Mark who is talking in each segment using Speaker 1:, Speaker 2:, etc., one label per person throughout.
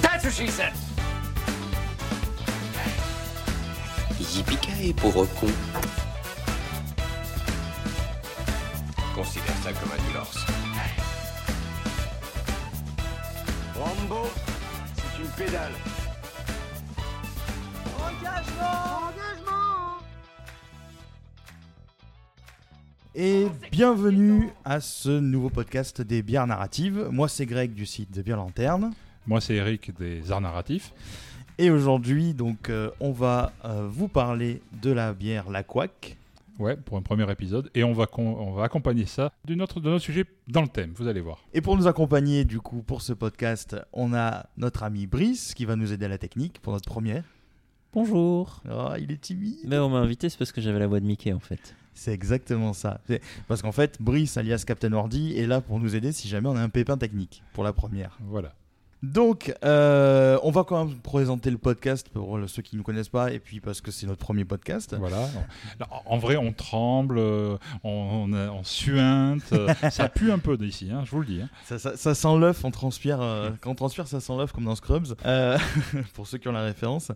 Speaker 1: That's what she said
Speaker 2: Yippee pauvre con.
Speaker 3: Considère ça comme un divorce.
Speaker 4: Rambo, c'est une pédale.
Speaker 5: Engagement Engagement
Speaker 6: Et bienvenue à ce nouveau podcast des bières narratives. Moi c'est Greg du site des bières lanternes.
Speaker 7: Moi c'est Eric des arts narratifs.
Speaker 6: Et aujourd'hui donc euh, on va euh, vous parler de la bière La Couac.
Speaker 7: Ouais, pour un premier épisode. Et on va, on va accompagner ça d'une autre, de notre sujet dans le thème, vous allez voir.
Speaker 6: Et pour nous accompagner, du coup, pour ce podcast, on a notre ami Brice qui va nous aider à la technique pour notre première.
Speaker 8: Bonjour.
Speaker 6: Oh, il est timide.
Speaker 8: Mais Eh ben, on m'a invité, c'est parce que j'avais la voix de Mickey en fait.
Speaker 6: C'est exactement ça. Parce qu'en fait, Brice, alias Captain Ordi, est là pour nous aider si jamais on a un pépin technique pour la première.
Speaker 7: Voilà.
Speaker 6: Donc, euh, on va quand même présenter le podcast pour ceux qui ne nous connaissent pas et puis parce que c'est notre premier podcast.
Speaker 7: Voilà. En vrai, on tremble, on, on, on suinte, euh, ça pue un peu d'ici, hein, je vous le dis. Hein.
Speaker 6: Ça, ça, ça, sent l'œuf, on transpire. Euh, quand on transpire, ça sent l'œuf comme dans Scrubs, euh, pour ceux qui ont la référence.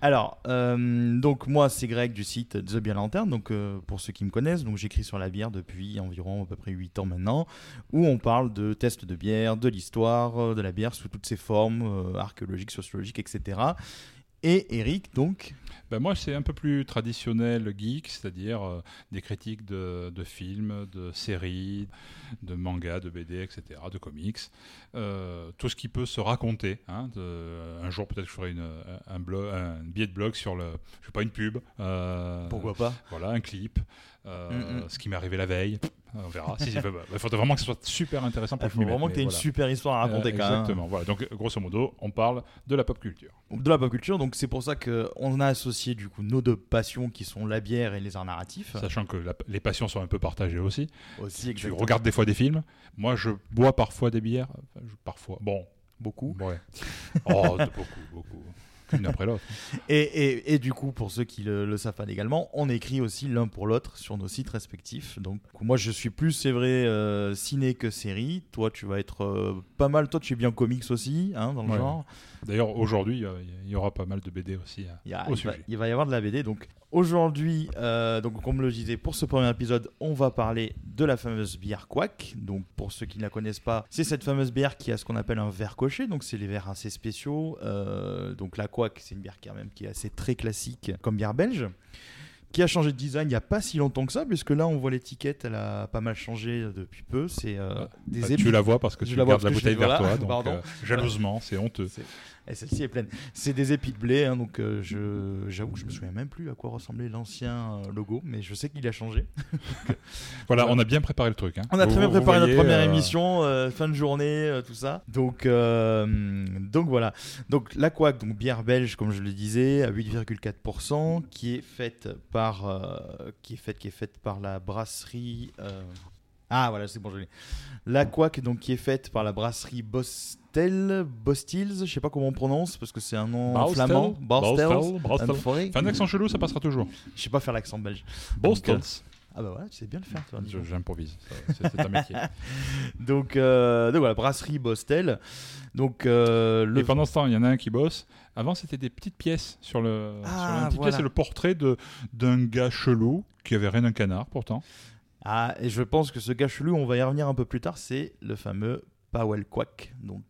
Speaker 6: Alors, euh, donc moi, c'est Greg du site The Bien Lanterne, donc euh, pour ceux qui me connaissent, donc j'écris sur la bière depuis environ à peu près 8 ans maintenant, où on parle de tests de bière, de l'histoire, euh, de la bière sous tout ses formes euh, archéologiques, sociologiques, etc. Et Eric, donc
Speaker 7: ben Moi, c'est un peu plus traditionnel geek, c'est-à-dire euh, des critiques de, de, films, de séries, de mangas, de BD, etc., de comics. Euh, tout ce qui peut se raconter. Hein, de, un jour, peut-être que je ferai une, un, blog, un billet de blog sur le. Je sais pas, une pub. euh,
Speaker 6: Pourquoi pas
Speaker 7: Voilà, un clip. Euh, mm -mm. ce qui m'est arrivé la veille. On verra. si, si, bah, bah, il faut vraiment que ce soit super intéressant pour
Speaker 6: Ah, Il faut vraiment que tu aies voilà. une super histoire à raconter. Euh,
Speaker 7: quand exactement. Hein. Voilà. Donc, grosso modo, on parle de la pop culture.
Speaker 6: De la pop culture. Donc, c'est pour ça qu'on a associé du coup nos deux passions qui sont la bière et les arts narratifs.
Speaker 7: Sachant que la, les passions sont un peu partagées aussi.
Speaker 6: Aussi,
Speaker 7: exactement. Tu regardes des fois des films. Moi, je bois parfois des bières. Enfin, je, parfois. Bon.
Speaker 6: Beaucoup.
Speaker 7: Ouais. oh, de beaucoup, beaucoup l'une après l'autre.
Speaker 6: Et, et, et, du coup, pour ceux qui le, le savent pas également, on écrit aussi l'un pour l'autre sur nos sites respectifs. Donc, moi, je suis plus, c'est vrai, euh, ciné que série. Toi, tu vas être euh, pas mal. Toi, tu es bien comics aussi, hein, dans le ouais. genre.
Speaker 7: D'ailleurs, aujourd'hui, il euh, y aura pas mal de BD aussi hein,
Speaker 6: il, y a,
Speaker 7: au
Speaker 6: il,
Speaker 7: sujet.
Speaker 6: Va, il va y avoir de la BD. Donc, aujourd'hui, euh, donc, comme le disais, pour ce premier épisode, on va parler de la fameuse bière Quack. Donc, pour ceux qui ne la connaissent pas, c'est cette fameuse bière qui a ce qu'on appelle un verre coché. Donc, c'est les verres assez spéciaux. Euh, donc, la c'est une bière quand même qui est assez très classique comme bière belge, qui a changé de design il n'y a pas si longtemps que ça, puisque là on voit l'étiquette, elle a pas mal changé depuis peu. C'est euh, bah, des bah,
Speaker 7: Tu la vois parce que tu gardes la, la bouteille vers toi, donc, euh, jalousement, c'est honteux.
Speaker 6: Et celle-ci est pleine. C'est des épis de blé, hein, donc euh, je, j'avoue que je me souviens même plus à quoi ressemblait l'ancien euh, logo, mais je sais qu'il a changé.
Speaker 7: voilà, on a bien préparé le truc. Hein.
Speaker 6: On a très bien préparé voyez, notre première euh... émission, euh, fin de journée, tout ça. Donc, euh, donc voilà. Donc la Quack, donc bière belge, comme je le disais, à 8,4%, qui est faite par, euh, qui est faite, qui est faite par la brasserie. Ah voilà, c'est bon, je l'ai. La Quack, donc qui est faite par la brasserie Bostel, Bostils, je sais pas comment on prononce parce que c'est un nom
Speaker 7: Bostel,
Speaker 6: flamand.
Speaker 7: Bostel, Bostel. Enfin, un accent chelou, ça passera toujours.
Speaker 6: Je sais pas faire l'accent belge.
Speaker 7: Bostels.
Speaker 6: Ah bah voilà, tu sais bien le faire, toi.
Speaker 7: J'improvise, c'est un métier.
Speaker 6: donc, euh, donc, voilà, brasserie Bostel. Donc, euh,
Speaker 7: le... Et pendant ce temps, il y en a un qui bosse. Avant, c'était des petites pièces sur le. Ah, sur voilà. c'est le portrait d'un gars chelou qui avait rien d'un canard pourtant.
Speaker 6: Ah, et je pense que ce gars chelou, on va y revenir un peu plus tard, c'est le fameux Powell Quack, donc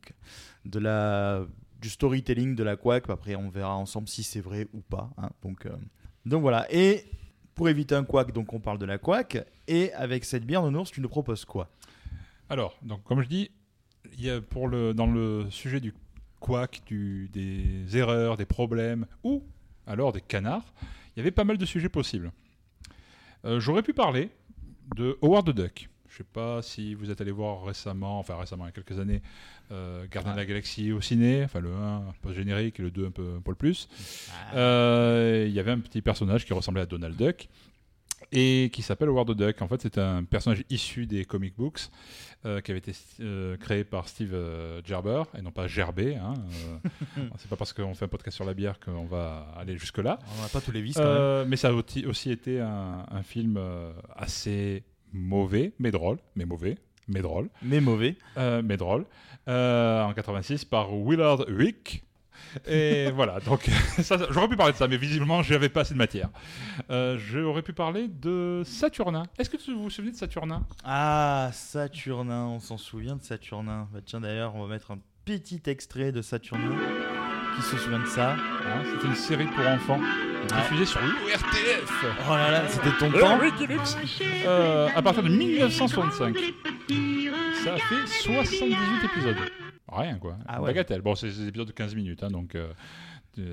Speaker 6: de la, du storytelling de la Quack. Après, on verra ensemble si c'est vrai ou pas. Hein. Donc, euh, donc voilà. Et pour éviter un Quack, donc on parle de la Quack. Et avec cette bière de ours, tu nous proposes quoi
Speaker 7: Alors, donc comme je dis, il y a pour le dans le sujet du Quack, du, des erreurs, des problèmes ou alors des canards, il y avait pas mal de sujets possibles. Euh, J'aurais pu parler de Howard the Duck. Je sais pas si vous êtes allé voir récemment, enfin récemment, il y a quelques années, euh, Gardien de la Galaxie au ciné, enfin le 1 post-générique et le 2 un peu, un peu le plus. Euh, Il y avait un petit personnage qui ressemblait à Donald Duck et qui s'appelle Howard the Duck. En fait, c'est un personnage issu des comic books euh, qui avait été euh, créé par Steve euh, Gerber et non pas Gerber. Hein, euh, c'est pas parce qu'on fait un podcast sur la bière qu'on va aller jusque là.
Speaker 6: On n'a pas tous les vices, quand même.
Speaker 7: Euh, Mais ça a aussi aussi été un, un film euh, assez mauvais, mais drôle, mais mauvais. Mais drôle.
Speaker 6: Mais mauvais.
Speaker 7: Euh, mais drôle. Euh, en 86 par Willard Wick. Et voilà, donc ça, ça- j'aurais pu parler de ça, mais visiblement j'avais pas assez de matière. Euh, j'aurais pu parler de Saturnin. Est-ce que tu- vous vous souvenez de Saturnin
Speaker 6: Ah, Saturnin, on s'en souvient de Saturnin. Bah, tiens, d'ailleurs, on va mettre un petit extrait de Saturnin. Qui se souvient de ça
Speaker 7: C'était Hein, une série pour enfants diffusée sur l'ORTF.
Speaker 6: Oh là là, c'était ton
Speaker 7: Euh,
Speaker 6: temps
Speaker 7: Wikileaks. Euh, à partir de 1965. Ça a fait 78 épisodes. Rien quoi.
Speaker 6: Ah ouais.
Speaker 7: Bagatelle. Bon, c'est des épisodes de 15 minutes, hein, donc euh,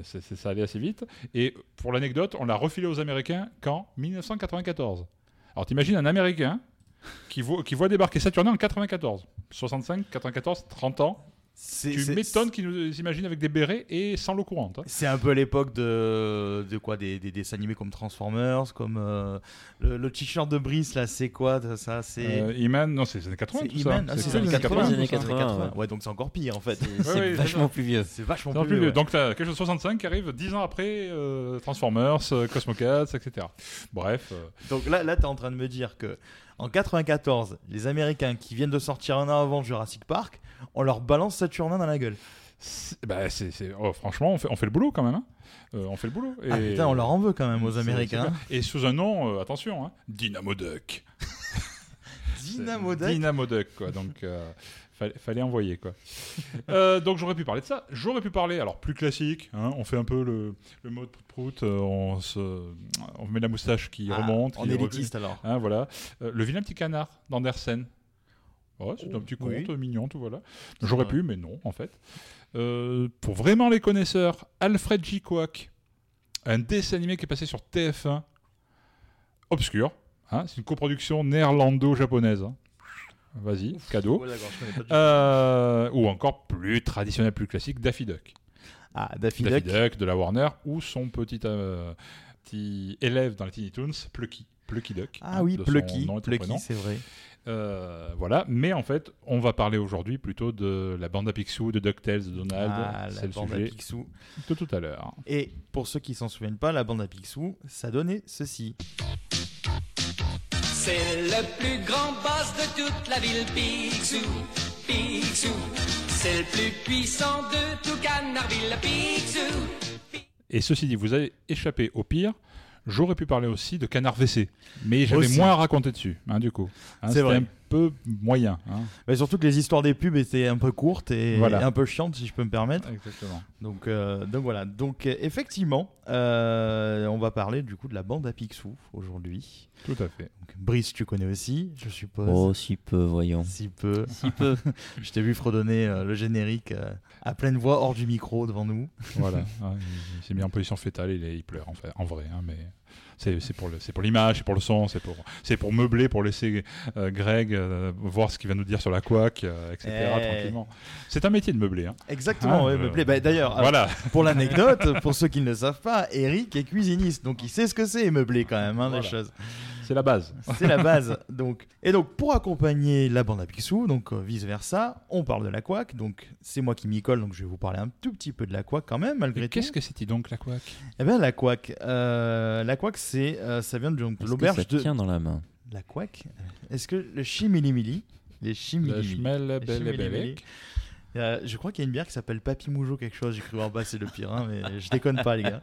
Speaker 7: c'est- c'est- ça allait assez vite. Et pour l'anecdote, on l'a refilé aux Américains qu'en 1994. Alors t'imagines un Américain qui voit, qui voit débarquer Saturnin en 94. 65, 94, 30 ans. Tu m'étonnes qu'ils nous imaginent avec des bérets et sans l'eau courante. hein.
Speaker 6: C'est un peu l'époque de, de quoi des, des dessins animés comme Transformers, comme euh, le, le t-shirt de Brice là, c'est quoi ça C'est
Speaker 7: Euh, Iman, non, c'est les années 80.
Speaker 6: C'est
Speaker 7: tout ça.
Speaker 6: Iman, ah, c'est ça, les années 80, tout ça. Ouais, donc c'est encore pire en fait. C'est- c'est vachement
Speaker 7: ça.
Speaker 6: plus vieux. C'est vachement plus vieux, ouais.
Speaker 7: Donc t'as quelque chose de 65 qui arrive 10 ans après euh, Transformers, euh, Cosmocats, etc. Bref. euh,
Speaker 6: Donc là, là tu es en train de me dire que en 94, les Américains qui viennent de sortir un an avant Jurassic Park, on leur balance Saturnin dans la gueule.
Speaker 7: bah, c'est- c'est- oh, franchement, on fait, on fait le boulot quand même. hein. Euh, on fait le boulot.
Speaker 6: Ah, putain, on leur en veut quand même aux
Speaker 7: C'est-
Speaker 6: Américains.
Speaker 7: c'est clair. Et sous un nom, euh, attention, hein, Dynamo Duck.
Speaker 6: Dynamo
Speaker 7: Duck Dynamo Duck, quoi. Donc, euh, fallait, fallait envoyer, quoi. Euh, donc, j'aurais pu parler de ça. J'aurais pu parler, alors, plus classique. hein, on fait un peu le, le mode prout-prout. euh, on, se, on met la moustache qui
Speaker 6: Ah,
Speaker 7: remonte.
Speaker 6: on
Speaker 7: qui
Speaker 6: est
Speaker 7: revient.
Speaker 6: élitiste, alors.
Speaker 7: Hein, voilà. Euh, le vilain petit canard d'Andersen. Ouais, c'est un petit conte
Speaker 6: Oui.
Speaker 7: mignon, tout voilà. J'aurais
Speaker 6: Ouais.
Speaker 7: pu, mais non, en fait. Euh, pour vraiment les connaisseurs, Alfred J. Coack, un dessin animé qui est passé sur TF1, obscur. hein, c'est une coproduction néerlando-japonaise. hein. Vas-y, cadeau.
Speaker 6: ouais, d'accord, je connais pas du
Speaker 7: Euh, ou encore plus traditionnel, plus classique, Daffy Duck.
Speaker 6: Ah, Daffy, Duck.
Speaker 7: de la Warner, ou son petit, euh, petit élève dans les Tiny Toons, Plucky. Plucky Duck.
Speaker 6: Ah
Speaker 7: hein,
Speaker 6: oui,
Speaker 7: de son
Speaker 6: Plucky,
Speaker 7: nom et son
Speaker 6: Plucky,
Speaker 7: prénom.
Speaker 6: c'est vrai.
Speaker 7: Euh, voilà, mais en fait, on va parler aujourd'hui plutôt de la bande à Picsou, de DuckTales, de Donald.
Speaker 6: Ah, la
Speaker 7: c'est le
Speaker 6: bande à
Speaker 7: sujet
Speaker 6: Picsou.
Speaker 7: de tout à l'heure.
Speaker 6: Et pour ceux qui s'en souviennent pas, la bande à Picsou, ça donnait ceci.
Speaker 9: C'est le plus grand boss de toute la ville, Picsou, Picsou. C'est le plus puissant de tout Canardville, Picsou.
Speaker 7: Et ceci dit, vous avez échappé au pire. J'aurais pu parler aussi de Canard WC, mais j'avais
Speaker 6: Aussi.
Speaker 7: moins à raconter dessus, hein, du coup. Hein,
Speaker 6: C'est
Speaker 7: c'était
Speaker 6: vrai.
Speaker 7: un peu moyen. hein.
Speaker 6: Mais surtout que les histoires des pubs étaient un peu courtes et
Speaker 7: Voilà.
Speaker 6: un peu chiantes, si je peux me permettre.
Speaker 7: Exactement.
Speaker 6: Donc, euh, donc voilà. Donc euh, effectivement, euh, on va parler du coup de la bande à Picsou aujourd'hui.
Speaker 7: Tout à fait.
Speaker 6: Brice, tu connais aussi, je suppose.
Speaker 8: Oh, si peu, voyons.
Speaker 6: Si peu.
Speaker 8: Si peu.
Speaker 6: je t'ai vu fredonner euh, le générique euh, à pleine voix hors du micro devant nous.
Speaker 7: Voilà. hein, il il s'est mis en position fétale, il, est- il pleure en, fait, en vrai. hein, mais c'est c'est pour le- c'est pour l'image, c'est pour le son, c'est pour, c'est pour meubler, pour laisser euh, Greg euh, voir ce qu'il va nous dire sur la couac, euh, etc.
Speaker 6: Eh.
Speaker 7: Tranquillement. C'est un métier de meubler. hein.
Speaker 6: Exactement,
Speaker 7: Hein,
Speaker 6: ouais,
Speaker 7: euh,
Speaker 6: me plaît. Bah, D'ailleurs, alors,
Speaker 7: Voilà.
Speaker 6: pour l'anecdote, pour ceux qui ne le savent pas, Eric est cuisiniste, donc il sait ce que c'est meubler quand même, hein,
Speaker 7: Voilà.
Speaker 6: la chose.
Speaker 7: C'est la base.
Speaker 6: C'est la base. Donc. Et donc, pour accompagner la bande à Picsou, donc euh, vice-versa, on parle de la couac. Donc, c'est moi qui m'y colle, donc je vais vous parler un tout petit peu de la couac quand même, malgré tout.
Speaker 7: Qu'est-ce que c'était donc la couac
Speaker 6: Eh bien, la couac. euh, la couac, c'est, euh, ça vient de donc,
Speaker 8: Est-ce que ça
Speaker 6: l'auberge de.
Speaker 8: tient dans la main
Speaker 6: La couac Est-ce que le chimilimili Les chimilimili.
Speaker 7: La schmelle
Speaker 6: les
Speaker 7: belle et
Speaker 6: chimilimili.
Speaker 7: bellec.
Speaker 6: Euh, je crois qu'il y a une bière qui s'appelle Papy Moujo quelque chose. J'ai cru voir bah c'est le pire, hein, mais je déconne pas les gars.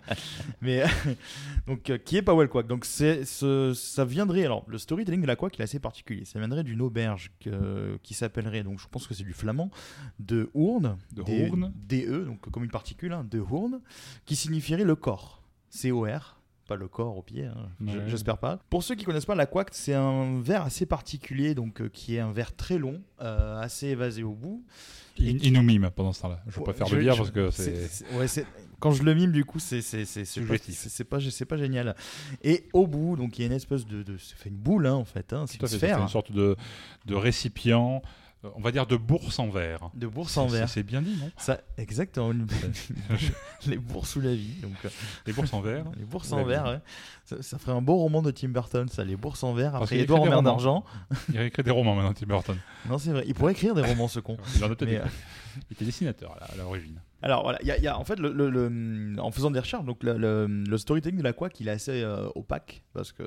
Speaker 6: Mais donc euh, qui est Powell Quack Donc c'est ce, ça viendrait alors le storytelling de la Quack il est assez particulier. Ça viendrait d'une auberge que- qui s'appellerait donc je pense que c'est du flamand de Hourne,
Speaker 7: De
Speaker 6: D- E,
Speaker 7: Hoorn.
Speaker 6: DE donc comme une particule hein, de Hourne qui signifierait le corps. C O R pas le corps au pied. hein. J- J'espère pas. Pour ceux qui connaissent pas la couac, c'est un verre assez particulier, donc euh, qui est un verre très long, euh, assez évasé au bout.
Speaker 7: Il- il nous mime pendant ce temps-là. Je veux pas faire de
Speaker 6: je-
Speaker 7: lire
Speaker 6: je-
Speaker 7: parce que c'est-
Speaker 6: ouais, c'est- quand je le mime, du coup, c'est c'est- c'est- c'est pas, c'est- c'est pas, c'est pas génial. Et au bout, donc il y a une espèce de, de- ça fait une boule hein, en fait, hein, c'est
Speaker 7: Tout à
Speaker 6: une
Speaker 7: fait,
Speaker 6: sphère.
Speaker 7: C'est une sorte de, de récipient, euh, on va dire de bourse en verre.
Speaker 6: De bourse en
Speaker 7: C'est-
Speaker 6: verre.
Speaker 7: C'est bien dit, non
Speaker 6: Ça, exactement. une- les bourses ou la vie. Donc, euh,
Speaker 7: Les bourses en verre.
Speaker 6: Les bourses
Speaker 7: Ou la
Speaker 6: en verre,
Speaker 7: vie.
Speaker 6: ouais. ça, ça ferait un beau roman de Tim Burton, ça, les bourses en verre.
Speaker 7: Parce
Speaker 6: Après,
Speaker 7: qu'il
Speaker 6: Edouard en
Speaker 7: écrit des
Speaker 6: mer
Speaker 7: romans.
Speaker 6: d'argent.
Speaker 7: Il a écrit des romans maintenant, Tim Burton.
Speaker 6: Non, c'est vrai. Il pourrait écrire des romans, ce con.
Speaker 7: Il en a peut-être
Speaker 6: Mais,
Speaker 7: écrit.
Speaker 6: euh,
Speaker 7: Il était dessinateur à la- à l'origine.
Speaker 6: Alors voilà, il y a- il y a- en fait, le, le- le- en faisant des recherches, donc le, le- le storytelling de la Quack, il est assez euh, opaque parce que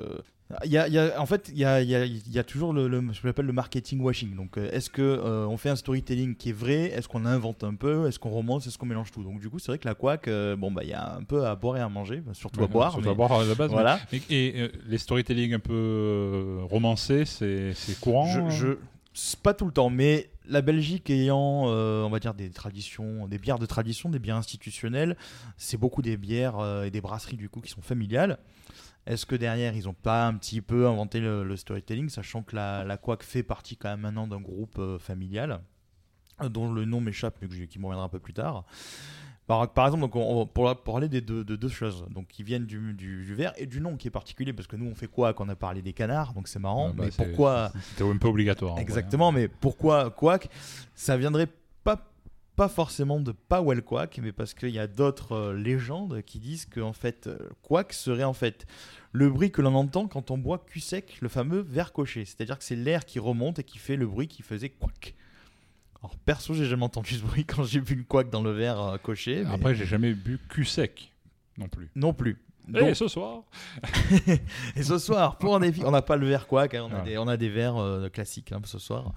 Speaker 6: il y a, il y a- en fait, il y a, il y a- il y a toujours le, le- ce que j'appelle le marketing washing. Donc, euh, est-ce que euh, on fait un storytelling qui est vrai Est-ce qu'on invente un peu Est-ce qu'on romance Est-ce qu'on mélange tout Donc, du coup, c'est vrai que la Quack, euh, bon bah, il y a un peu à boire et à manger, bah, surtout à
Speaker 7: Ouais,
Speaker 6: boire.
Speaker 7: surtout à
Speaker 6: mais-
Speaker 7: boire à la base.
Speaker 6: Voilà.
Speaker 7: mais- Et, et, euh, les storytelling un peu euh, romancés, c'est c'est courant.
Speaker 6: Je-
Speaker 7: euh
Speaker 6: je- c'est pas tout le temps, mais la Belgique ayant, euh, on va dire, des traditions, des bières de tradition, des bières institutionnelles, c'est beaucoup des bières euh, et des brasseries du coup qui sont familiales. Est-ce que derrière ils ont pas un petit peu inventé le, le storytelling, sachant que la, la Quack fait partie quand même maintenant d'un groupe euh, familial euh, dont le nom m'échappe, mais que j'ai- qui me reviendra un peu plus tard. Par, par exemple, donc on- on- pour, la- pour parler des deux, de deux choses, donc qui viennent du, du, du verre et du nom qui est particulier, parce que nous on fait quoi quand on a parlé des canards, donc c'est marrant,
Speaker 7: Ah bah,
Speaker 6: mais
Speaker 7: c'est-
Speaker 6: pourquoi
Speaker 7: c'est- C'était un peu obligatoire. en vrai, hein.
Speaker 6: Exactement, mais pourquoi Quack Ça viendrait pas, pas forcément de Powell Quack, mais parce qu'il y a d'autres euh, légendes qui disent que en fait, euh, Quack serait en fait le bruit que l'on entend quand on boit cul sec, le fameux verre coché. C'est-à-dire que c'est l'air qui remonte et qui fait le bruit qui faisait Quack. Alors, perso, j'ai jamais entendu ce bruit quand j'ai bu une Quack dans le verre euh, coché. mais-
Speaker 7: Après, j'ai jamais bu cul sec non plus.
Speaker 6: Non plus.
Speaker 7: Et
Speaker 6: Donc-
Speaker 7: ce soir
Speaker 6: et ce soir, pour un défi, on n'a pas le verre quoi, hein, on, a
Speaker 7: Voilà.
Speaker 6: des, on a des verres euh, classiques hein, ce soir.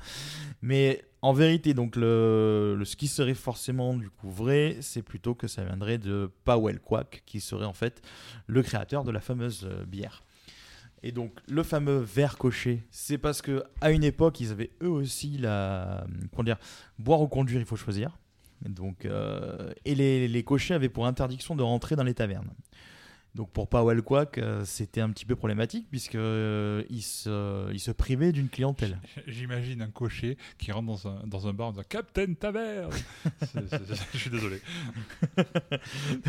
Speaker 6: Mais en vérité, donc le, le- ce qui serait forcément du coup vrai, c'est plutôt que ça viendrait de Powell Quack, qui serait en fait le créateur de la fameuse euh, bière. Et donc le fameux verre coché, c'est parce que à une époque, ils avaient eux aussi la euh, comment dire, boire ou conduire, il faut choisir. Donc euh, et les, les cochers avaient pour interdiction de rentrer dans les tavernes. Donc pour Powell Quack, euh, c'était un petit peu problématique puisque euh, il se, il se privait d'une clientèle.
Speaker 7: J'imagine un cocher qui rentre dans un, dans un bar en disant Captain Taverne C'est- c'est- c'est- Je suis désolé.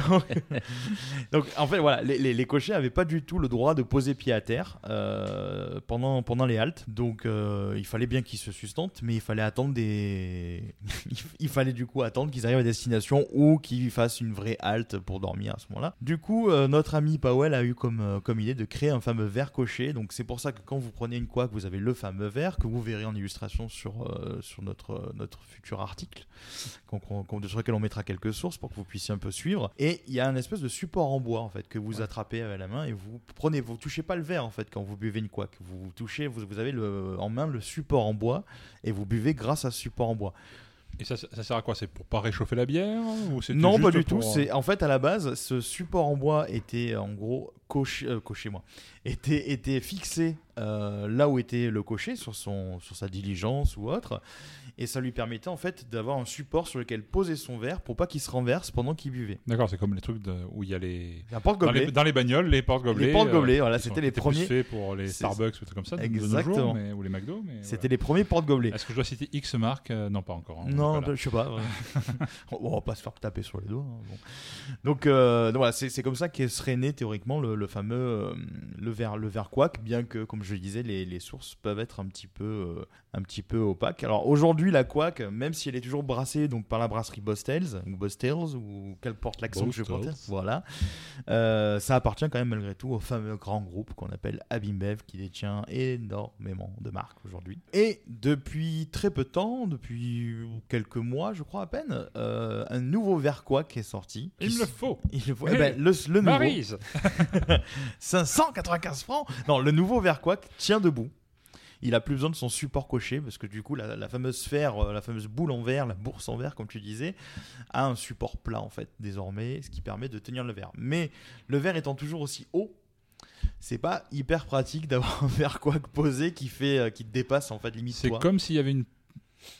Speaker 6: donc, donc, en fait, voilà, les, les, les cochers n'avaient pas du tout le droit de poser pied à terre euh, pendant, pendant les haltes. Donc, euh, il fallait bien qu'ils se sustentent, mais il fallait attendre des. il fallait du coup attendre qu'ils arrivent à destination ou qu'ils fassent une vraie halte pour dormir à ce moment-là. Du coup, euh, notre ami Powell a eu comme, euh, comme idée de créer un fameux verre coché. Donc, c'est pour ça que quand vous prenez une couac, vous avez le fameux verre que vous verrez en illustration sur, euh, sur notre, euh, notre futur article qu'on- qu'on- qu'on- sur lequel on mettra quelques sources pour que vous puissiez un peu suivre. Et il y a un espèce de support en bois en fait que vous attrapez avec la main et vous prenez, vous touchez pas le verre en fait quand vous buvez une couac. Vous touchez, vous, vous avez le, en main le support en bois et vous buvez grâce à ce support en bois.
Speaker 7: Et ça, ça sert à quoi C'est pour pas réchauffer la bière ou c'était
Speaker 6: Non,
Speaker 7: juste
Speaker 6: pas du
Speaker 7: pour- euh,
Speaker 6: tout. C'est en fait à la base, ce support en bois était euh, en gros coché, moi, était était fixé euh, là où était le cocher sur son sur sa diligence ou autre, et ça lui permettait en fait d'avoir un support sur lequel poser son verre pour pas qu'il se renverse pendant qu'il buvait.
Speaker 7: D'accord, c'est comme les trucs de- où il y a les.
Speaker 6: Un
Speaker 7: dans,
Speaker 6: porte-gobelet.
Speaker 7: les dans les bagnoles, les porte-gobelets.
Speaker 6: Les porte-gobelets,
Speaker 7: euh,
Speaker 6: voilà,
Speaker 7: qui sont-
Speaker 6: c'était les
Speaker 7: qui étaient plus
Speaker 6: premiers.
Speaker 7: faits pour les
Speaker 6: C'est-
Speaker 7: Starbucks ou des trucs comme ça. de- de nos jours,
Speaker 6: Exactement.
Speaker 7: mais- ou les McDo. mais
Speaker 6: C'était
Speaker 7: voilà.
Speaker 6: les premiers porte-gobelets.
Speaker 7: Est-ce que je dois citer X marque Euh, Non, pas encore. hein, on
Speaker 6: Non,
Speaker 7: est là.
Speaker 6: je sais pas. ouais. on va pas se faire taper sur les doigts. hein, bon. Donc, euh, donc voilà, c'est c'est comme ça que serait né théoriquement le, le fameux euh, le verre le verre couac, bien que comme je le disais les, les sources peuvent être un petit peu euh, un petit peu opaques. Alors aujourd'hui la couac, même si elle est toujours brassée donc par la brasserie Bostels ou Bostels ou quelle porte l'accent que je
Speaker 7: Bostels.
Speaker 6: porte, voilà, Euh, ça appartient quand même malgré tout au fameux grand groupe qu'on appelle Abimbev qui détient énormément de marques aujourd'hui. Et depuis très peu de temps, depuis quelques mois, je crois à peine, euh, un nouveau verre quoi qui est sorti.
Speaker 7: Il
Speaker 6: Qui
Speaker 7: me le
Speaker 6: s-
Speaker 7: faut.
Speaker 6: Il le faut.
Speaker 7: Hey,
Speaker 6: Eh ben, le, le nouveau.
Speaker 7: Maryse.
Speaker 6: 595 francs. Non, le nouveau verre quoi tient debout. Il a plus besoin de son support coché parce que du coup la, la fameuse sphère, euh, la fameuse boule en verre, la bourse en verre comme tu disais, a un support plat en fait désormais, ce qui permet de tenir le verre. Mais le verre étant toujours aussi haut, c'est pas hyper pratique d'avoir un verre quoi posé qui fait euh, qui te dépasse en fait limite
Speaker 7: C'est
Speaker 6: toi.
Speaker 7: comme s'il y avait une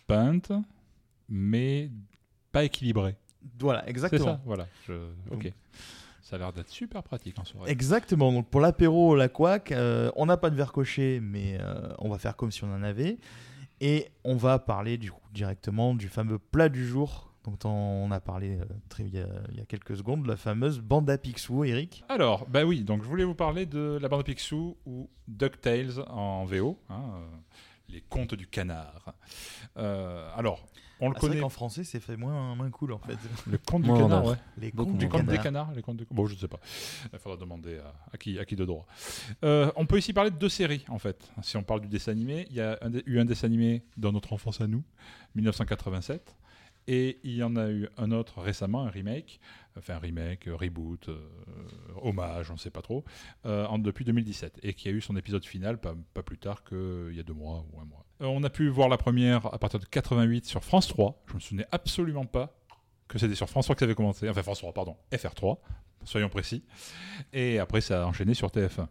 Speaker 7: pinte, mais pas équilibrée.
Speaker 6: Voilà, exactement.
Speaker 7: C'est ça, voilà. Je- Ok.
Speaker 6: Donc,
Speaker 7: Ça a l'air d'être super pratique en soirée.
Speaker 6: Exactement. Donc pour l'apéro, la couac, euh, on n'a pas de verre coché, mais euh, on va faire comme si on en avait. Et on va parler du coup directement du fameux plat du jour dont on a parlé euh, très, il, y a, il, y a, quelques secondes, la fameuse bande à Picsou, Eric.
Speaker 7: Alors, bah oui, donc je voulais vous parler de la bande à Picsou ou DuckTales en VO, hein, les contes du canard. Euh, alors, on le ah, connaît.
Speaker 6: En français, c'est fait moins, moins cool en fait.
Speaker 7: Le conte du canard, ouais. Les contes du canard. des canards, les contes du... Bon, je ne sais pas. Il faudra demander à, à, qui, à qui de droit. Euh, on peut ici parler de deux séries en fait. Si on parle du dessin animé, il y a un, eu un dessin animé dans notre enfance à nous, 1987. Et il y en a eu un autre récemment, un remake, enfin un remake, reboot, euh, hommage, on ne sait pas trop, euh, en, depuis 2017, et qui a eu son épisode final pas, pas plus tard qu'il y a deux mois ou un mois. Euh, on a pu voir la première à partir de 88 sur France 3, je me souvenais absolument pas que c'était sur France 3 que ça avait commencé, enfin France 3, pardon, FR3, soyons précis, et après ça a enchaîné sur TF1.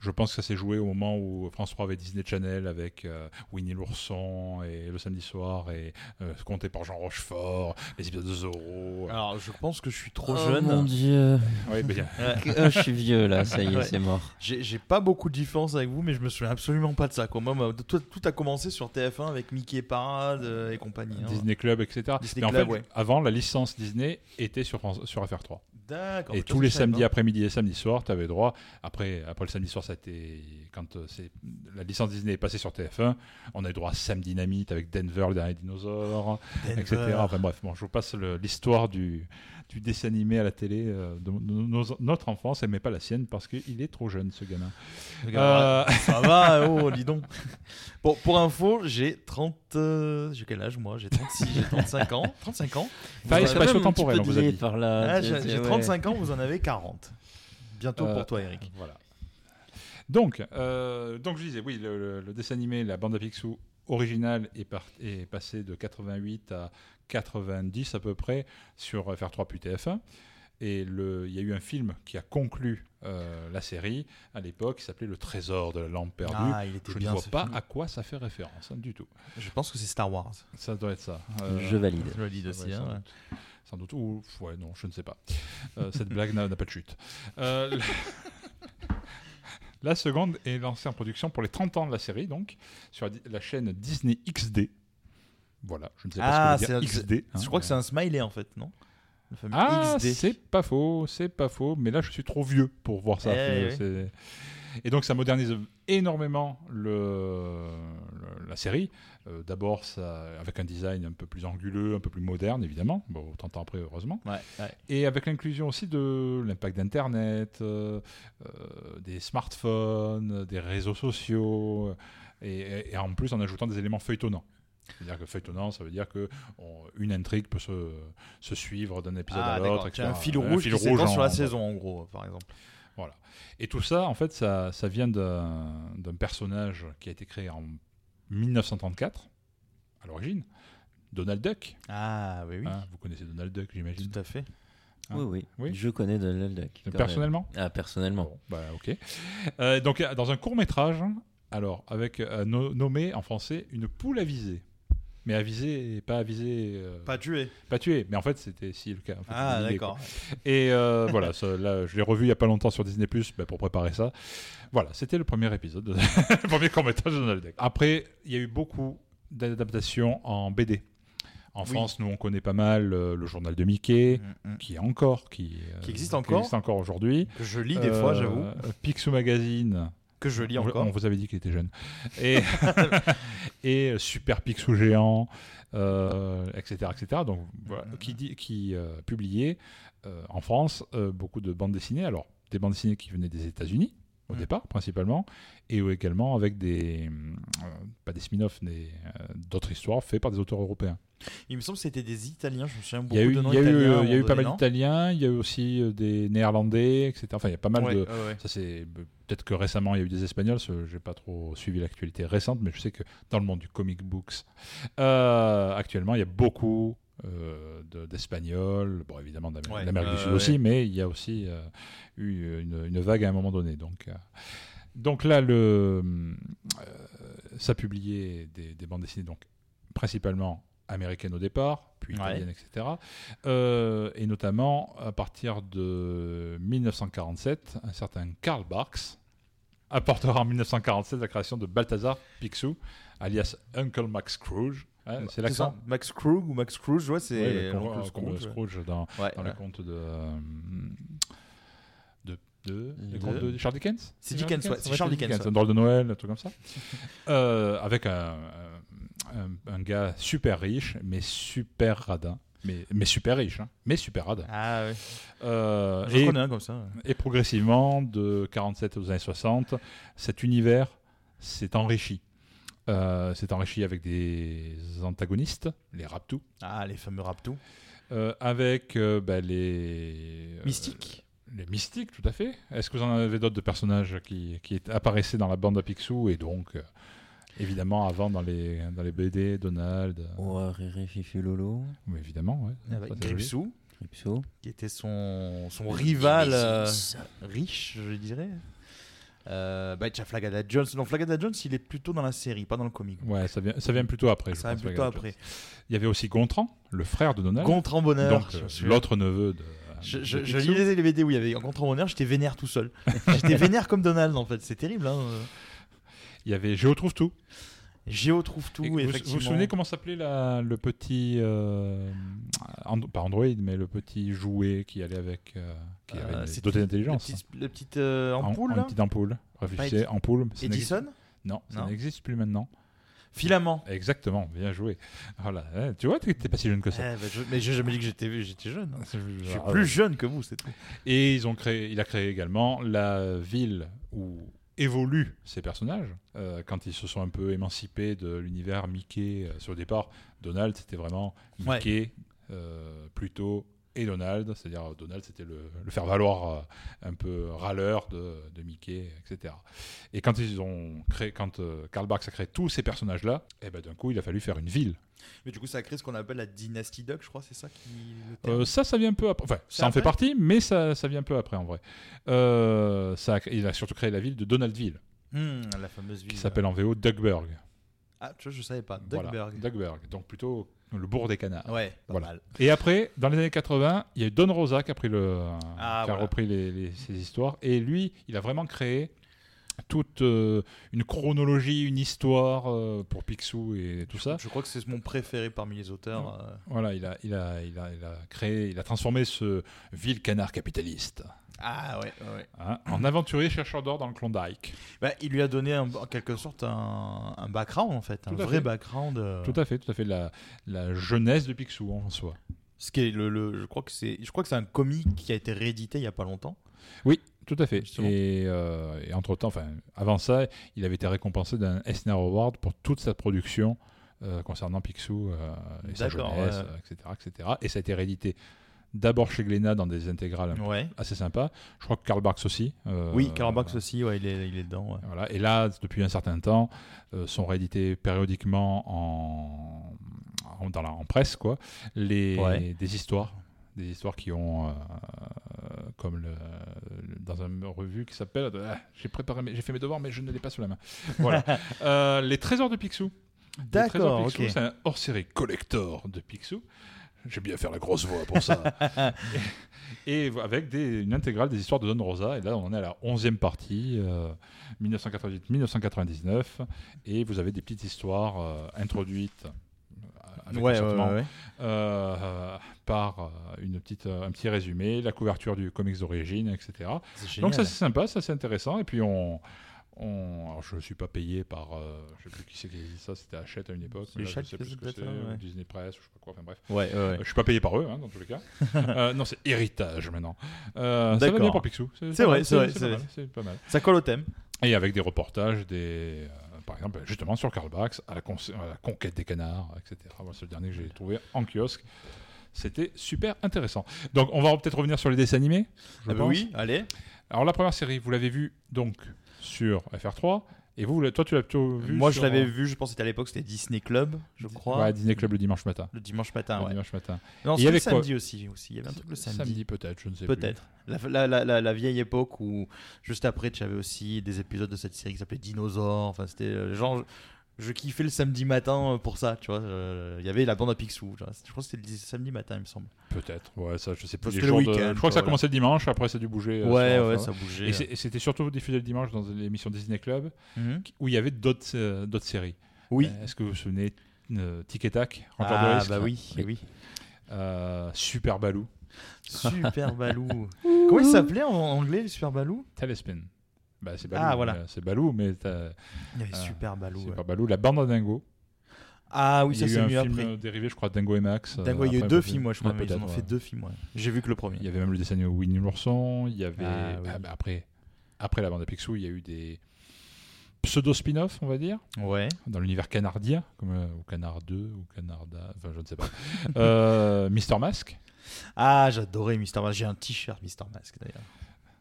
Speaker 7: Je pense que ça s'est joué au moment où France 3 avait Disney Channel avec euh, Winnie l'ourson et le samedi soir et euh, compté par Jean Rochefort, les épisodes de Zorro.
Speaker 6: Alors je pense que je suis trop
Speaker 8: oh
Speaker 6: jeune.
Speaker 8: Mon Dieu. Oui, bien. oh, je suis vieux là, ça y est, ouais. c'est mort.
Speaker 6: J'ai pas beaucoup de différence avec vous, mais je me souviens absolument pas de ça. Quoi. Moi, tout, tout, a commencé sur TF1 avec Mickey Parade et compagnie. Hein.
Speaker 7: Disney Club, etc. Disney mais Club, en fait, ouais. avant, la licence Disney était sur, France, sur FR3.
Speaker 6: D'accord.
Speaker 7: Et tous les samedis après-midi et samedi soir, tu avais droit. Après, après le samedi soir, ça quand euh, c'est la licence Disney est passée sur TF1, on a eu droit à Sam Dynamite avec Denver, le dernier dinosaure,
Speaker 6: hein.
Speaker 7: Denver. etc. Enfin bref, bon, je vous passe l'histoire du, du, dessin animé à la télé euh, de, nos, notre enfance, mais pas la sienne parce qu'il est trop jeune ce gamin.
Speaker 6: Euh... Ça va, oh, dis donc. Bon, pour info, j'ai 30. Euh, j'ai quel âge moi J'ai 36, j'ai 35 ans. 35 ans.
Speaker 7: Pas espace temporel, on vous a dit.
Speaker 8: Par là,
Speaker 6: ah, j'ai 35 ouais. Euh, ans, vous en avez 40. Bientôt pour toi, Eric.
Speaker 7: Voilà. Donc, euh, donc je disais, oui, le, le, le, dessin animé, la bande à Picsou originale est, par, est passée de 88 à 90 à peu près sur FR3 puis TF1. Et il y a eu un film qui a conclu euh, la série à l'époque qui s'appelait Le Trésor de la Lampe Perdue.
Speaker 6: Ah, il était
Speaker 7: je
Speaker 6: bien,
Speaker 7: ne vois pas
Speaker 6: film.
Speaker 7: à quoi ça fait référence hein, du tout.
Speaker 6: Je pense que c'est Star Wars.
Speaker 7: Ça doit être ça.
Speaker 8: Euh, je valide.
Speaker 6: Je valide aussi.
Speaker 7: Hein, ouais. Sans doute. Ou, ouais, non, je ne sais pas. Euh, cette blague n'a pas de chute. Euh, La seconde est lancée en production pour les 30 ans de la série, donc, sur la chaîne Disney XD. Voilà, je ne sais pas
Speaker 6: ah,
Speaker 7: ce que veut dire XD.
Speaker 6: Hein, je crois ouais. que c'est un smiley en fait, non
Speaker 7: le fameux Ah, c'est pas faux, c'est pas faux, mais là je suis trop vieux pour voir ça. Eh, oui. Et donc ça modernise énormément le, le la série. Euh, D'abord avec un design un peu plus anguleux, un peu plus moderne évidemment, bon, 30 ans après heureusement.
Speaker 6: Ouais, ouais.
Speaker 7: Et avec l'inclusion aussi de l'impact d'Internet, euh, euh, des smartphones, des réseaux sociaux, euh, et, et, en plus en ajoutant des éléments feuilletonnants. C'est-à-dire que feuilletonnant, ça veut dire que on, une intrigue peut se, se suivre d'un épisode
Speaker 6: ah,
Speaker 7: à l'autre.
Speaker 6: Un fil rouge, un fil qui rouge en, sur la en, saison en gros, par exemple.
Speaker 7: Voilà. Et tout ça, en fait, ça, ça vient d'un personnage qui a été créé en 1934, à l'origine, Donald Duck.
Speaker 6: Ah oui, oui.
Speaker 7: Hein, vous connaissez Donald Duck, j'imagine.
Speaker 6: Tout à fait.
Speaker 8: Hein oui, oui, oui, Je connais Donald Duck.
Speaker 7: Ah. Personnellement
Speaker 8: Ah, personnellement.
Speaker 7: Bon, bah, ok. Euh, donc, dans un court métrage, alors, avec euh, nommé en français une poule avisée. Mais avisée et pas avisée. Euh,
Speaker 6: pas tuée.
Speaker 7: Pas tuée, mais en fait, c'était si le cas. En fait,
Speaker 6: ah, d'accord.
Speaker 7: Et euh, voilà, ça, là, je l'ai revu il n'y a pas longtemps sur Disney Plus bah, pour préparer ça. Voilà, c'était le premier épisode, le premier court-métrage de Donald Duck. Après, il y a eu beaucoup d'adaptations en BD. En oui. France, nous, on connaît pas mal euh, le journal de Mickey, mm -hmm. qui est encore, qui,
Speaker 6: euh, qui existe encore,
Speaker 7: existe encore aujourd'hui.
Speaker 6: Je lis des euh, fois, j'avoue.
Speaker 7: Picsou Magazine.
Speaker 6: Que je lis
Speaker 7: on,
Speaker 6: encore.
Speaker 7: On vous avait dit qu'il était jeune. Et, et euh, Super Picsou Géant, euh, etc., etc. Donc, voilà, mm -hmm. qui, dit, qui publiait euh, en France beaucoup de bandes dessinées. Alors, des bandes dessinées qui venaient des États-Unis,
Speaker 6: Mm.
Speaker 7: au mmh. départ principalement, et également avec des, euh, pas des spin-offs, mais euh, d'autres histoires faites par des auteurs européens.
Speaker 6: Il me semble que c'était des Italiens, je me souviens
Speaker 7: beaucoup de noms Il y a eu, y a eu pas mal d'Italiens, il y a eu aussi euh, des Néerlandais, etc. Enfin, il y a pas mal
Speaker 6: ouais,
Speaker 7: de...
Speaker 6: Ouais, ouais.
Speaker 7: Ça c'est bah, Peut-être que récemment, il y a eu des Espagnols, j'ai pas trop suivi l'actualité récente, mais je sais que dans le monde du comic books, euh, actuellement, il y a beaucoup euh, d'Espagnols, de, bon évidemment d'Amérique ouais, du Sud euh, aussi, ouais. mais il y a aussi euh, eu une, une, vague à un moment donné. Donc, euh. donc là, le, ça publiait des, des, bandes dessinées donc, principalement américaine au départ, puis italienne, ouais. etc. Euh, et notamment, à partir de 1947, un certain Karl Barks apportera en 1947 la création de Balthazar Picsou, alias Uncle Max Scrooge. Hein,
Speaker 6: Ouais, c'est l'accent. Max Scrooge ou Max Scrooge, ouais, c'est
Speaker 7: ouais, Uncle Scrooge, Scrooge dans, dans le conte de. Euh, de, les de... de Charles Dickens
Speaker 6: C'est Dickens, Dickens, ouais. C'est Charles Dickens.
Speaker 7: Un drôle de Noël, un truc comme ça. euh, avec un, un, un, gars super riche, mais super radin. Mais, mais super riche, hein. mais super radin.
Speaker 6: Ah oui.
Speaker 7: Euh,
Speaker 6: Je et, connais un comme ça.
Speaker 7: Ouais. Et progressivement, de 47 aux années 60, cet univers s'est enrichi. Euh, s'est enrichi avec des antagonistes, les Raptous.
Speaker 6: Ah, les fameux Raptous.
Speaker 7: Euh, avec bah, les. euh,
Speaker 6: Mystiques
Speaker 7: les mystiques, tout à fait. Est-ce que vous en avez d'autres de personnages qui, qui apparaissaient dans la bande à Picsou et donc, euh, évidemment, avant dans les, dans les BD, Donald euh,
Speaker 8: Ouais, Oh, Riri, Fifi, Lolo.
Speaker 7: Mais évidemment, ouais.
Speaker 6: Avec Gripsou.
Speaker 8: Gripsou.
Speaker 6: Qui était son, son rival euh, riche, je dirais. Euh, bah, tiens, Flagada Jones. Non, Flagada Jones, il est plutôt dans la série, pas dans le comic.
Speaker 7: Ouais, ça vient, ça vient plutôt après.
Speaker 6: Ça vient plutôt Flagada après.
Speaker 7: Jones. Il y avait aussi Gontran, le frère de Donald. euh,
Speaker 6: Gontran Bonheur.
Speaker 7: l'autre neveu de.
Speaker 6: Je, je, je, lisais les BD où il y avait Gontran Bonheur, j'étais vénère tout seul. j'étais vénère comme Donald, en fait. C'est terrible. Hein.
Speaker 7: Il y avait Géo trouve tout.
Speaker 6: Géo trouve tout.
Speaker 7: Vous, vous vous souvenez comment s'appelait le petit euh, and, pas Android, mais le petit jouet qui allait avec euh, qui euh, avait doté d'intelligence. hein.
Speaker 6: Le petit, le petit euh, ampoule. En,
Speaker 7: là Ah, une petite ampoule. Réfléchissez, ampoule.
Speaker 6: Ça Edison.
Speaker 7: Non, ça n'existe plus maintenant.
Speaker 6: Filament.
Speaker 7: Exactement, bien joué. Voilà, hein, tu vois, tu n'étais pas si jeune que ça. Ah,
Speaker 6: Eh ben je, mais je jamais dit que j'étais j'étais jeune. Hein. Je suis plus jeune que vous, c'est tout.
Speaker 7: Et ils ont créé, il a créé également la ville où évoluent ces personnages euh, quand ils se sont un peu émancipés de l'univers Mickey. euh, sur le départ, Donald, c'était vraiment Mickey, ouais. euh, plutôt et Donald, c'est-à-dire Donald c'était le, le faire-valoir euh, un peu râleur de, de, Mickey, etc. Et quand ils ont créé, quand euh, Karl Barks a créé tous ces personnages-là, et eh ben d'un coup il a fallu faire une ville.
Speaker 6: Mais du coup ça a créé ce qu'on appelle la dynastie Duck, je crois, c'est ça qui.
Speaker 7: Euh, ça, ça vient un peu après. Enfin, ça en fait partie, mais ça, ça vient un peu après en vrai. Euh, ça a, il a surtout créé la ville de Donaldville.
Speaker 6: Mmh, la fameuse ville.
Speaker 7: hmm, Qui s'appelle en VO Duckburg.
Speaker 6: Ah, tu vois, je savais pas.
Speaker 7: Duckburg.
Speaker 6: Voilà,
Speaker 7: Duckburg. Donc plutôt le bourg des canards.
Speaker 6: Ouais, pas voilà. mal.
Speaker 7: Et après, dans les années 80, il y a eu Don Rosa qui a, pris le, ah, qui a voilà. repris les, les, ces histoires. Et lui, il a vraiment créé toute euh, une chronologie, une histoire euh, pour Picsou et tout ça. Hmm.
Speaker 6: Je crois que c'est mon préféré parmi les auteurs. Euh...
Speaker 7: Voilà, il a, il, a, il, a, il a créé, il a transformé ce vil canard capitaliste.
Speaker 6: Ah ouais, ouais.
Speaker 7: Hein, en aventurier chercheur d'or dans le Klondike.
Speaker 6: Bah, il lui a donné un, en quelque sorte un, un, background en fait, un vrai fait. background. Euh...
Speaker 7: Tout à fait, tout à fait la, la jeunesse de Picsou en soi.
Speaker 6: Ce qui est le, le je crois que c'est, je crois que c'est un comique qui a été réédité il y a pas longtemps.
Speaker 7: Oui, tout à fait. Et, euh, et, entre temps, enfin, avant ça, il avait été récompensé d'un Eisner Award pour toute sa production euh, concernant Picsou euh, et sa jeunesse, etc., etc. Et ça a été réédité d'abord chez Glénat dans des intégrales
Speaker 6: ouais.
Speaker 7: assez sympas. Je crois que Karl Barks aussi.
Speaker 6: Euh, oui, Karl Barks euh, aussi, ouais, il, est, il est dedans. Ouais.
Speaker 7: Voilà. Et là, depuis un certain temps, euh, sont réédités périodiquement en, en, dans la, en presse quoi, les, ouais. des histoires. Des histoires qui ont, euh, comme le, le, dans une revue qui s'appelle ah, J'ai préparé, j'ai fait mes devoirs, mais je ne l'ai pas sous la main. Voilà. Euh, les Trésors de Picsou.
Speaker 6: D'accord, ok.
Speaker 7: C'est un hors série collector de Picsou. J'ai bien faire la grosse voix pour ça. et, et avec des, une intégrale des histoires de Don Rosa. Et là, on en est à la 11e partie, euh, 1998-1999. Et vous avez des petites histoires euh, introduites. euh, Avec
Speaker 6: ouais, ouais, ouais,
Speaker 7: euh, par une petite, euh, un petit résumé, la couverture du comics d'origine, etc. Donc ça c'est sympa, ça c'est intéressant, et puis on, on... Alors, je ne suis pas payé par. Euh, je ne sais plus qui c'est qui dit ça, c'était Hachette à une époque.
Speaker 6: Mais là,
Speaker 7: je sais
Speaker 6: plus ce que c'est, ouais.
Speaker 7: Disney Press, ou je sais pas quoi, enfin bref.
Speaker 6: Ouais, ouais, euh,
Speaker 7: je ne suis pas payé par eux, hein, dans tous les cas. euh, non, c'est héritage maintenant. Euh, ça va bien pour Picsou.
Speaker 6: C'est vrai, c'est vrai.
Speaker 7: C'est pas, mal.
Speaker 6: Ça colle au thème.
Speaker 7: Et avec des reportages, des, euh, par exemple, justement sur Karl Barks, à la, à la conquête des canards, etc. Voilà, c'est le dernier que j'ai trouvé en kiosque. C'était super intéressant. Donc, on va peut-être revenir sur les dessins animés.
Speaker 6: Je ah bah oui, allez.
Speaker 7: Alors, la première série, vous l'avez vue donc sur FR3. Et vous, toi, tu l'as plutôt vu
Speaker 6: Moi, je l'avais un... vu, je pense que c'était à l'époque, c'était Disney Club, je crois.
Speaker 7: Ouais, Disney Club le dimanche matin.
Speaker 6: Le dimanche matin,
Speaker 7: Le
Speaker 6: ouais.
Speaker 7: dimanche matin.
Speaker 6: Non, c'était le samedi quoi... aussi, aussi. Il y avait un truc le samedi.
Speaker 7: Samedi, peut-être, je ne sais
Speaker 6: peut Peut-être. La, la, la, la, vieille époque où, juste après, tu avais aussi des épisodes de cette série qui s'appelait Dinosaures. Enfin, c'était genre. euh, je kiffais le samedi matin euh, pour ça, tu vois. Je- Il y avait la bande à Picsou. tu vois. Je crois que c'était le samedi matin, il me semble.
Speaker 7: Peut-être, ouais, ça, je sais plus.
Speaker 6: Parce
Speaker 7: les
Speaker 6: que le
Speaker 7: jours de-
Speaker 6: week-end,
Speaker 7: Je crois que ça
Speaker 6: voilà.
Speaker 7: commençait le dimanche, après ça a dû bouger. euh,
Speaker 6: Ouais,
Speaker 7: sur-
Speaker 6: ouais,
Speaker 7: sur-
Speaker 6: ça bougeait. hein.
Speaker 7: Et c'est- Et c'était surtout diffusé le dimanche dans l'émission Disney Club,
Speaker 6: Mhm.
Speaker 7: qui- où il y avait d'autres euh, d'autres séries.
Speaker 6: Oui.
Speaker 7: Euh, Est-ce que vous vous souvenez euh, Tic et Tac, Ranger
Speaker 6: Ah,
Speaker 7: de risque
Speaker 6: bah oui, oui.
Speaker 7: Euh, Super Balou.
Speaker 6: Super Balou. Comment il s'appelait en anglais, le Super Balou
Speaker 7: Telespin. Bah, c'est
Speaker 6: Ah,
Speaker 7: Balou.
Speaker 6: voilà.
Speaker 7: euh, C'est Balou, mais. t'as-
Speaker 6: Il y avait
Speaker 7: Euh,
Speaker 6: Super Balou,
Speaker 7: Super
Speaker 6: ouais.
Speaker 7: Balou, la bande à Dingo.
Speaker 6: Ah oui,
Speaker 7: Il y
Speaker 6: ça
Speaker 7: a eu
Speaker 6: c'est
Speaker 7: un
Speaker 6: mieux
Speaker 7: film,
Speaker 6: après.
Speaker 7: euh, dérivé, je crois, Dingo et Max. euh,
Speaker 6: Dingo, il y a eu
Speaker 7: après,
Speaker 6: deux
Speaker 7: bah,
Speaker 6: films, moi, je crois,
Speaker 7: ouais,
Speaker 6: mais ils en ont
Speaker 7: peut-être,
Speaker 6: fait
Speaker 7: ouais.
Speaker 6: deux films, ouais. J'ai vu que le premier.
Speaker 7: Il y avait même le dessin animé Winnie l'ourson. Il y avait
Speaker 6: Ah, oui.
Speaker 7: ah, bah, après, après la bande à Picsou, il y a eu des pseudo spin-off, on va dire,
Speaker 6: Ouais.
Speaker 7: dans l'univers canardien, comme euh, au Canard 2 ou Canarda, enfin je ne sais pas. euh, Mister Mask.
Speaker 6: Ah, j'adorais Mister Mask. J'ai un t-shirt Mister Mask d'ailleurs.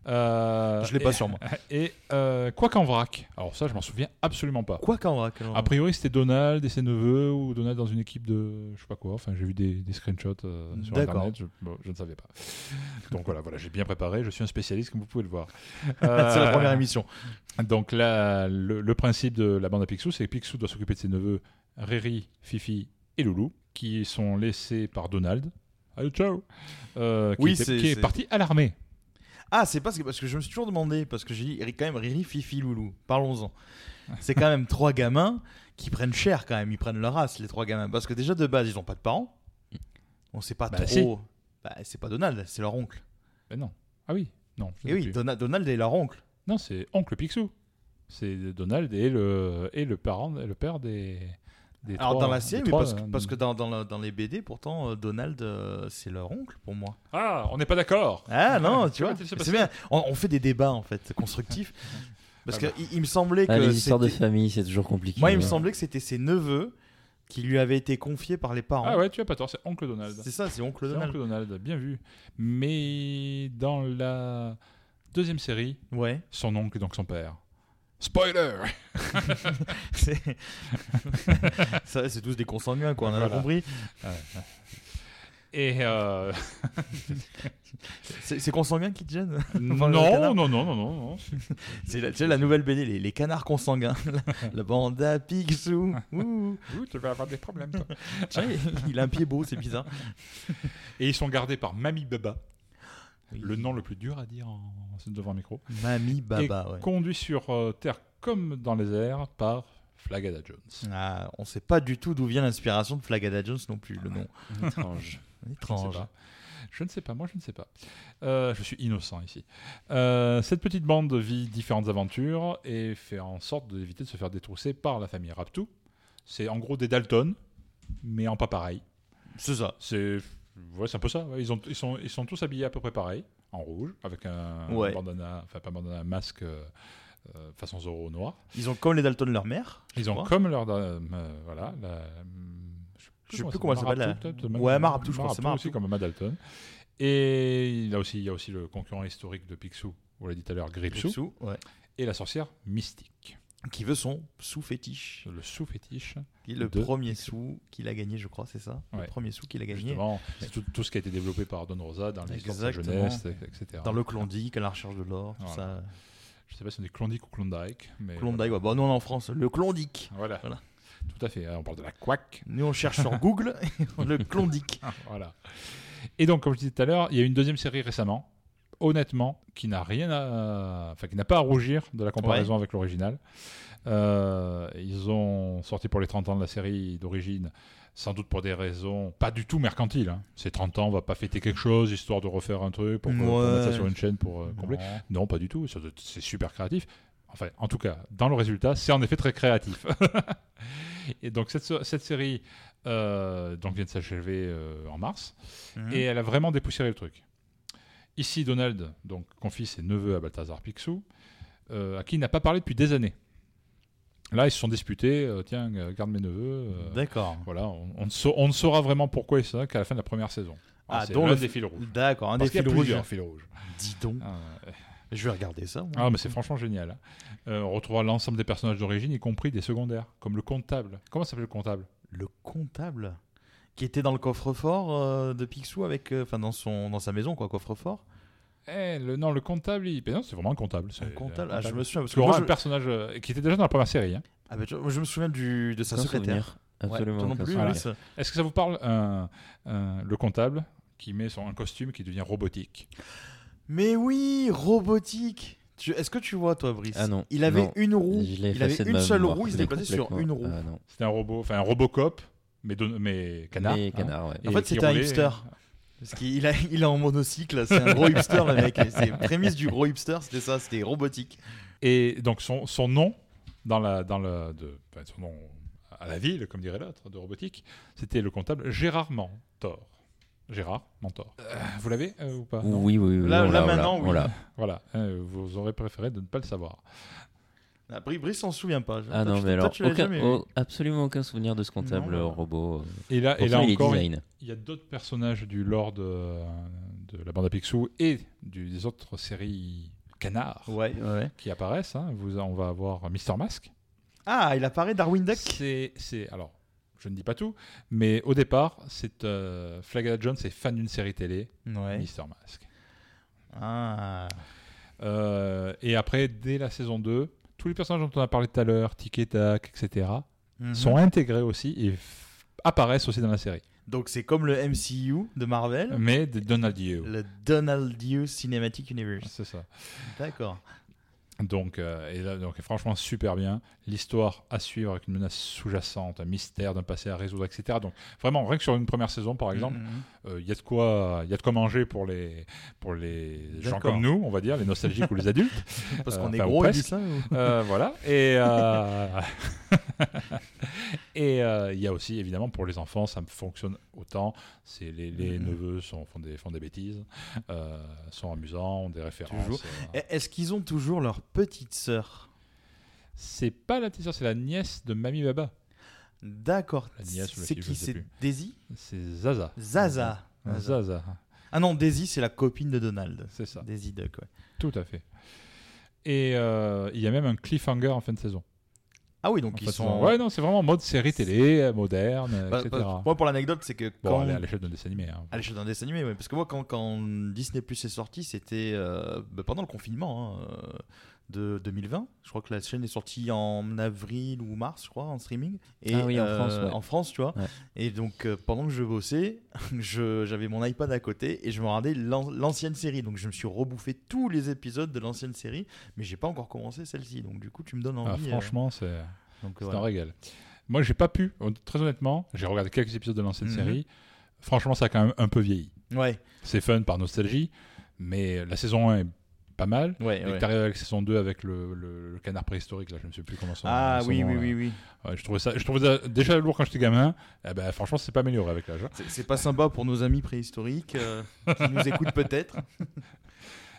Speaker 7: Euh,
Speaker 6: Je l'ai pas
Speaker 7: et-
Speaker 6: sur moi.
Speaker 7: Et euh, quoi qu'en vrac. Alors ça, je m'en souviens absolument pas.
Speaker 6: Quoi qu'en vrac. alors.
Speaker 7: A priori, c'était Donald et ses neveux ou Donald dans une équipe de je sais pas quoi. Enfin, j'ai vu des, des screenshots euh, sur
Speaker 6: D'accord.
Speaker 7: internet. Je, bon, je ne savais pas. Donc voilà, voilà, j'ai bien préparé. Je suis un spécialiste, comme vous pouvez le voir.
Speaker 6: Ah, C'est
Speaker 7: euh,
Speaker 6: la première émission.
Speaker 7: Donc là, le, le principe de la bande à Picsou, c'est que Picsou doit s'occuper de ses neveux Riri, Fifi et Loulou, qui sont laissés par Donald. Allez, ciao. Euh, qui
Speaker 6: Oui,
Speaker 7: était-
Speaker 6: c'est-
Speaker 7: qui est
Speaker 6: c'est-
Speaker 7: parti à l'armée.
Speaker 6: Ah, c'est parce que, parce que je me suis toujours demandé, parce que j'ai dit quand même Riri, Fifi, Loulou, parlons-en. C'est quand même trois gamins qui prennent cher quand même, ils prennent leur race, les trois gamins. Parce que déjà de base, ils n'ont pas de parents. On sait pas
Speaker 7: Bah,
Speaker 6: trop.
Speaker 7: si.
Speaker 6: Bah, c'est pas Donald, c'est leur oncle.
Speaker 7: Ben non. Ah oui, non.
Speaker 6: Et
Speaker 7: je sais
Speaker 6: Eh oui,
Speaker 7: plus.
Speaker 6: Dona- Donald est leur oncle.
Speaker 7: Non, c'est Oncle Picsou. C'est Donald et le, et le, parent, et le père des. des
Speaker 6: Alors
Speaker 7: trois-
Speaker 6: dans la
Speaker 7: des
Speaker 6: série, oui,
Speaker 7: trois,
Speaker 6: parce, que,
Speaker 7: euh,
Speaker 6: parce que dans, dans la- dans les BD, pourtant, euh, Donald, euh, c'est leur oncle pour moi.
Speaker 7: Ah, on n'est pas d'accord.
Speaker 6: Ah non, tu vois,
Speaker 7: Comment s'est passé
Speaker 6: c'est bien. On, on fait des débats en fait constructifs. Parce
Speaker 8: Ah
Speaker 6: que
Speaker 8: bah.
Speaker 6: il, il me semblait que
Speaker 8: Ah, les histoires de
Speaker 6: c'était-
Speaker 8: famille, c'est toujours compliqué. hein.
Speaker 6: Moi, il me
Speaker 8: Ouais.
Speaker 6: semblait que c'était ses neveux qui lui avaient été confiés par les parents.
Speaker 7: Ah ouais, tu as pas tort, c'est Oncle Donald.
Speaker 6: C'est ça, c'est Oncle
Speaker 7: C'est
Speaker 6: Donald.
Speaker 7: Oncle Donald, bien vu. Mais dans la deuxième série,
Speaker 6: ouais.
Speaker 7: son oncle est donc son père. Spoiler
Speaker 6: C'est Ça, c'est tous des consanguins, quoi, on en a
Speaker 7: Voilà.
Speaker 6: compris.
Speaker 7: Ouais, ouais. Et euh,
Speaker 6: C'est c'est consanguin qui te gêne
Speaker 7: non,
Speaker 6: Enfin, le canard.
Speaker 7: non, non, non, non, non.
Speaker 6: C'est la, tu sais, la nouvelle BD, les, les canards consanguins. La, la bande à Picsou. Ouh.
Speaker 7: Ouh, tu vas avoir des problèmes. toi.
Speaker 6: Tiens, il- il a un pied beau, c'est bizarre.
Speaker 7: Et ils sont gardés par Mamie Baba, le nom le plus dur à dire en... devant un micro.
Speaker 6: Mamie Baba,
Speaker 7: et
Speaker 6: ouais.
Speaker 7: conduit sur euh, terre comme dans les airs par Flagada Jones.
Speaker 6: Ah, on sait pas du tout d'où vient l'inspiration de Flagada Jones non plus, le nom.
Speaker 8: Étrange.
Speaker 7: Je ne
Speaker 6: Étrange.
Speaker 7: sais pas. Je ne sais pas, moi je ne sais pas. Euh, je suis innocent ici. Euh, cette petite bande vit différentes aventures et fait en sorte d'éviter de se faire détrousser par la famille Raptou. C'est en gros des Dalton, mais en pas pareil.
Speaker 6: C'est ça.
Speaker 7: C'est ouais, c'est un peu ça. ouais. Ils, ont, ils, sont, ils sont tous habillés à peu près pareil, en rouge, avec un
Speaker 6: Ouais.
Speaker 7: bandana, enfin pas bandana, un masque euh, euh, façon Zorro noir.
Speaker 6: Ils ont comme les Dalton leur mère. je
Speaker 7: Ils ont
Speaker 6: crois.
Speaker 7: comme leur. euh, euh, voilà. La,
Speaker 6: Je sais plus comment elle s'appelle, la-
Speaker 7: Maraptou, peut-être, même.
Speaker 6: Ouais, Maraptou, je crois que c'est
Speaker 7: Maraptou aussi,
Speaker 6: Maraptou.
Speaker 7: comme Madalton. Et là aussi, il y a aussi le concurrent historique de Picsou, on l'a dit tout à l'heure, Gripsou.
Speaker 6: Picsou, ouais.
Speaker 7: Et la sorcière Mystique,
Speaker 6: Qui veut son sous-fétiche.
Speaker 7: le sous-fétiche.
Speaker 6: Qui est le
Speaker 7: de-
Speaker 6: premier sou qu'il a gagné, je crois, c'est ça
Speaker 7: Ouais.
Speaker 6: Le premier sou qu'il a gagné.
Speaker 7: Justement, c'est tout, tout ce qui a été développé par Don Rosa dans les histoires de la
Speaker 6: Exactement.
Speaker 7: jeunesse, etc.
Speaker 6: Dans le Klondike, à la recherche de l'or, tout
Speaker 7: Voilà.
Speaker 6: ça.
Speaker 7: Je sais pas si on est Klondike ou Klondike. Mais
Speaker 6: Klondike, ouais. Bon, nous on est en France, le Klondike.
Speaker 7: Voilà.
Speaker 6: Voilà.
Speaker 7: Tout à fait. hein, On parle de la couac.
Speaker 6: Nous on cherche sur Google le Klondike.
Speaker 7: Ah, Voilà. Et donc, comme je disais tout à l'heure, il y a eu une deuxième série récemment, honnêtement, qui n'a rien à, enfin, qui n'a pas à rougir de la comparaison avec l'original. Euh, ils ont sorti pour les 30 ans de la série d'origine, sans doute pour des raisons pas du tout mercantiles. hein. Ces 30 ans, on va pas fêter quelque chose, histoire de refaire un truc pour, pour
Speaker 6: Ouais.
Speaker 7: mettre ça sur une chaîne pour euh, combler. Non, pas du tout. Ça doit être- C'est super créatif. Enfin, en tout cas, dans le résultat, c'est en effet très créatif. et donc, cette, so- cette série euh, donc vient de s'achever euh, en mars.
Speaker 6: Mhm.
Speaker 7: Et elle a vraiment dépoussiéré le truc. Ici, Donald donc, confie ses neveux à Balthazar Picsou, euh, à qui il n'a pas parlé depuis des années. Là, ils se sont disputés. euh, Tiens, euh, garde mes neveux. euh,
Speaker 6: D'accord.
Speaker 7: voilà, on, on ne sa- on ne saura vraiment pourquoi c'est ça qu'à la fin de la première saison.
Speaker 6: Ah,
Speaker 7: c'est
Speaker 6: dont
Speaker 7: l'un
Speaker 6: le-
Speaker 7: des fils rouges.
Speaker 6: D'accord, un
Speaker 7: Parce
Speaker 6: des
Speaker 7: qu'il y a
Speaker 6: fils rouges.
Speaker 7: plusieurs fils rouges.
Speaker 6: Dis donc,
Speaker 7: Ah,
Speaker 6: je vais regarder ça. moi.
Speaker 7: ah, mais c'est franchement génial. hein. Euh, on retrouvera l'ensemble des personnages d'origine, y compris des secondaires, comme le comptable. Comment s'appelle le comptable
Speaker 6: Le comptable qui était dans le coffre-fort euh, de Picsou avec, euh, enfin dans son, dans sa maison quoi, coffre-fort.
Speaker 7: Eh, le, non, le comptable, il... ben non, c'est vraiment un comptable. c'est
Speaker 6: Un comptable.
Speaker 7: un
Speaker 6: Ah, je me souviens parce
Speaker 7: Parce
Speaker 6: que
Speaker 7: qu'on aura
Speaker 6: moi,
Speaker 7: un
Speaker 6: je-
Speaker 7: personnage euh, qui était déjà dans la première série. hein.
Speaker 6: Ah bah, tu- moi, je me souviens du, de sa
Speaker 8: Aucun
Speaker 6: secrétaire.
Speaker 8: souvenir. Absolument
Speaker 6: Ouais, toi non
Speaker 8: aucun
Speaker 6: plus,
Speaker 8: souvenir.
Speaker 6: oui, ça-
Speaker 7: Est-ce que ça vous parle euh, euh, le comptable qui met son, un costume qui devient robotique
Speaker 6: Mais oui, robotique. Tu- Est-ce que tu vois, toi, Brice
Speaker 7: Ah non,
Speaker 6: Il avait
Speaker 7: non.
Speaker 6: une roue.
Speaker 7: Je l'ai
Speaker 6: Il avait
Speaker 7: effacé de
Speaker 6: une
Speaker 7: ma
Speaker 6: seule
Speaker 7: mémoire,
Speaker 6: roue. Il se
Speaker 7: je l'ai
Speaker 6: déplaçait sur
Speaker 7: complètement-
Speaker 6: une roue.
Speaker 7: Ah non. C'était un robot, enfin un robocop, mais, don- mais canard.
Speaker 8: Mais
Speaker 7: hein.
Speaker 8: canard, ouais.
Speaker 7: Et
Speaker 6: En fait,
Speaker 7: qui
Speaker 6: c'était un
Speaker 7: roulait-
Speaker 6: hipster. Parce qu'il a, il est en monocycle, c'est un gros hipster le mec. Et C'est prémisse du gros hipster, c'était ça, c'était robotique.
Speaker 7: Et donc son, son nom dans la dans le de, enfin, son nom à la ville, comme dirait l'autre, de robotique, c'était le comptable Gérard Mentor. Gérard Mentor. Euh, vous l'avez euh, ou pas Non
Speaker 8: Oui, oui, oui, Là- on là, l'a, on maintenant, l'a, oui. on l'a.
Speaker 7: Voilà. Euh, vous aurez préféré de ne pas le savoir.
Speaker 6: Ah, Bri- Brice s'en souvient pas. Je-
Speaker 8: Ah
Speaker 6: toi,
Speaker 8: non,
Speaker 6: tu-
Speaker 8: mais
Speaker 6: toi,
Speaker 8: alors,
Speaker 6: tu l'as
Speaker 8: aucun-
Speaker 6: jamais vu.
Speaker 8: oh, absolument aucun souvenir de ce comptable
Speaker 6: Non.
Speaker 8: robot.
Speaker 7: Et là, et
Speaker 8: Pourtant,
Speaker 7: là
Speaker 8: il est
Speaker 7: encore,
Speaker 8: design.
Speaker 7: il y a d'autres personnages du lore de, de la bande à Picsou et du- des autres séries canards qui apparaissent. hein. Vous, on va avoir Mister Mask.
Speaker 6: Ah, il apparaît Darwin Duck.
Speaker 7: C'est, c'est- alors, je ne dis pas tout, mais au départ, c'est euh, Flagella Jones est fan d'une série télé,
Speaker 6: Ouais. Ah.
Speaker 7: Mister Mask. Euh, et après, dès la saison 2, tous les personnages dont on a parlé tout à l'heure, Tic et Tac, etc.,
Speaker 6: Mhm.
Speaker 7: sont intégrés aussi et f- apparaissent aussi dans la série.
Speaker 6: Donc c'est comme le MCU de Marvel,
Speaker 7: Mais de Donald Yeo.
Speaker 6: le Donald Yu Cinematic Universe.
Speaker 7: C'est ça.
Speaker 6: D'accord.
Speaker 7: Donc, euh, et là, donc, franchement, super bien. L'histoire à suivre avec une menace sous-jacente, un mystère, d'un passé à résoudre, etc. Donc, vraiment, rien que sur une première saison, par exemple,
Speaker 6: Mhm.
Speaker 7: il Euh, y, a de quoi- y a de quoi manger pour les, pour les gens
Speaker 6: D'accord.
Speaker 7: comme nous, on va dire, les nostalgiques ou les adultes.
Speaker 6: Parce qu'on est
Speaker 7: Euh, enfin, ou
Speaker 6: gros, elle dit
Speaker 7: presque.
Speaker 6: ça, ou-
Speaker 7: Euh, Voilà. Et. euh, Et euh, il y a aussi, évidemment, pour les enfants, ça me fonctionne autant. C'est les, les neveux sont, font, des, font des bêtises, euh, sont amusants, ont des références.
Speaker 6: Toujours.
Speaker 7: euh,
Speaker 6: Et Eh, Est-ce qu'ils ont toujours leur petite sœur
Speaker 7: C'est pas la petite sœur, c'est la nièce de Mamie Baba.
Speaker 6: D'accord.
Speaker 7: La nièce ou la
Speaker 6: C'est
Speaker 7: fille, je
Speaker 6: qui
Speaker 7: sais
Speaker 6: C'est
Speaker 7: plus.
Speaker 6: Daisy
Speaker 7: C'est Zaza.
Speaker 6: Zaza.
Speaker 7: Ouais, Zaza.
Speaker 6: Ah non, Daisy, c'est la copine de Donald.
Speaker 7: C'est ça.
Speaker 6: Daisy Duck, ouais.
Speaker 7: Tout à fait. Et euh, il y a même un cliffhanger en fin de saison.
Speaker 6: Ah oui, donc
Speaker 7: En
Speaker 6: ils
Speaker 7: fin de
Speaker 6: sont-
Speaker 7: saison. Ouais, non, c'est vraiment en mode série télé, euh, moderne, euh,
Speaker 6: Bah,
Speaker 7: etc.
Speaker 6: bah, moi, pour l'anecdote, c'est que
Speaker 7: Bon,
Speaker 6: quand- Ah,
Speaker 7: allez, à l'échelle d'un dessin animé. hein.
Speaker 6: À l'échelle d'un dessin animé, ouais. Parce que moi, quand, quand Disney Plus est sorti, c'était euh, bah, pendant le confinement hein, euh, de 2020. Je crois que la chaîne est sortie en avril ou mars, je crois, en streaming. Et, euh,
Speaker 8: Ah oui, en France, ouais.
Speaker 6: En France, tu vois.
Speaker 8: Ouais.
Speaker 6: Et donc, euh, pendant que je bossais, je- j'avais mon iPad à côté et je me regardais l'an- l'ancienne série. Donc, je me suis rebouffé tous les épisodes de l'ancienne série, mais j'ai pas encore commencé celle-ci. Donc, du coup, tu me donnes
Speaker 7: Ah,
Speaker 6: envie. euh,
Speaker 7: franchement, c'est
Speaker 6: Donc,
Speaker 7: c'est
Speaker 6: voilà.
Speaker 7: un régal. Moi, j'ai pas pu, hon- très honnêtement, j'ai regardé quelques épisodes de l'ancienne
Speaker 6: Mhm.
Speaker 7: série. Franchement, ça a quand même un peu vieilli.
Speaker 6: Ouais.
Speaker 7: C'est fun par nostalgie, mais la saison 1 est pas mal.
Speaker 6: Ouais,
Speaker 7: et que
Speaker 6: ouais.
Speaker 7: t'arrives avec la saison 2 avec le, le- le canard préhistorique, là, je ne sais plus comment ça
Speaker 6: Ah,
Speaker 7: son
Speaker 6: oui,
Speaker 7: nom,
Speaker 6: oui,
Speaker 7: là.
Speaker 8: euh,
Speaker 6: oui, oui.
Speaker 7: Ouais, je, trouvais ça, je trouvais ça déjà lourd quand j'étais gamin. Eh ben, franchement, c'est pas amélioré avec l'âge.
Speaker 6: C'est- C'est pas sympa pour nos amis préhistoriques euh, qui nous écoutent peut-être.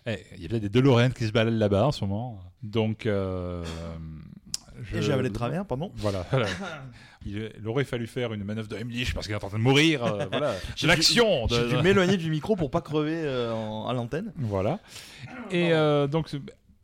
Speaker 7: Eh, Il y a peut-être des DeLorean qui se baladent là-bas en ce moment. Donc. euh, je-
Speaker 6: Et j'ai avalé de travers, pardon.
Speaker 7: Voilà. voilà. Il, il aurait fallu faire une manœuvre de Heimlich parce qu'il est en train de mourir. euh, voilà. De l'action.
Speaker 6: J'ai
Speaker 7: de-
Speaker 6: dû m'éloigner du micro pour pas crever euh, en- à l'antenne.
Speaker 7: Voilà. Et euh, donc, ce-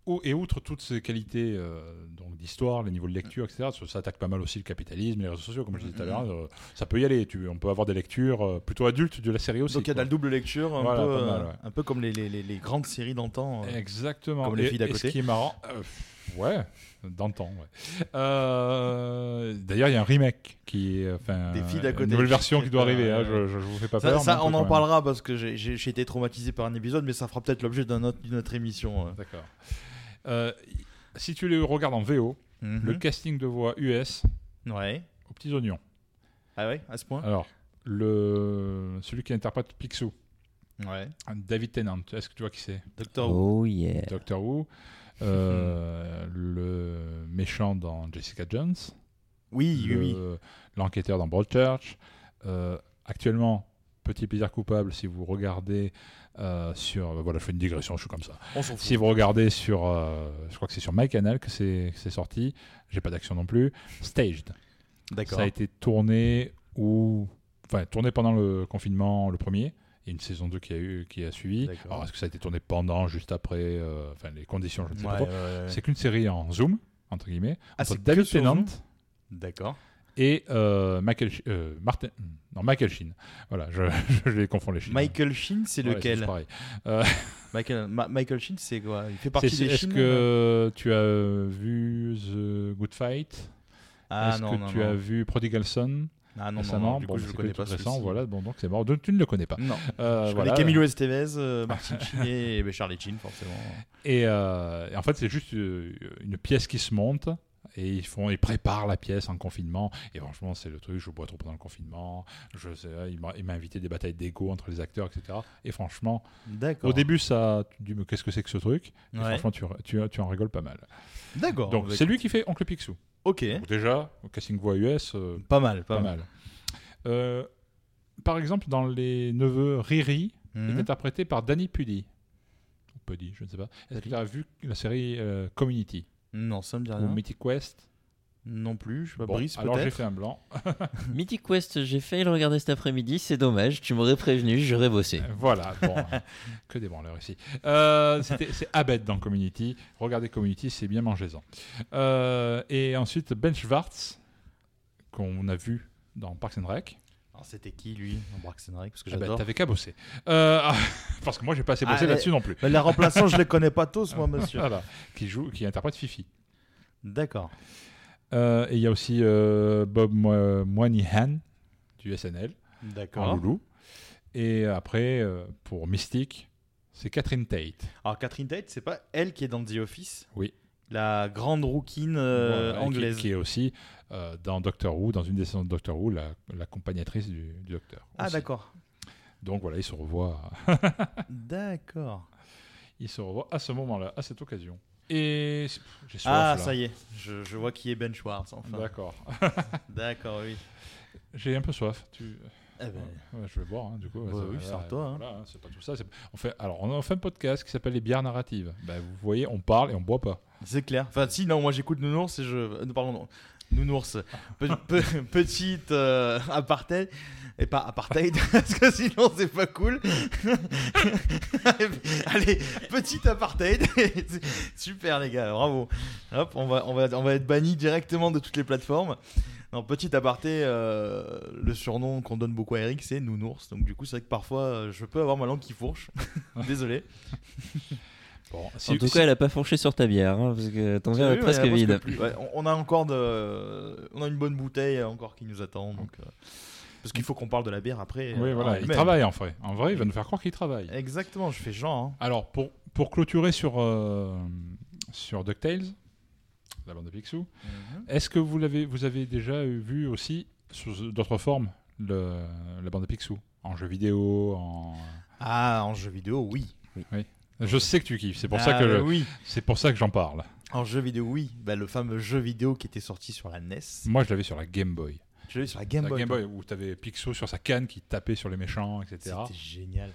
Speaker 7: ou- et outre toutes ces qualités euh, donc d'histoire, les niveaux de lecture, etc., ça, ça attaque pas mal aussi le capitalisme, les réseaux sociaux, comme je disais tout à
Speaker 6: Mm-hmm.
Speaker 7: l'heure. euh, ça peut y aller. Tu, on peut avoir des lectures euh, plutôt adultes de la série aussi.
Speaker 6: Donc il y a de
Speaker 7: quoi.
Speaker 6: la double lecture, un,
Speaker 7: Voilà,
Speaker 6: peu,
Speaker 7: pas mal,
Speaker 6: euh,
Speaker 7: ouais.
Speaker 6: un peu comme les, les- les- les grandes séries d'antan. euh,
Speaker 7: Exactement.
Speaker 6: Comme les
Speaker 7: Et-
Speaker 6: filles d'à
Speaker 7: et
Speaker 6: côté.
Speaker 7: ce qui est marrant, euh, ouais, d'antan. ouais. Euh, D'ailleurs, il y a un remake qui est, enfin,
Speaker 6: Des filles d'à côté.
Speaker 7: une nouvelle version qui doit arriver. hein,
Speaker 6: Euh,
Speaker 7: je, je- je vous fais pas
Speaker 6: ça,
Speaker 7: peur.
Speaker 6: ça,
Speaker 7: mais
Speaker 6: on
Speaker 7: peu
Speaker 6: en
Speaker 7: quand même.
Speaker 6: parlera parce que j'ai- j'ai j'ai été traumatisé par un épisode, mais ça fera peut-être l'objet d'un autre- d'une autre émission. euh.
Speaker 7: D'accord. Euh, si tu les regardes en VO,
Speaker 6: Mhm.
Speaker 7: le casting de voix US,
Speaker 6: ouais.
Speaker 7: aux petits oignons.
Speaker 6: Ah ouais, à ce point
Speaker 7: Alors, le celui qui interprète Picsou,
Speaker 6: Ouais.
Speaker 7: David Tennant. Est-ce que tu vois qui c'est
Speaker 6: Doctor
Speaker 8: Who. Oh yeah.
Speaker 7: Doctor Who. Euh, le méchant dans Jessica Jones.
Speaker 6: Oui,
Speaker 7: Le-
Speaker 6: oui,
Speaker 7: L'enquêteur dans Broadchurch. Euh, actuellement, petit plaisir coupable, si vous regardez euh, sur. Voilà, je fais une digression, je suis comme ça.
Speaker 6: On s'en fout.
Speaker 7: Si vous regardez sur. euh, je crois que c'est sur MyCanal que c'est que c'est sorti. J'ai pas d'action non plus. Staged.
Speaker 6: D'accord.
Speaker 7: Ça a été tourné ou enfin tourné pendant le confinement, le premier. et une saison 2 qui a eu qui a suivi.
Speaker 6: D'accord.
Speaker 7: Alors est-ce que ça a été tourné pendant, juste après, euh, enfin les conditions, je ne sais
Speaker 6: Ouais,
Speaker 7: pas. trop.
Speaker 6: ouais, ouais, ouais.
Speaker 7: C'est qu'une série en zoom entre guillemets
Speaker 6: Ah,
Speaker 7: entre
Speaker 6: c'est que
Speaker 7: David
Speaker 6: sur
Speaker 7: Tennant
Speaker 6: Zoom D'accord.
Speaker 7: et euh, Michael Sh- euh, Martin non Michael Sheen. Voilà, je, je les confonds les Sheen.
Speaker 6: Michael Sheen, c'est
Speaker 7: Ouais,
Speaker 6: lequel
Speaker 7: tous pareil. Euh,
Speaker 6: Michael, Ma- Michael Sheen, c'est quoi Il fait partie euh
Speaker 7: c'est-
Speaker 6: des
Speaker 7: Est-ce
Speaker 6: Sheen
Speaker 7: que tu as vu The Good Fight
Speaker 6: Ah,
Speaker 7: Est-ce
Speaker 6: non,
Speaker 7: que
Speaker 6: non,
Speaker 7: tu
Speaker 6: non.
Speaker 7: as vu Prodigal Son
Speaker 6: Ah, non, non,
Speaker 7: récemment
Speaker 6: non, du coup,
Speaker 7: Bon,
Speaker 6: je le
Speaker 7: c'est
Speaker 6: connais
Speaker 7: tout
Speaker 6: pas,
Speaker 7: récent,
Speaker 6: celui-ci.
Speaker 7: voilà, bon, donc c'est mort. Donc tu ne le connais pas.
Speaker 6: Non.
Speaker 7: Euh,
Speaker 6: je
Speaker 7: voilà. Ah.
Speaker 6: connais Camilo Estevez, euh, Martin Chinier et ben, Charlie Chin, forcément.
Speaker 7: Et, euh, et en fait, c'est juste euh, une pièce qui se monte. Et ils font, ils préparent la pièce en confinement. Et franchement, c'est le truc. Je bois trop pendant le confinement. Je sais, il m'a il m'a invité des batailles d'ego entre les acteurs, etc. Et franchement,
Speaker 6: D'accord.
Speaker 7: au début, ça, tu te dis, mais qu'est-ce que c'est que ce truc Et
Speaker 6: Ouais.
Speaker 7: Franchement, tu, tu, tu en rigoles pas mal.
Speaker 6: D'accord.
Speaker 7: Donc,
Speaker 6: Bah,
Speaker 7: c'est lui qui fait Oncle Picsou.
Speaker 6: Ok.
Speaker 7: Donc déjà, au casting voix US. euh,
Speaker 6: Pas mal, pas mal.
Speaker 7: Euh, par exemple, dans Les Neveux, Riri
Speaker 6: Mhm.
Speaker 7: est interprété par Danny Pudi. Ou Pudi, je ne sais pas. Est-ce que tu as vu la série euh, Community
Speaker 6: Ah Non, ça me dit
Speaker 7: Ou
Speaker 6: rien.
Speaker 7: Mythic Quest
Speaker 6: Non plus, je sais pas,
Speaker 7: Bon,
Speaker 6: Brice
Speaker 7: alors j'ai
Speaker 6: peut-être
Speaker 7: fait un blanc.
Speaker 8: Mythic Quest, j'ai failli le regarder cet après-midi, c'est dommage, tu m'aurais prévenu, j'aurais bossé.
Speaker 7: Voilà, bon, que des branleurs ici. Euh, c'était- c'est Abed dans Community. Regardez Community, c'est bien mangez-en. Euh, et ensuite, Ben Schwartz, qu'on a vu dans Parks and Rec.
Speaker 6: Alors, Ah, c'était qui lui dans Parks and Rec Parce que
Speaker 7: Ah bah,
Speaker 6: j'adore.
Speaker 7: T'avais qu'à bosser. Euh, ah, parce que moi, j'ai pas assez
Speaker 6: Ah,
Speaker 7: bossé
Speaker 6: mais-
Speaker 7: là-dessus non plus.
Speaker 6: mais les remplaçants, je les connais pas tous, moi, monsieur.
Speaker 7: Voilà. Qui joue, qui interprète Fifi.
Speaker 6: D'accord.
Speaker 7: Euh, et il y a aussi euh, Bob Mo- Moynihan du SNL.
Speaker 6: D'accord.
Speaker 7: en Loulou. Et après, euh, pour Mystique, c'est Catherine Tate.
Speaker 6: Alors Catherine Tate, c'est pas elle qui est dans The Office
Speaker 7: Oui.
Speaker 6: La grande rouquine euh,
Speaker 7: Voilà, et qui-
Speaker 6: anglaise.
Speaker 7: Qui, est aussi euh, dans Doctor Who, dans une des saisons de Doctor Who, la- l'accompagnatrice du, du Docteur.
Speaker 6: Ah,
Speaker 7: aussi.
Speaker 6: d'accord.
Speaker 7: Donc voilà, ils se revoient.
Speaker 6: D'accord.
Speaker 7: ils se revoient à ce moment-là, à cette occasion. Et pff, j'ai soif,
Speaker 6: Ah,
Speaker 7: là.
Speaker 6: ça y est. Je, je vois qui est Ben Schwartz, enfin.
Speaker 7: D'accord.
Speaker 6: D'accord, oui.
Speaker 7: J'ai un peu soif. Tu... euh,
Speaker 6: Eh ben.
Speaker 7: Ouais, je vais boire, hein, du coup.
Speaker 6: Bah
Speaker 7: Ça-
Speaker 6: oui,
Speaker 7: voilà,
Speaker 6: sors-toi, hein.
Speaker 7: voilà, hein, c'est pas tout ça. c'est- On fait... Alors, on a fait un podcast qui s'appelle Les bières narratives. Ben, vous voyez, on parle et on boit pas.
Speaker 6: C'est clair. Enfin, si, non, moi j'écoute Nounours et je. euh, Pardon, non. Nounours. Pe- pe- petite euh, apartheid. Et pas apartheid, parce que sinon c'est pas cool. Allez, petite apartheid. Super, les gars, bravo. Hop, on va, on va, on va être banni directement de toutes les plateformes. Non, petit aparté, euh, le surnom qu'on donne beaucoup à Eric, c'est Nounours. Donc, du coup, c'est vrai que parfois, euh, je peux avoir ma langue qui fourche. Désolé.
Speaker 7: Bon,
Speaker 8: en tout cas, elle a pas fourché sur ta bière, hein, parce que ton verre
Speaker 6: Oui,
Speaker 8: est
Speaker 6: oui,
Speaker 8: presque
Speaker 6: on a
Speaker 8: vide.
Speaker 6: plus. Ouais, on- on a encore de, on a une bonne bouteille encore qui nous attend. Donc, euh, parce qu'il faut qu'on parle de la bière après.
Speaker 7: Oui,
Speaker 6: euh, en
Speaker 7: voilà, il
Speaker 6: elle-même.
Speaker 7: travaille en vrai. En vrai, il va nous faire croire qu'il travaille.
Speaker 6: Exactement, je fais genre. hein.
Speaker 7: Alors, pour, pour clôturer sur, euh, sur DuckTales, la bande de Picsou,
Speaker 6: Mhm.
Speaker 7: est-ce que vous, l'avez, vous avez déjà vu aussi, sous d'autres formes, le, la bande de Picsou En jeu vidéo, en...
Speaker 6: Ah, en jeu vidéo, oui.
Speaker 7: Oui. Je sais que tu kiffes, c'est pour,
Speaker 6: Ah,
Speaker 7: ça que
Speaker 6: bah
Speaker 7: je-
Speaker 6: oui.
Speaker 7: c'est pour ça que j'en parle.
Speaker 6: En jeu vidéo, oui. Bah, le fameux jeu vidéo qui était sorti sur la NES.
Speaker 7: Moi, je l'avais sur la Game Boy.
Speaker 6: Je l'ai vu sur la Game
Speaker 7: Mm. la
Speaker 6: Boy.
Speaker 7: Game Boy, où tu avais Picsou sur sa canne qui tapait sur les méchants, etc.
Speaker 6: C'était génial.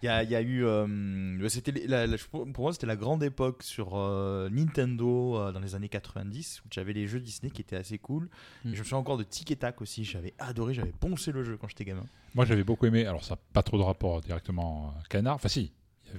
Speaker 6: Il y a, il y a eu. euh, c'était les- la- la- je- pour moi, c'était la grande époque sur euh, Nintendo euh, dans les années 90 où j'avais les jeux Disney qui étaient assez cool. Et
Speaker 8: Mm.
Speaker 6: je me souviens encore de Tic et Tac aussi. J'avais adoré, j'avais poncé le jeu quand j'étais gamin.
Speaker 7: Moi, j'avais beaucoup aimé. Alors, ça n'a pas trop de rapport directement euh, canard. Enfin, si,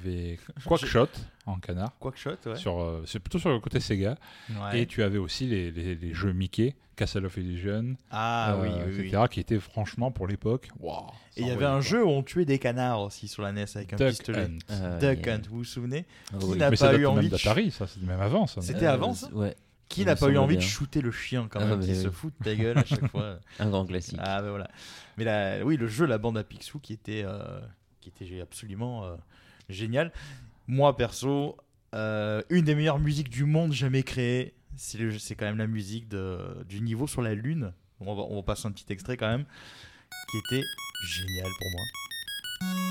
Speaker 7: il y avait Quackshot en canard.
Speaker 6: Quackshot, ouais.
Speaker 7: Sur, euh, c'est plutôt sur le côté Sega.
Speaker 6: Ouais.
Speaker 7: Et tu avais aussi les, les- les jeux Mickey, Castle of Illusion.
Speaker 8: Euh,
Speaker 7: euh,
Speaker 6: Ah, oui, oui,
Speaker 7: etc., qui étaient franchement pour l'époque. waouh,
Speaker 6: Et il y avait
Speaker 7: ça envoyait,
Speaker 6: un
Speaker 7: quoi.
Speaker 6: jeu où on tuait des canards aussi sur la NES avec un
Speaker 7: Duck
Speaker 6: pistolet.
Speaker 7: Hunt.
Speaker 8: Ah,
Speaker 6: Duck
Speaker 8: yeah.
Speaker 6: Hunt, vous vous souvenez
Speaker 8: Ah
Speaker 6: Qui
Speaker 8: oui. Euh,
Speaker 6: n'a
Speaker 7: Mais ça
Speaker 6: pas
Speaker 7: date
Speaker 6: eu envie
Speaker 7: même
Speaker 6: de
Speaker 7: d'Atari, ça, c'est même avant. Ça.
Speaker 6: C'était avant ça
Speaker 8: Ouais.
Speaker 6: Qui
Speaker 8: Il
Speaker 6: n'a
Speaker 8: me
Speaker 6: pas eu
Speaker 8: semble
Speaker 6: envie de
Speaker 8: bien.
Speaker 6: shooter le chien quand
Speaker 8: Ah,
Speaker 6: même
Speaker 8: bah
Speaker 6: Qui
Speaker 8: oui.
Speaker 6: se fout de ta gueule à chaque fois.
Speaker 8: Un grand classique.
Speaker 6: Ah ben voilà. Mais la, oui, le jeu La Bande à Picsou qui était, euh, qui était absolument euh, génial. Moi perso, euh, une des meilleures musiques du monde jamais créée, c'est le- c'est quand même la musique de- du niveau sur la lune. Bon, On va, on va passer un petit extrait quand même, qui était génial pour moi.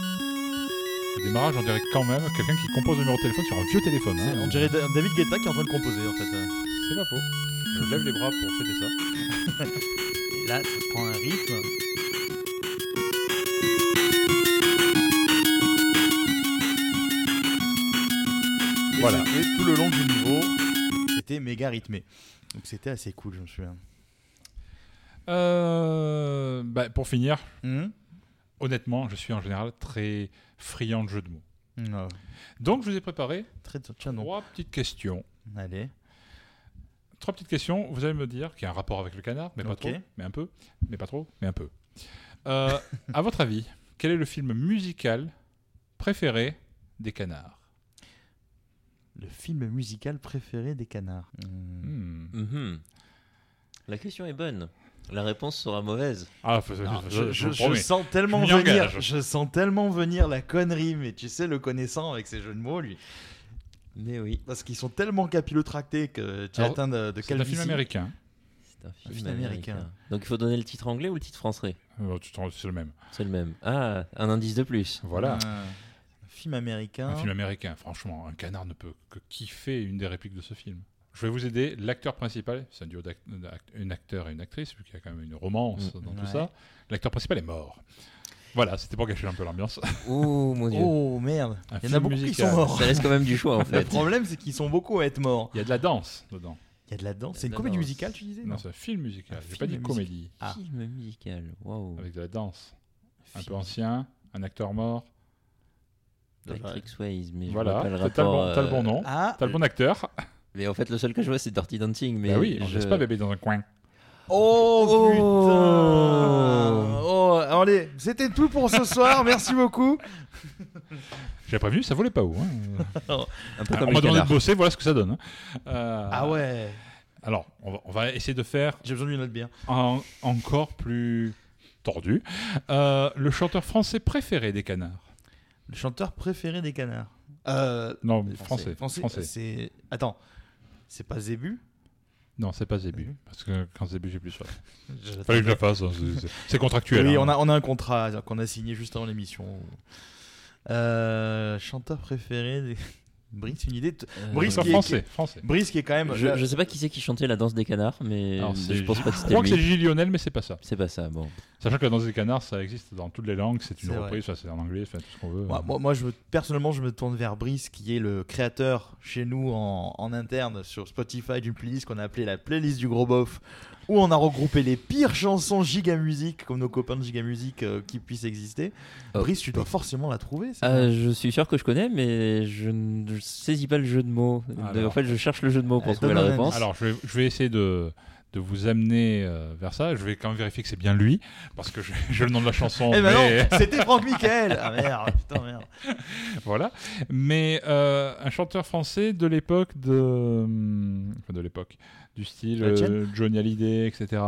Speaker 7: Au démarrage, on dirait quand même quelqu'un qui compose le numéro de téléphone sur un vieux téléphone. hein.
Speaker 6: On dirait Da- David Guetta qui est en train de composer en fait. hein.
Speaker 7: C'est pas faux. Je lève les bras pour fêter ça.
Speaker 6: Et là, ça prend un rythme. Et
Speaker 7: Voilà.
Speaker 6: ça fait tout le long du niveau, c'était méga rythmé. Donc c'était assez cool, je me souviens.
Speaker 7: Euh, bah, pour finir,
Speaker 6: Mhm.
Speaker 7: honnêtement, je suis en général très friand de jeux de mots.
Speaker 6: Ouais.
Speaker 7: Donc, je vous ai préparé
Speaker 6: Très tiens donc.
Speaker 7: trois petites questions.
Speaker 6: Allez.
Speaker 7: Trois petites questions, vous allez me dire, qui a un rapport avec le canard, mais pas
Speaker 6: Ok.
Speaker 7: trop, mais un peu, mais pas trop, mais un peu. Euh, à votre avis, quel est le film musical préféré des canards
Speaker 6: Le film musical préféré des canards. Hmm.
Speaker 8: Mm-hmm.
Speaker 7: Hmm.
Speaker 8: Mhm. La question est bonne. La réponse sera mauvaise.
Speaker 7: Ah, faut-
Speaker 8: Non,
Speaker 7: je-
Speaker 6: je,
Speaker 7: je
Speaker 6: je
Speaker 7: promets.
Speaker 6: sens tellement
Speaker 7: Je m'y
Speaker 6: venir,
Speaker 7: engage.
Speaker 6: je sens tellement venir la connerie, mais tu sais le connaissant avec ses jeux de mots lui.
Speaker 8: Mais oui.
Speaker 6: Parce qu'ils sont tellement capillotractés que tu
Speaker 7: Alors,
Speaker 6: atteins de, de
Speaker 7: c'est
Speaker 6: quel
Speaker 7: un film américain.
Speaker 8: C'est un
Speaker 6: film Ah, américain.
Speaker 8: Donc il faut donner le titre anglais ou le titre français
Speaker 7: Euh, tu t'en- C'est le même.
Speaker 8: C'est le même. Ah, un indice de plus.
Speaker 7: Voilà.
Speaker 6: Un film américain.
Speaker 7: Un film américain, franchement, un canard ne peut que kiffer une des répliques de ce film. Je vais vous aider. L'acteur principal, c'est un duo d'acteurs acteur et une actrice, puisqu'il y a quand même une romance dans tout
Speaker 6: Mm. Ouais.
Speaker 7: ça. L'acteur principal est mort. Voilà, c'était pour gâcher un peu l'ambiance.
Speaker 8: Oh mon dieu.
Speaker 6: Oh merde. Il y
Speaker 7: Un
Speaker 6: en a
Speaker 7: film
Speaker 6: beaucoup qui
Speaker 7: musical.
Speaker 6: sont morts.
Speaker 8: Ça laisse quand même du choix, en
Speaker 6: Le
Speaker 8: fait.
Speaker 6: problème c'est qu'ils sont beaucoup à être morts.
Speaker 7: Il y a de la danse dedans.
Speaker 6: Il y a de la danse. C'est
Speaker 8: de
Speaker 6: une
Speaker 8: la
Speaker 6: comédie
Speaker 8: danse.
Speaker 6: musicale tu disais
Speaker 7: Non, c'est un film musical.
Speaker 6: Un
Speaker 7: J'ai pas dit
Speaker 6: film
Speaker 7: comédie.
Speaker 6: Ah.
Speaker 8: Film musical. Waouh.
Speaker 7: Avec de la danse. Un peu
Speaker 6: Film.
Speaker 7: ancien, un acteur mort.
Speaker 8: Patrick Swayze, mais je
Speaker 7: voilà,
Speaker 8: vois pas le
Speaker 7: t'as t'as le
Speaker 8: rapport.
Speaker 7: bon, t'as le bon
Speaker 8: euh,
Speaker 7: nom,
Speaker 6: Ah.
Speaker 7: t'as le bon acteur.
Speaker 8: Mais en fait, le seul que je vois, c'est Dirty Dancing. Mais
Speaker 7: bah oui, on
Speaker 8: je...
Speaker 7: laisse pas bébé dans un coin.
Speaker 6: Oh,
Speaker 8: Oh.
Speaker 6: putain. Oh, allez, c'était tout pour ce soir. Merci beaucoup.
Speaker 7: J'ai prévenu, ça volait pas haut. hein.
Speaker 8: Un peu
Speaker 7: Alors,
Speaker 8: comme
Speaker 7: on
Speaker 8: le
Speaker 7: m'a demandé de
Speaker 8: canard.
Speaker 7: bosser, voilà ce que ça donne. hein. Euh,
Speaker 6: Ah ouais.
Speaker 7: Alors, on va, on va essayer de faire
Speaker 6: J'ai besoin d'une autre bière.
Speaker 7: en- encore plus tordu. Euh, le chanteur français préféré des canards.
Speaker 6: Le chanteur préféré des canards. Euh,
Speaker 7: Non,
Speaker 6: français. Français.
Speaker 7: français. français.
Speaker 6: C'est. Attends. C'est pas Zébu
Speaker 7: Non, c'est pas
Speaker 6: Mmh.
Speaker 7: Zébu. Parce que quand Zébu, j'ai plus soif.
Speaker 6: Je-
Speaker 7: Fallait que je la fasse. hein, c'est- c'est- C'est contractuel.
Speaker 6: Oui,
Speaker 7: hein.
Speaker 6: on a, on a un contrat qu'on a signé juste avant l'émission. Euh, chanteur préféré des... Brice, une idée. de-
Speaker 8: Euh,
Speaker 6: Brice,
Speaker 7: Chanteur
Speaker 6: qui est-
Speaker 7: français. français.
Speaker 6: Brice qui est quand même. euh,
Speaker 8: Je, je sais pas qui c'est qui chantait la danse des canards, mais
Speaker 7: Alors, c'est-
Speaker 8: je pense pas que
Speaker 7: je
Speaker 8: c'était
Speaker 7: crois que c'est
Speaker 8: lui.
Speaker 7: Gilles Lionel, mais c'est pas ça.
Speaker 8: C'est pas ça, bon.
Speaker 7: Sachant que la danse des canards, ça existe dans toutes les langues. C'est une
Speaker 6: C'est vrai.
Speaker 7: reprise, enfin, c'est en anglais, enfin, tout ce qu'on veut.
Speaker 6: Moi, moi, moi, je me- personnellement, je me tourne vers Brice, qui est le créateur chez nous en, en interne sur Spotify d'une playlist qu'on a appelée la playlist du gros bof, où on a regroupé les pires chansons Giga Music, comme nos copains de Giga Music euh, qui puissent exister.
Speaker 8: Oh.
Speaker 6: Brice, tu dois forcément la trouver. ça.
Speaker 8: Ah, je suis sûr que je connais, mais je ne je saisis pas le jeu de mots. De-
Speaker 7: Alors.
Speaker 8: en fait, je cherche le jeu de mots pour
Speaker 6: Euh,
Speaker 8: trouver
Speaker 6: donne
Speaker 8: la
Speaker 6: un
Speaker 8: réponse.
Speaker 6: indice.
Speaker 7: Alors, je vais, je vais essayer de, de vous amener euh, vers ça. Je vais quand même vérifier que c'est bien lui, parce que je- j'ai le nom de la chanson.
Speaker 8: Ah,
Speaker 6: eh ben
Speaker 7: mais-
Speaker 6: non, c'était Franck Michael. Ah merde, putain merde.
Speaker 7: voilà. Mais euh, un chanteur français de l'époque de. hum, Enfin, de l'époque. Du style
Speaker 6: La tienne
Speaker 7: euh, Johnny Hallyday, etc.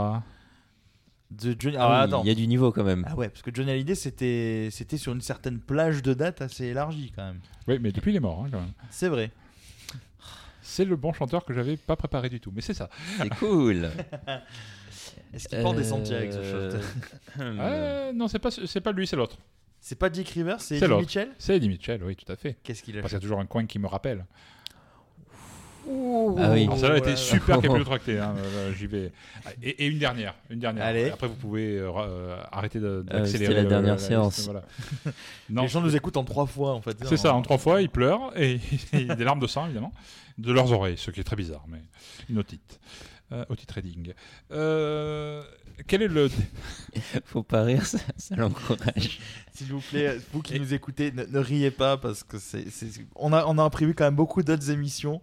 Speaker 6: De Johnny.
Speaker 8: Ah
Speaker 6: Ah,
Speaker 8: oui,
Speaker 6: attends.
Speaker 8: Il y a du niveau quand même.
Speaker 6: Ah ouais, parce que Johnny Hallyday, c'était c'était sur une certaine plage de date assez élargie quand même.
Speaker 7: Oui, mais depuis, il est mort, hein, quand même.
Speaker 6: C'est vrai.
Speaker 7: C'est le bon chanteur que j'avais pas préparé du tout, mais c'est ça.
Speaker 8: C'est cool.
Speaker 6: Est-ce qu'il porte des Santiago ce chanteur Mmh.
Speaker 7: Euh, non, c'est pas, c'est pas lui, c'est l'autre.
Speaker 6: C'est pas Dick Rivers, c'est
Speaker 7: C'est
Speaker 6: Eddie
Speaker 7: l'autre.
Speaker 6: Mitchell
Speaker 7: C'est Eddie Mitchell, oui, tout à fait.
Speaker 6: Qu'est-ce qu'il a
Speaker 7: Parce qu'il y a toujours un coin qui me rappelle.
Speaker 8: Ah oui.
Speaker 7: Alors, euh, celle-là
Speaker 6: Oh
Speaker 7: était
Speaker 6: là là.
Speaker 7: super capillotractée. Hein, euh, J'y vais. Et, et une dernière. Une dernière.
Speaker 6: Allez.
Speaker 7: Après, vous pouvez euh, ra- euh, arrêter de-
Speaker 8: Ah,
Speaker 7: d'accélérer.
Speaker 8: c'était la
Speaker 7: le-
Speaker 8: dernière
Speaker 7: liste,
Speaker 8: séance.
Speaker 7: voilà. non,
Speaker 6: Les gens nous écoutent en trois fois en fait.
Speaker 7: c'est ça. En trois fois, ils pleurent et et des larmes de sang, évidemment, de leurs oreilles, ce qui est très bizarre, mais une otite. Euh, otite reading. Euh, quel est le.
Speaker 8: Faut pas rire, ça, ça l'encourage.
Speaker 6: S'il vous plaît, vous qui nous écoutez, ne, ne riez pas parce que c'est c'est- on a on a prévu quand même beaucoup d'autres émissions.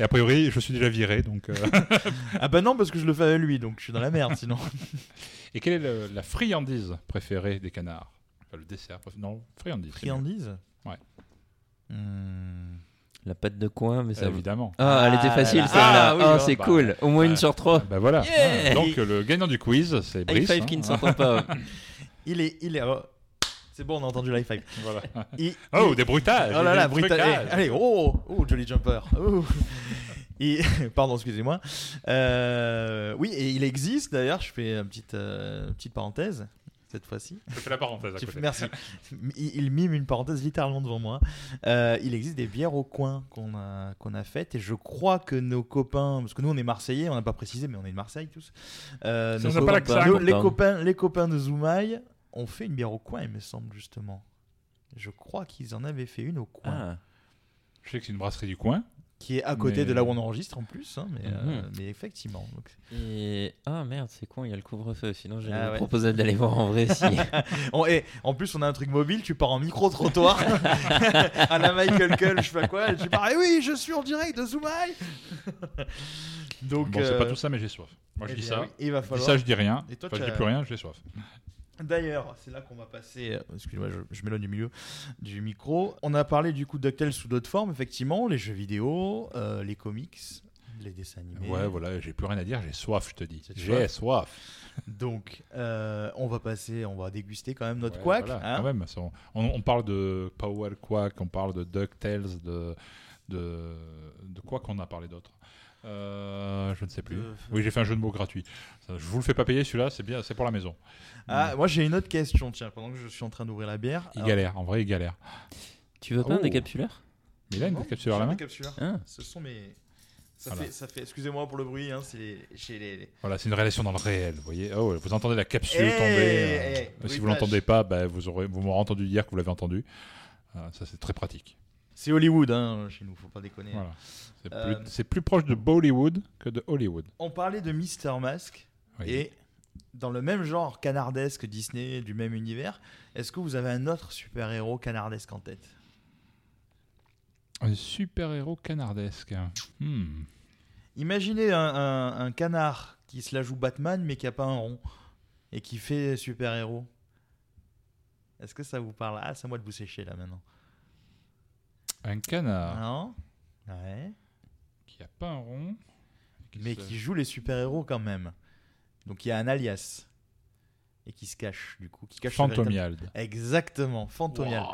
Speaker 7: Et a priori, je suis déjà viré, donc. euh,
Speaker 6: Ah bah non parce que je le fais avec lui donc je suis dans la merde sinon.
Speaker 7: Et quelle est le- la friandise préférée des canards Enfin, le dessert. préf- Non, friandise. c'est mieux.
Speaker 6: Friandise.
Speaker 7: Ouais.
Speaker 6: Hmm.
Speaker 8: La patte de coin, mais ça.
Speaker 7: Euh, évidemment.
Speaker 8: Ah, elle était
Speaker 6: Ah
Speaker 8: facile
Speaker 6: là là.
Speaker 8: celle-là.
Speaker 7: Ah oui,
Speaker 8: Ah,
Speaker 7: bon,
Speaker 8: c'est
Speaker 7: bah,
Speaker 8: cool. Au moins
Speaker 7: ouais.
Speaker 8: une sur trois.
Speaker 7: Ah, Bah voilà.
Speaker 8: Yeah.
Speaker 7: Donc euh, le gagnant du quiz,
Speaker 6: Ah,
Speaker 7: c'est
Speaker 8: High
Speaker 7: Brice.
Speaker 8: five
Speaker 7: hein.
Speaker 8: qui ne s'entend pas.
Speaker 6: Il est il est oh. c'est bon on a entendu l'high five.
Speaker 7: Voilà.
Speaker 6: Il-
Speaker 7: Oh,
Speaker 6: il-
Speaker 7: des bruitages
Speaker 6: Oh là là,
Speaker 7: des ah,
Speaker 6: brutal.
Speaker 7: trucages.
Speaker 6: eh, Allez, oh, oh, Jolly Jumper. Oh. Et, pardon, excusez-moi. Euh, oui, et il existe d'ailleurs, je fais une petite, euh, une petite parenthèse cette fois-ci.
Speaker 7: Je fais la parenthèse à
Speaker 6: Tu-
Speaker 7: côté.
Speaker 6: Merci. Il, il mime une parenthèse littéralement devant moi. Euh, il existe des bières au coin qu'on a, qu'on a faites et je crois que nos copains, parce que nous on est Marseillais, on n'a pas précisé, mais on est de Marseille tous. Euh,
Speaker 7: Ça,
Speaker 6: nos
Speaker 7: on n'a pas
Speaker 6: copains-
Speaker 7: l'accent.
Speaker 6: nos- les, copains, les copains de Zoumaï ont fait une bière au coin, il me semble justement. Je crois qu'ils en avaient fait une au coin.
Speaker 8: Ah.
Speaker 7: Je sais que c'est une brasserie du coin.
Speaker 6: qui est à côté
Speaker 7: Mais-
Speaker 6: de là où on enregistre en plus, hein, mais, euh,
Speaker 8: Mhm.
Speaker 6: mais effectivement. donc-
Speaker 8: Et... Ah merde, c'est con, il y a le couvre-feu. Sinon, j'allais
Speaker 6: Ah
Speaker 8: vous
Speaker 6: ouais.
Speaker 8: proposer d'aller voir en vrai si.
Speaker 6: En, et en plus, on a un truc mobile, tu pars en micro-trottoir à la Michael Cull, je sais pas quoi, et tu pars, eh oui, je suis en direct de Zoumaï Donc,
Speaker 7: bon, c'est pas
Speaker 6: euh,
Speaker 7: tout ça, mais j'ai soif. Moi, je
Speaker 6: eh
Speaker 7: dis
Speaker 6: bien
Speaker 7: ça.
Speaker 6: oui, il va
Speaker 7: Je dis
Speaker 6: falloir.
Speaker 7: ça, je dis rien.
Speaker 6: Et toi,
Speaker 7: Enfin, je
Speaker 6: tu
Speaker 7: dis
Speaker 6: as- Eh
Speaker 7: plus rien, j'ai soif.
Speaker 6: D'ailleurs, c'est là qu'on va passer. euh, Excusez-moi, je, je m'éloigne du milieu du micro. On a parlé du coup de DuckTales sous d'autres formes, effectivement, les jeux vidéo, euh, les comics. les dessins animés.
Speaker 7: Ouais, voilà, j'ai plus rien à dire, j'ai soif, je te dis. J'ai soif.
Speaker 6: Donc, euh, on va passer, on va déguster quand même notre ouais, quack.
Speaker 7: Voilà, Ah
Speaker 6: hein
Speaker 7: quand même, on, on, parle de Powell Quack, on parle de DuckTales, de, de, de quoi qu'on a parlé d'autre. Euh, je ne sais plus. Oui, j'ai fait un jeu de mots gratuit. Je vous le fais pas payer celui-là, c'est bien, c'est pour la maison.
Speaker 6: Ah, moi j'ai une autre question, tiens, pendant que je suis en train d'ouvrir la bière.
Speaker 7: Hmm. Il alors... galère, en vrai, il galère.
Speaker 8: Tu veux pas oh. un décapsuleur
Speaker 7: Mais
Speaker 6: oh,
Speaker 7: là, une décapsuleur à la main.
Speaker 6: Ah. Ce sont mes. Ça, voilà. fait, ça fait, excusez-moi pour le bruit, hein, c'est chez les, les...
Speaker 7: Voilà, c'est une relation dans le réel, vous voyez. Oh, vous entendez la capsule
Speaker 6: Eh,
Speaker 7: hey, tomber. Hey, hey, euh, si vous l'entendez pas, bah, vous aurez, vous m'aurez entendu dire que vous l'avez entendu. Euh, ça, c'est très pratique.
Speaker 6: C'est Hollywood, hein, chez nous, faut pas déconner.
Speaker 7: Voilà. C'est euh, plus, plus, proche de Bollywood que de Hollywood.
Speaker 6: On parlait de Mister Mask oui. et dans le même genre canardesque Disney, du même univers, est-ce que vous avez un autre super-héros canardesque en tête
Speaker 7: Un super-héros canardesque hmm.
Speaker 6: Imaginez un, un, un, canard qui se la joue Batman mais qui a pas un rond et qui fait super-héros. Est-ce que ça vous parle Ah, c'est moi de vous sécher là maintenant.
Speaker 7: Un canard
Speaker 6: Non Ouais.
Speaker 7: Qui a pas un rond.
Speaker 6: Qui mais se... qui joue les super-héros quand même. Donc il y a un alias. Et qui se cache, du coup. Qui cache
Speaker 7: Fantomial.
Speaker 6: Exactement, Fantomial. Wow,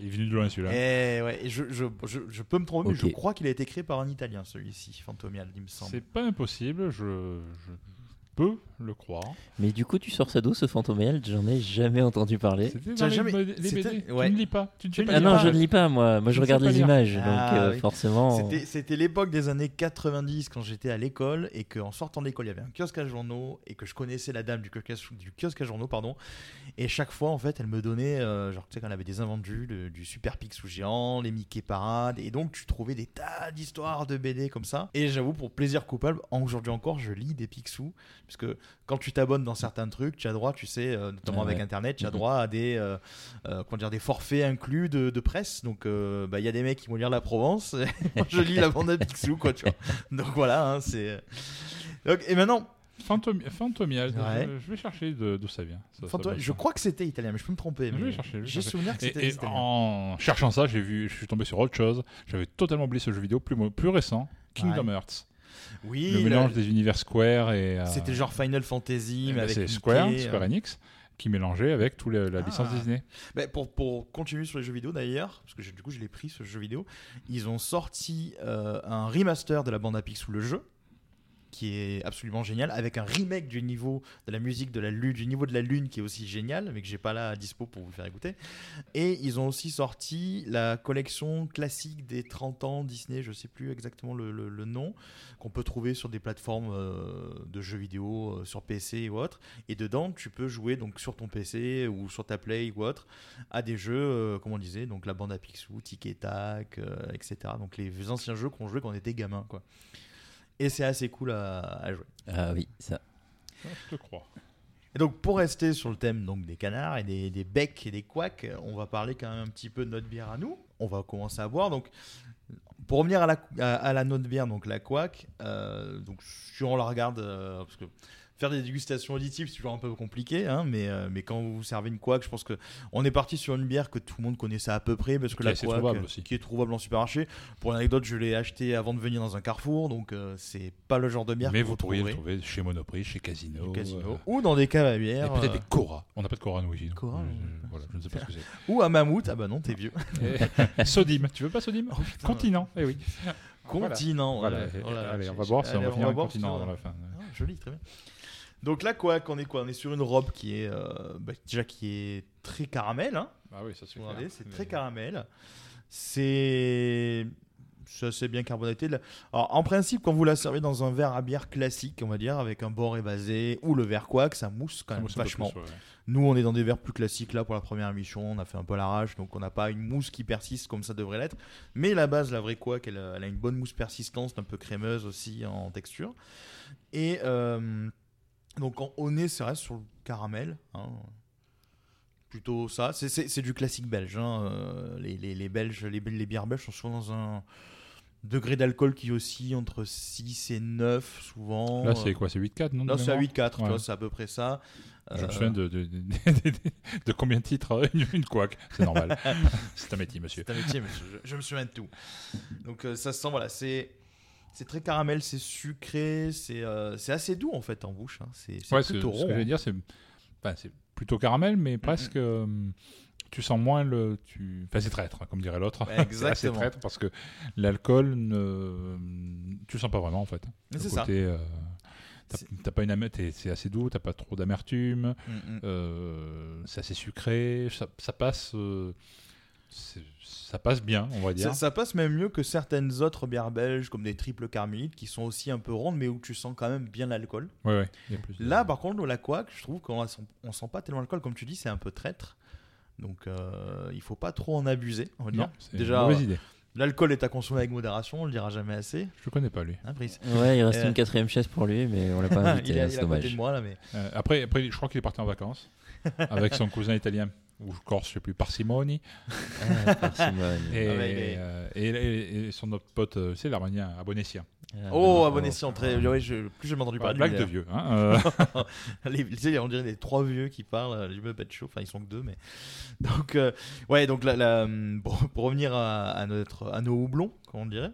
Speaker 7: il est venu de loin
Speaker 6: Eh,
Speaker 7: celui-là.
Speaker 6: Et ouais, et je, je, je, je, peux me tromper, okay. mais je crois qu'il a été créé par un Italien celui-ci, Fantomial, il me semble.
Speaker 7: C'est pas impossible, je, peux le croire.
Speaker 8: Mais du coup, tu sors ça d'où ce Fantomial J'en ai jamais entendu parler.
Speaker 7: C'était jamais... les BD. Ouais. Tu ne lis pas. Tu ne tu
Speaker 8: pas ah non, pas. je ne lis pas, moi. Moi, je, regarde les lire. images, ah, donc euh, oui. forcément.
Speaker 6: C'était l'époque des années 90 quand j'étais à l'école et qu'en sortant de l'école, il y avait un kiosque à journaux et que je connaissais la dame du kiosque, du kiosque à journaux, pardon. Et chaque fois, en fait, elle me donnait, euh, genre, tu sais, quand elle avait des invendus, le, du Super Picsou géant, les Mickey Parade. Et donc, tu trouvais des tas d'histoires de BD comme ça. Et j'avoue, pour plaisir coupable, aujourd'hui encore, je lis des Picsou parce que quand tu t'abonnes dans certains trucs, tu as droit, tu sais, euh, notamment ah ouais. avec Internet,
Speaker 7: Mhm.
Speaker 6: tu as droit à des, euh, euh, comment dire, des forfaits inclus de, de presse. Donc, il bah, y a des mecs qui vont lire La Provence. Moi, je lis la bande à Picsou, quoi, tu vois. Donc, voilà, hein, c'est. euh. Et maintenant.
Speaker 7: Fantom... Fantomial, ouais. je, vais chercher d'où ça vient. Ça,
Speaker 6: Fantom...
Speaker 7: ça
Speaker 6: je crois que c'était italien, mais je peux me tromper. Mais... J'ai souvenir que c'était italien.
Speaker 7: En cherchant ça, vu, je suis tombé sur autre chose. J'avais totalement oublié ce jeu vidéo plus, plus récent, Kingdom ouais. Hearts.
Speaker 6: Oui,
Speaker 7: le mélange le... des univers Square et. Euh...
Speaker 6: euh, C'était genre Final Fantasy, mais avec.
Speaker 7: C'est Square, euh... Square Enix, qui mélangeait avec toute la ah. licence Disney.
Speaker 6: Bah pour, pour, continuer sur les jeux vidéo d'ailleurs, parce que je, du coup je l'ai pris ce jeu vidéo, ils ont sorti euh, un remaster de la bande à Picsou, le jeu qui est absolument génial, avec un remake du niveau de la musique de la lune, du niveau de la lune qui est aussi génial, mais que j'ai pas là à dispo pour vous le faire écouter. Et ils ont aussi sorti la collection classique des 30 ans Disney, je sais plus exactement le, le, le nom, qu'on peut trouver sur des plateformes euh, de jeux vidéo, euh, sur PC ou autre. Et dedans, tu peux jouer donc sur ton PC ou sur ta Play ou autre à des jeux, euh, comme on disait, donc la bande à Picsou, Tic et Tac, etc. Donc les anciens jeux qu'on jouait quand on était gamin, quoi et c'est assez cool à, à, jouer.
Speaker 8: Ah oui, ça.
Speaker 7: Ah, je te crois.
Speaker 6: Et donc pour rester sur le thème donc des canards et des, des becs et des couacs, euh, on va parler quand même un petit peu de notre bière à nous. On va commencer à boire. Donc pour revenir à la, à, à la notre bière, donc la couac, euh, donc si on la regarde, euh, parce que faire des dégustations auditives, c'est toujours un peu compliqué, hein, mais, euh, mais quand vous servez une couac, je pense que on est parti sur une bière que tout le monde connaissait à peu près, parce que
Speaker 7: qui
Speaker 6: la couac,
Speaker 7: trouvable aussi.
Speaker 6: qui est trouvable en supermarché. Pour l'anecdote, je l'ai achetée avant de venir dans un carrefour, donc euh, c'est pas le genre de bière
Speaker 7: mais
Speaker 6: que
Speaker 7: vous, vous pourriez le trouver chez Monoprix, chez Casino, euh,
Speaker 6: Casino euh... ou dans des caves à bière. euh,
Speaker 7: Et peut-être des Cora. On n'a pas de Cora nous ici.
Speaker 6: Cora,
Speaker 7: je... Voilà, je ne sais pas ce que c'est.
Speaker 6: ou à Mammouth, ah bah non, t'es vieux.
Speaker 7: Sodime, tu veux pas Sodime Euh, oh, Continent, eh oui.
Speaker 6: Continent. Oh
Speaker 7: Voilà. Voilà. voilà. Allez, on va boire, ça, on va finir continent à la fin.
Speaker 6: Ah, joli, très bien. Donc là, quoi, qu'on est quoi On est sur une robe qui est euh, bah, déjà qui est très caramel. Hein
Speaker 7: ah oui, ça se
Speaker 6: C'est mais... très caramel. C'est c'est bien carbonaté. Alors, en principe, quand vous la servez dans un verre à bière classique, on va dire, avec un bord évasé ou le verre quack, ça mousse quand ça même mousse vachement. Plus, ouais. Nous, on est dans des verres plus classiques là pour la première émission. On a fait un peu l'arrache, donc on n'a pas une mousse qui persiste comme ça devrait l'être. Mais la base, la vraie quack, elle, elle, a une bonne mousse persistante, un peu crémeuse aussi en texture. Et euh, donc, en, au nez, ça reste sur le caramel. Hein plutôt ça. C'est du classique belge. Hein. Euh, les, les, les, Belges, les, les, bières belges sont souvent dans un degré d'alcool qui oscille entre 6 et 9 souvent.
Speaker 7: Là, c'est quoi C'est 8,4 non
Speaker 6: Là, c'est à 8,4, ouais. c'est à peu près ça.
Speaker 7: Je euh... me souviens de, de, de, de combien de titres euh, une, une couac, c'est normal. c'est un métier, monsieur.
Speaker 6: C'est un métier, monsieur. Je, je, me souviens de tout. Donc, euh, ça se sent, voilà, c'est C'est très caramel, c'est sucré, c'est euh, c'est assez doux en fait en bouche. hein. C'est c'est
Speaker 7: Ouais, c'est-
Speaker 6: plutôt
Speaker 7: Ce
Speaker 6: rond.
Speaker 7: que je
Speaker 6: hein.
Speaker 7: vais dire, c'est enfin, c'est plutôt caramel, mais presque. euh, tu sens moins le. Tu... Enfin, c'est traître, hein, comme dirait l'autre. c'est assez
Speaker 6: Exactement.
Speaker 7: traître parce que l'alcool, ne... tu sens pas vraiment en fait.
Speaker 6: Mais
Speaker 7: Le
Speaker 6: c'est ça.
Speaker 7: côté, euh, t'as- T'as pas une amère, t'es- c'est assez doux, t'as pas trop d'amertume,
Speaker 6: Mhm.
Speaker 7: euh, c'est assez sucré, ça, ça passe, euh, c'est- ça passe bien, on va dire.
Speaker 6: Ça, ça passe même mieux que certaines autres bières belges, comme des triples carmélites, qui sont aussi un peu rondes, mais où tu sens quand même bien l'alcool.
Speaker 7: Ouais, ouais, il y a plus de-
Speaker 6: Là, par contre, la couac, je trouve qu'on la sent, on sent pas tellement l'alcool. Comme tu dis, c'est un peu traître. Donc, euh, il faut pas trop en abuser, on va dire.
Speaker 7: Non, c'est une mauvaise idée.
Speaker 6: L'alcool est à consommer avec modération, on le dira jamais assez.
Speaker 7: Je le connais pas, lui.
Speaker 6: Hein, Brice
Speaker 8: Ouais, il reste
Speaker 6: Euh,
Speaker 8: une quatrième chaise pour lui, mais on l'a pas invité,
Speaker 6: il est-
Speaker 8: hein,
Speaker 6: il est
Speaker 8: c'est
Speaker 6: à côté
Speaker 8: dommage.
Speaker 6: de moi, là, mais-
Speaker 7: Euh, après, après, je crois qu'il est parti en vacances avec son cousin italien ou corse, je sais plus, Parsimoni.
Speaker 6: Parsimoni.
Speaker 7: et,
Speaker 6: Ah ouais, il est-
Speaker 7: euh, et- et- et son autre pote, euh, c'est l'Armanien, Abonessian.
Speaker 8: Ah,
Speaker 6: Oh, abonné si entrée. Ouais, je, plus j'ai entendu
Speaker 7: Ouais,
Speaker 6: parler.
Speaker 7: blague de
Speaker 6: d'ailleurs.
Speaker 7: vieux, hein,
Speaker 6: les, tu sais, on dirait les trois vieux qui parlent. euh, Je me pète chaud. Enfin, ils sont que deux, mais. Donc, euh, ouais, donc là, là, hum, pour, pour revenir à, à notre, à nos houblons, comme on dirait.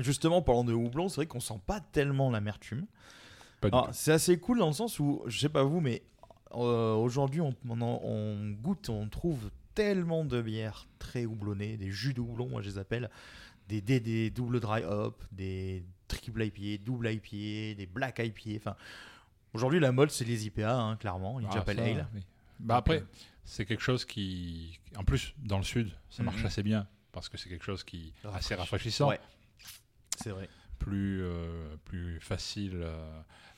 Speaker 6: Justement, parlant de houblons, c'est vrai qu'on sent pas tellement l'amertume.
Speaker 7: Pas du
Speaker 6: Alors, Ah, C'est assez cool dans le sens où, je sais pas vous, mais euh, aujourd'hui, on, on en- on goûte, on trouve tellement de bières très houblonnées, des jus de houblon, moi je les appelle, des, des, des doubles dry hop, des triple IPA, double IPA, des black IPA. Enfin, aujourd'hui, la mode, c'est les IPA, hein, clairement, ils
Speaker 7: Ah,
Speaker 6: appellent
Speaker 7: ça,
Speaker 6: ale.
Speaker 7: oui. Bah après,
Speaker 6: Donc,
Speaker 7: c'est quelque chose qui, en plus, dans le sud, ça marche
Speaker 6: Mhm.
Speaker 7: assez bien parce que c'est quelque chose qui est assez
Speaker 6: euh,
Speaker 7: rafraîchissant,
Speaker 6: ouais, c'est vrai.
Speaker 7: plus euh, plus facile euh,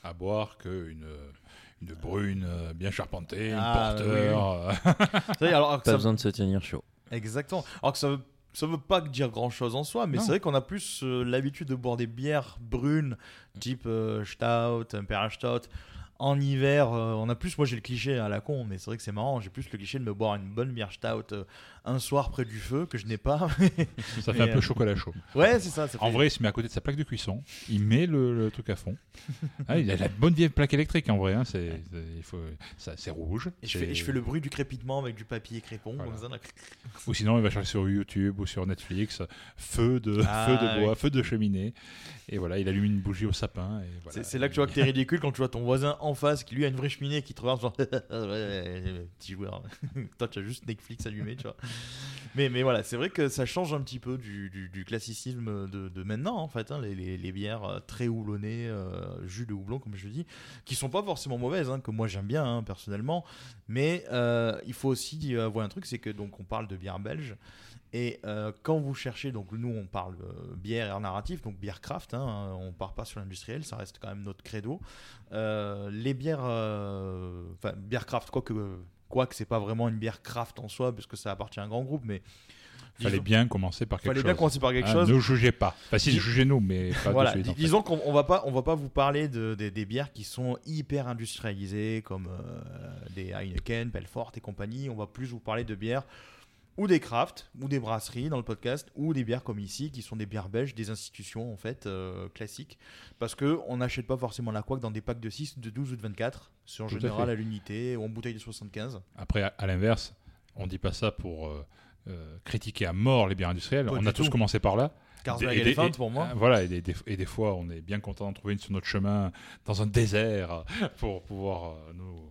Speaker 7: à boire qu'une une brune euh, bien charpentée,
Speaker 6: Ah,
Speaker 7: une
Speaker 6: oui,
Speaker 7: porteur. euh.
Speaker 6: oui. C'est vrai, alors que
Speaker 8: Pas
Speaker 6: ça-
Speaker 8: besoin de se tenir chaud.
Speaker 6: Exactement. Alors que ça veut, ça veut pas dire grand chose en soi, mais
Speaker 8: Non.
Speaker 6: c'est vrai qu'on a plus euh, l'habitude de boire des bières brunes, type euh, Stout, Imperial Stout. En hiver, euh, on a plus. Moi, j'ai le cliché à la con, mais c'est vrai que c'est marrant. J'ai plus le cliché de me boire une bonne bière Stout euh, un soir près du feu que je n'ai pas.
Speaker 7: Ça fait
Speaker 6: Mais,
Speaker 7: un peu
Speaker 6: euh,
Speaker 7: chocolat chaud.
Speaker 6: Ouais, c'est ça. ça
Speaker 7: En
Speaker 6: fait-
Speaker 7: vrai, il se met à côté de sa plaque de cuisson, il met le, le truc à fond. Ah, il a la bonne vieille plaque électrique en vrai. hein, c'est, c'est- il faut, ça, c'est rouge.
Speaker 6: Et je,
Speaker 7: c'est-
Speaker 6: fais, et je fais le bruit du crépitement avec du papier crépon.
Speaker 7: Voilà.
Speaker 6: comme ça, là.
Speaker 7: Ou sinon, il va chercher sur YouTube ou sur Netflix feu de,
Speaker 6: Ah,
Speaker 7: feu de bois,
Speaker 6: oui.
Speaker 7: feu de cheminée. Et voilà, il allume une bougie au sapin. Et voilà.
Speaker 6: C'est- C'est là que tu vois que t'es ridicule quand tu vois ton voisin en face qui lui a une vraie cheminée qui te regarde en faisant Ouais, petit joueur. Toi, tu as juste Netflix allumé, tu vois. Mais, mais voilà, c'est vrai que ça change un petit peu du, du- du classicisme de, de maintenant, en fait. hein, les, les- les bières euh, très houblonnées, euh, jus de houblon, comme je dis, qui sont pas forcément mauvaises, hein, que moi j'aime bien hein, personnellement. Mais euh, il faut aussi euh, voir un truc, c'est que donc on parle de bière belge. Et euh, quand vous cherchez, donc nous on parle euh, bière et art narratif, donc bière craft, hein, on part pas sur l'industriel, ça reste quand même notre credo. Euh, les bières, euh, enfin bière craft, quoique quoi que c'est pas vraiment une bière craft en soi, parce que ça appartient à un grand groupe, mais
Speaker 7: Fallait
Speaker 6: disons-
Speaker 7: bien commencer par quelque
Speaker 6: Fallait
Speaker 7: chose.
Speaker 6: bien commencer par quelque
Speaker 7: Hein,
Speaker 6: chose.
Speaker 7: Ne jugez pas. Enfin, si,
Speaker 6: Dis-
Speaker 7: jugez-nous, mais pas tout
Speaker 6: voilà,
Speaker 7: de suite, en
Speaker 6: dis- disons qu'on on va pas, on va pas vous parler de, des- des bières qui sont hyper industrialisées comme euh, des Heineken, Belfort et compagnie. On va plus vous parler de bières ou des crafts ou des brasseries dans le podcast ou des bières comme ici qui sont des bières belges, des institutions en fait euh, classiques parce que on n'achète pas forcément la couac dans des packs de 6, de 12 ou de 24. C'est en
Speaker 7: Tout à
Speaker 6: général
Speaker 7: fait.
Speaker 6: à l'unité ou en bouteille de 75.
Speaker 7: Après, à, à l'inverse, on dit pas ça pour euh, euh, critiquer à mort les bières industrielles.
Speaker 6: Pas
Speaker 7: on
Speaker 6: du
Speaker 7: a tous
Speaker 6: tout.
Speaker 7: commencé par là.
Speaker 6: Carlsberg
Speaker 7: Des- et des-
Speaker 6: Elephant,
Speaker 7: et-
Speaker 6: pour moi.
Speaker 7: euh, Voilà, et des, des- et des fois, on est bien content d'en trouver une sur notre chemin, dans un désert, pour pouvoir euh, nous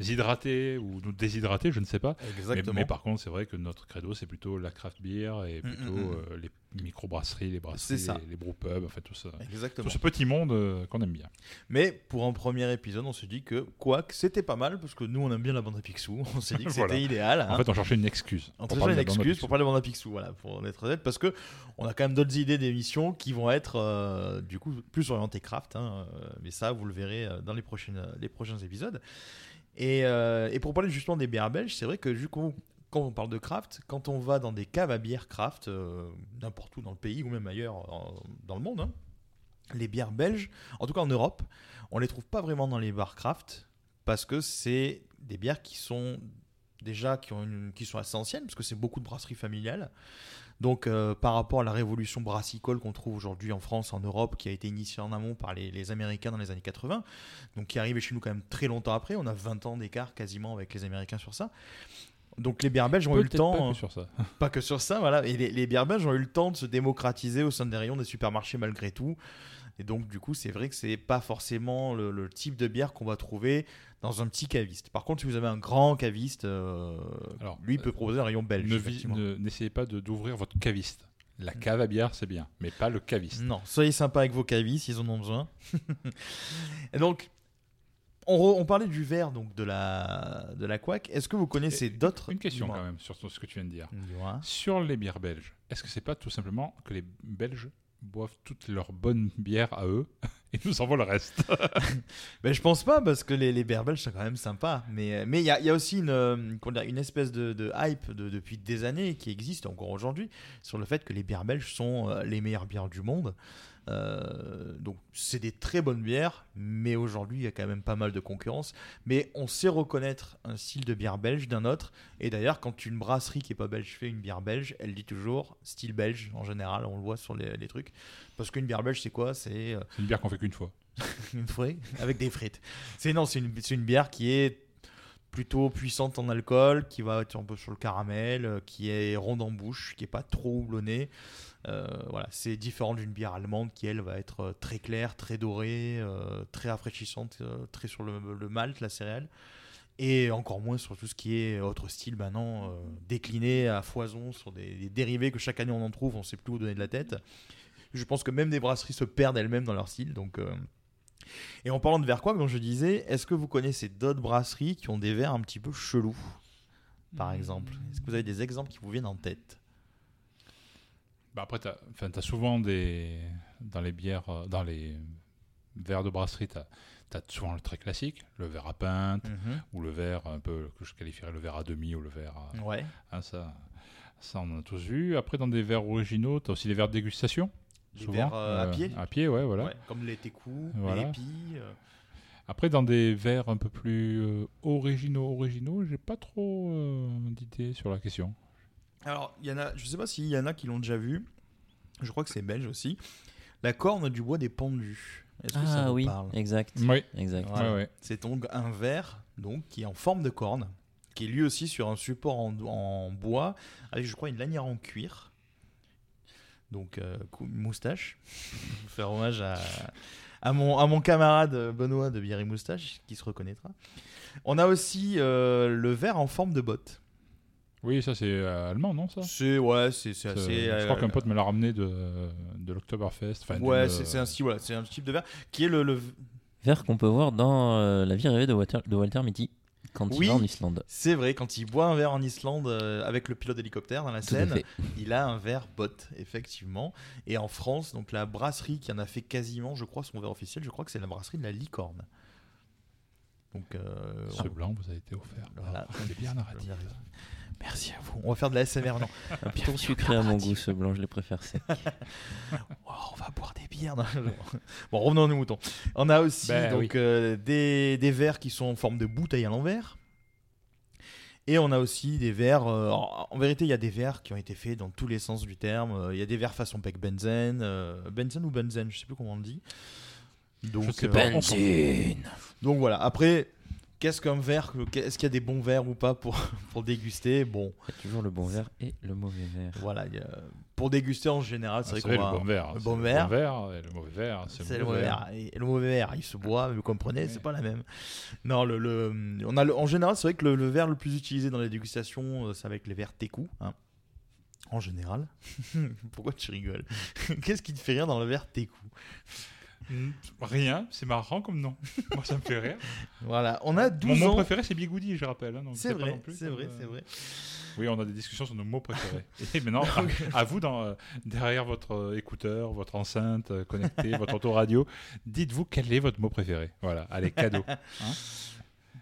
Speaker 7: hydrater ou nous déshydrater, je ne sais pas.
Speaker 6: Exactement.
Speaker 7: Mais, mais par contre, c'est vrai que notre credo, c'est plutôt la craft beer
Speaker 6: Mm,
Speaker 7: et plutôt
Speaker 6: mm, mm.
Speaker 7: euh, les microbrasseries, les brasseries,
Speaker 6: ça.
Speaker 7: les, les brewpubs, en fait, tout ça.
Speaker 6: Exactement.
Speaker 7: Tout ce petit monde euh, qu'on aime bien.
Speaker 6: Mais pour un premier épisode, on s'est dit que quoique c'était pas mal parce que nous on aime bien la bande à Picsou, on s'est dit que
Speaker 7: Voilà.
Speaker 6: c'était idéal.
Speaker 7: En
Speaker 6: hein.
Speaker 7: fait, on cherchait une excuse
Speaker 6: On
Speaker 7: pour
Speaker 6: cherchait
Speaker 7: parler
Speaker 6: une
Speaker 7: de la bande à
Speaker 6: excuse
Speaker 7: Picsou.
Speaker 6: pour parler de la bande à Picsou, voilà, pour en être honnête, parce que on a quand même d'autres idées d'émissions qui vont être euh, du coup plus orientées craft, hein, euh, mais ça vous le verrez euh, dans les prochaines les prochains épisodes. Et, euh, et pour parler justement des bières belges, c'est vrai que du coup quand on parle de craft, quand on va dans des caves à bière craft, euh, n'importe où dans le pays ou même ailleurs en- dans le monde, hein, les bières belges, en tout cas en Europe, on les trouve pas vraiment dans les bars craft parce que c'est des bières qui sont déjà qui, ont une- qui sont assez anciennes parce que c'est beaucoup de brasseries familiales. Donc euh, par rapport à la révolution brassicole qu'on trouve aujourd'hui en France, en Europe, qui a été initiée en amont par les, les Américains dans les années 80, donc qui est arrivée chez nous quand même très longtemps après, on a 20 ans d'écart quasiment avec les Américains sur ça. Donc les bières belges ont eu le temps. hein.
Speaker 7: Pas que sur ça.
Speaker 6: pas que sur ça, voilà. Et les, les bières belges ont eu le temps de se démocratiser au sein des rayons des supermarchés malgré tout. Et donc, du coup, c'est vrai que c'est pas forcément le, le type de bière qu'on va trouver dans un petit caviste. Par contre, si vous avez un grand caviste, euh, Alors, lui peut proposer un rayon belge.
Speaker 7: N'essayez ne pas d'ouvrir votre caviste. La
Speaker 6: Mm.
Speaker 7: cave à bière, c'est bien, mais pas le caviste.
Speaker 6: Non, soyez sympa avec vos cavistes, ils en ont besoin. Et donc, on, re, on, parlait du verre, donc de la, de la couac. Est-ce que vous connaissez d'autres
Speaker 7: Eh, Une question quand même sur ce que tu viens de dire. Sur les bières belges, est-ce que c'est pas tout simplement que les Belges boivent toutes leurs bonnes bières à eux et nous envoient le reste.
Speaker 6: ben, je pense pas parce que les, les bières belges sont quand même sympas. Mais il mais y, a, y a aussi une, euh, une espèce de, de hype de, depuis des années qui existe encore aujourd'hui sur le fait que les bières belges sont euh, les meilleures bières du monde. Euh, donc c'est des très bonnes bières, mais aujourd'hui il y a quand même pas mal de concurrence. Mais on sait reconnaître un style de bière belge d'un autre. Et d'ailleurs, quand une brasserie qui est pas belge fait une bière belge, elle dit toujours style belge en général. On le voit sur les, les trucs. Parce qu'une bière belge, c'est quoi C'est euh...
Speaker 7: une bière qu'on fait qu'une fois.
Speaker 6: une fois avec des frites. C'est non, c'est une, une bière qui est plutôt puissante en alcool, qui va être un peu sur le caramel, euh, qui est ronde en bouche, qui est pas trop houblonnée. Euh, voilà, c'est différent d'une bière allemande qui elle va être euh, très claire, très dorée, euh, très rafraîchissante, euh, très sur le, le, malt, la céréale, et encore moins sur tout ce qui est autre style maintenant décliné à foison sur des, des, dérivés que chaque année on en trouve, on sait plus où donner de la tête. Je pense que même des brasseries se perdent elles-mêmes dans leur style, donc. euh, Et en parlant de verre quoi, dont je disais, est-ce que vous connaissez d'autres brasseries qui ont des verres un petit peu chelous, par exemple Est-ce que vous avez des exemples qui vous viennent en tête
Speaker 7: bah Après, tu as, as, souvent des. Dans les bières, euh, dans les verres de brasserie, tu as, as, souvent le très classique, le verre à pinte, mm -hmm. ou le verre un peu, que je qualifierais le verre à demi, ou le verre à.
Speaker 6: Ouais.
Speaker 7: Hein, ça, ça, on en a tous vu. Après, dans des verres originaux, tu as aussi les verres de dégustation.
Speaker 6: Souvent, verres, euh, euh, à pied.
Speaker 7: À pied, ouais, voilà. Ouais,
Speaker 6: comme les técous, voilà. les épis. Euh...
Speaker 7: Après, dans des verres un peu plus euh, originaux, originaux, j'ai pas trop euh, d'idées sur la question.
Speaker 6: Alors, il y en a, je sais pas s'il y en a qui l'ont déjà vu. Je crois que c'est belge aussi. La corne du bois des pendus. Est-ce que
Speaker 8: ah,
Speaker 6: ça vous
Speaker 8: oui,
Speaker 6: parle Mm.
Speaker 8: exact.
Speaker 7: Oui,
Speaker 8: exact.
Speaker 7: Voilà. Ouais, ouais.
Speaker 6: C'est donc un verre donc qui est en forme de corne, qui est lui aussi sur un support en, en bois avec, je crois, une lanière en cuir donc euh, moustache. Faire hommage à, à, mon, à mon camarade euh, Benoît de Bière et Moustache qui se reconnaîtra. On a aussi euh, le verre en forme de botte.
Speaker 7: Oui, ça c'est euh, allemand, non ça
Speaker 6: C'est ouais, c'est assez. euh,
Speaker 7: je crois qu'un pote me l'a ramené de, de l'Oktoberfest.
Speaker 6: Ouais,
Speaker 7: euh,
Speaker 6: c'est un, voilà, un type de verre qui est le, le...
Speaker 8: verre qu'on peut voir dans euh, la vie rêvée de Walter, de Walter Mitty quand
Speaker 6: oui,
Speaker 8: il va en Islande.
Speaker 6: C'est vrai, quand il boit un verre en Islande euh, avec le pilote d'hélicoptère dans la
Speaker 8: Tout
Speaker 6: scène,
Speaker 8: fait.
Speaker 6: il a un verre bot, effectivement. Et en France, donc la brasserie qui en a fait quasiment, je crois, son verre officiel, je crois que c'est la brasserie de la licorne.
Speaker 7: Donc, euh, Ce on... blanc vous a été offert. Voilà. C'est bien Ah, narratif.
Speaker 6: Merci à vous. On va faire de la SMR, non
Speaker 8: Un peu sucré à mon goût, ce blanc, je les préfère sec.
Speaker 6: wow, Oh, on va boire des bières. bon, revenons à nos moutons. On a aussi
Speaker 7: ben,
Speaker 6: donc,
Speaker 7: oui.
Speaker 6: euh, des, des verres qui sont en forme de bouteille à l'envers. Et on a aussi des verres. Euh, en vérité, il y a des verres qui ont été faits dans tous les sens du terme. Euh, Il y a des verres façon Peck Benzen, euh, Benzen ou Benzen, je sais plus comment on dit. euh,
Speaker 8: Donc, je Benzen.
Speaker 6: Donc voilà. Après, qu'est-ce qu'un verre Est-ce qu'il y a des bons verres ou pas pour, pour déguster Bon.
Speaker 8: Il y a toujours le bon verre et le mauvais verre.
Speaker 6: Voilà. A, pour déguster en général, c'est ah, vrai qu'on
Speaker 7: le, bon verre,
Speaker 6: le bon
Speaker 7: verre. Le bon verre et le mauvais verre.
Speaker 6: C'est le, mauvais verre. Et le mauvais verre, il se boit, vous comprenez, ouais. c'est pas la même. Non, le, le on a en général, c'est vrai que le, verre le plus utilisé dans les dégustations, euh, c'est avec les verres Técou. Hein. En général. Pourquoi tu rigoles Qu'est-ce qui te fait rire dans le verre Técou
Speaker 7: Mm. Rien, c'est marrant comme nom. Moi, ça me fait rire.
Speaker 6: Voilà, on a 12
Speaker 7: Mon
Speaker 6: ans.
Speaker 7: mot préféré, c'est Bigoudi, je rappelle. Hein,
Speaker 6: c'est vrai, c'est vrai,
Speaker 7: euh,
Speaker 6: c'est vrai.
Speaker 7: Oui, on a des discussions sur nos mots préférés. Et maintenant, à, à, vous, dans, euh, derrière votre euh, écouteur, votre enceinte euh, connectée, votre autoradio, dites-vous quel est votre mot préféré. Voilà, allez, cadeau. Hein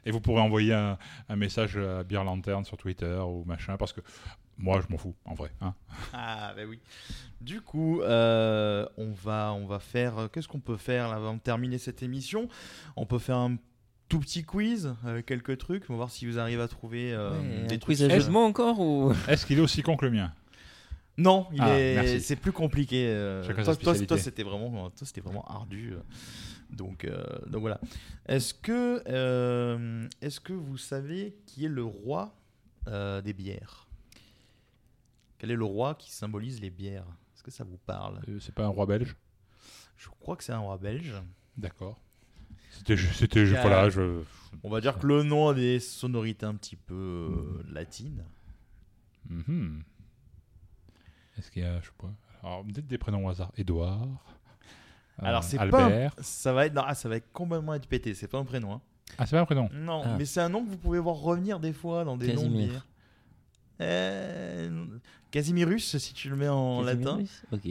Speaker 7: et vous pourrez envoyer un, un message à Bière Lanterne sur Twitter ou machin, parce que moi, je m'en fous, en vrai. Hein
Speaker 6: ah, bah oui. Du coup, euh, on, va, on va faire. euh, Qu'est-ce qu'on peut faire là avant de terminer cette émission On peut faire un tout petit quiz, euh, quelques trucs. On va voir si vous arrivez à trouver euh,
Speaker 8: ouais,
Speaker 6: des
Speaker 8: un trucs. Quiz à jugement encore ou...
Speaker 7: Est-ce qu'il est aussi con que le mien
Speaker 6: non, il ah, est, c'est plus compliqué. euh, toi, toi, toi c'était vraiment, c'était vraiment ardu. euh. Donc, euh, donc euh, voilà. Est-ce que, est-ce que vous savez qui est le roi euh, des bières. Quel est le roi qui symbolise les bières Est-ce que ça vous parle
Speaker 7: Euh, C'est pas un roi belge
Speaker 6: Je crois que c'est un roi belge.
Speaker 7: D'accord. C'était ju- c'était ju-
Speaker 6: Euh,
Speaker 7: voilà, je
Speaker 6: On va dire que le nom a des sonorités un petit peu euh, latines.
Speaker 7: Mhm. Est-ce qu'il y a je sais pas. Alors peut-être des prénoms au hasard. Édouard. euh,
Speaker 6: Alors c'est pas un-
Speaker 7: Albert.
Speaker 6: ça va être non, ah, ça va être complètement être pété, c'est pas un prénom. hein.
Speaker 7: Ah c'est pas un prénom.
Speaker 6: Non,
Speaker 7: Ah.
Speaker 6: mais c'est un nom que vous pouvez voir revenir des fois dans des noms de
Speaker 8: Casimir.
Speaker 6: bières. Euh, Casimirus si tu le mets en latin.
Speaker 8: Casimirus Ok.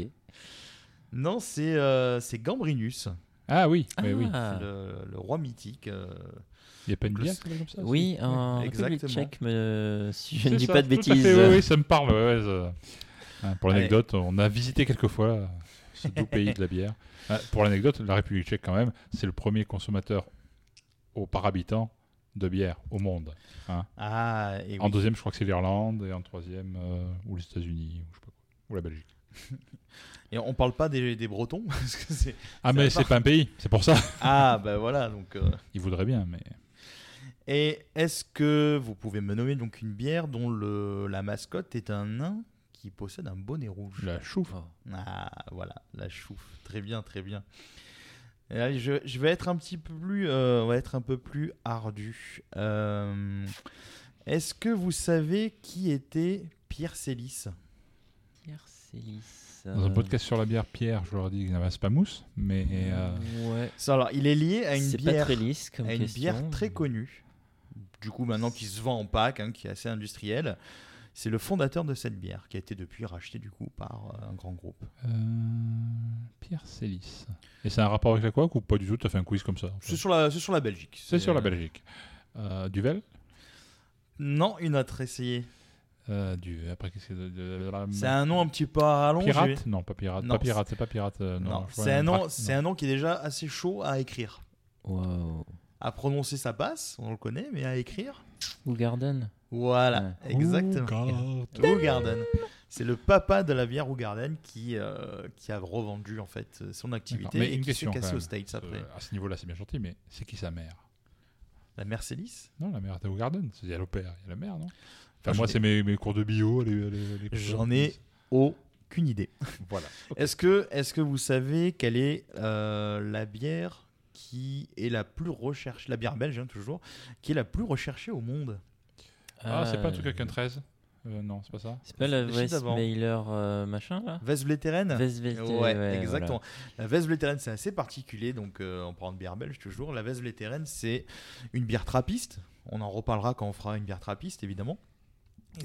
Speaker 6: Non, c'est euh, c'est Gambrinus.
Speaker 7: Ah oui,
Speaker 8: mais oui.
Speaker 6: Le, le roi mythique. euh,
Speaker 7: Il y a pas une
Speaker 6: donc le-
Speaker 7: bière qui s'appelle comme ça
Speaker 8: Oui, en République
Speaker 6: exactement.
Speaker 8: tchèque, mais, euh, si je ne
Speaker 7: C'est
Speaker 8: dis
Speaker 7: ça,
Speaker 8: pas de
Speaker 7: tout à fait,
Speaker 8: bêtises. Ah
Speaker 7: oui, oui, ça me parle. ouais, ouais, ça- Hein, Pour
Speaker 6: Allez.
Speaker 7: l'anecdote, on a visité quelques fois là, ce doux pays de la bière. Ah, Pour l'anecdote, la République tchèque, quand même, c'est le premier consommateur au par habitant de bière au monde. hein.
Speaker 6: Ah, et
Speaker 7: en
Speaker 6: oui.
Speaker 7: deuxième, je crois que c'est l'Irlande, et en troisième, euh, ou les États-Unis, ou, je sais pas quoi, ou la Belgique.
Speaker 6: Et on parle pas des, des Bretons parce que c'est.
Speaker 7: Ah, mais
Speaker 6: à
Speaker 7: c'est
Speaker 6: part.
Speaker 7: pas un pays, c'est pour ça.
Speaker 6: Ah bah voilà donc. euh,
Speaker 7: Ils voudraient bien, mais.
Speaker 6: Et est-ce que vous pouvez me nommer donc une bière dont le, la mascotte est un nain qui possède un bonnet rouge
Speaker 7: La chouffe.
Speaker 8: Oh,
Speaker 6: Ah, voilà, la chouffe. Très bien, très bien. Et là, je, je vais être un petit peu plus, euh, on va être un peu plus ardu. Euh, est-ce que vous savez qui était Pierre Célis
Speaker 8: Pierre Célis.
Speaker 7: Dans un podcast sur la bière, Pierre, je leur ai dit qu'il n'avance pas mousse, mais. euh,
Speaker 8: Ouais.
Speaker 6: Ça, alors, il est lié à une
Speaker 8: C'est pas
Speaker 6: bière,
Speaker 8: très lisse comme
Speaker 6: à une
Speaker 8: question,
Speaker 6: bière
Speaker 8: mais-
Speaker 6: très connue. Du coup, maintenant qui se vend en pack, hein, qui est assez industriel, c'est le fondateur de cette bière qui a été depuis racheté du coup par euh, un grand groupe.
Speaker 7: euh, Pierre Célis. Et c'est un rapport avec la coque ou pas du tout T'as fait un quiz comme ça en fait.
Speaker 6: C'est sur la, c'est sur la Belgique.
Speaker 7: C'est sur la Belgique. Euh, Duvel
Speaker 6: euh, Non, une autre essayée.
Speaker 7: Euh, du, après, qu'est-ce que de- de- de- la-
Speaker 6: C'est un nom un petit peu à rallonge.
Speaker 7: Hmm. Pirate Non, pas pirate.
Speaker 6: Non,
Speaker 7: pas pirate, c'est pas pirate. euh, non,
Speaker 6: Non,
Speaker 7: je vois
Speaker 6: c'est
Speaker 7: une
Speaker 6: un nom,
Speaker 7: marque,
Speaker 6: c'est un nom qui est déjà assez chaud à écrire.
Speaker 8: Wow.
Speaker 6: À prononcer, ça passe, on le connaît, mais à écrire.
Speaker 8: Ou Garden.
Speaker 6: Voilà,
Speaker 8: Ouais.
Speaker 6: exactement. Garden. C'est le papa de la bière Rougarden qui, euh, qui a revendu en fait son
Speaker 7: D'accord,
Speaker 6: activité
Speaker 7: mais
Speaker 6: et
Speaker 7: une
Speaker 6: qui s'est
Speaker 7: question.
Speaker 6: cassé
Speaker 7: quand
Speaker 6: aux
Speaker 7: même.
Speaker 6: States après.
Speaker 7: Euh, à ce niveau-là, c'est bien gentil, mais c'est qui sa mère
Speaker 6: La Mercedes
Speaker 7: Non, la mère était au Garden. Il y a le père, il y a la mère, non Enfin,
Speaker 6: Moi,
Speaker 7: moi,
Speaker 6: j'en ai-
Speaker 7: c'est mes, mes cours de bio. les- les- les-
Speaker 6: J'en ai aucune idée.
Speaker 7: Voilà.
Speaker 6: Est-ce que, est que vous savez quelle est euh, la bière qui est la plus recherchée, la bière belge hein, toujours, qui est la plus recherchée au monde
Speaker 7: Ah, c'est pas un
Speaker 8: Euh,
Speaker 7: truc avec un 13 Euh, Non, c'est pas ça.
Speaker 8: C'est pas la
Speaker 6: Le chiffre d'avant.
Speaker 8: Weissmailer euh, machin là
Speaker 6: Vesvleteren
Speaker 8: Vesvleteren,
Speaker 6: Ouais,
Speaker 8: euh, ouais,
Speaker 6: exactement. La Vesvleteren, c'est assez particulier, donc euh, on prend une bière belge toujours. La Vesvleteren, c'est une bière trappiste. On en reparlera quand on fera une bière trappiste, évidemment.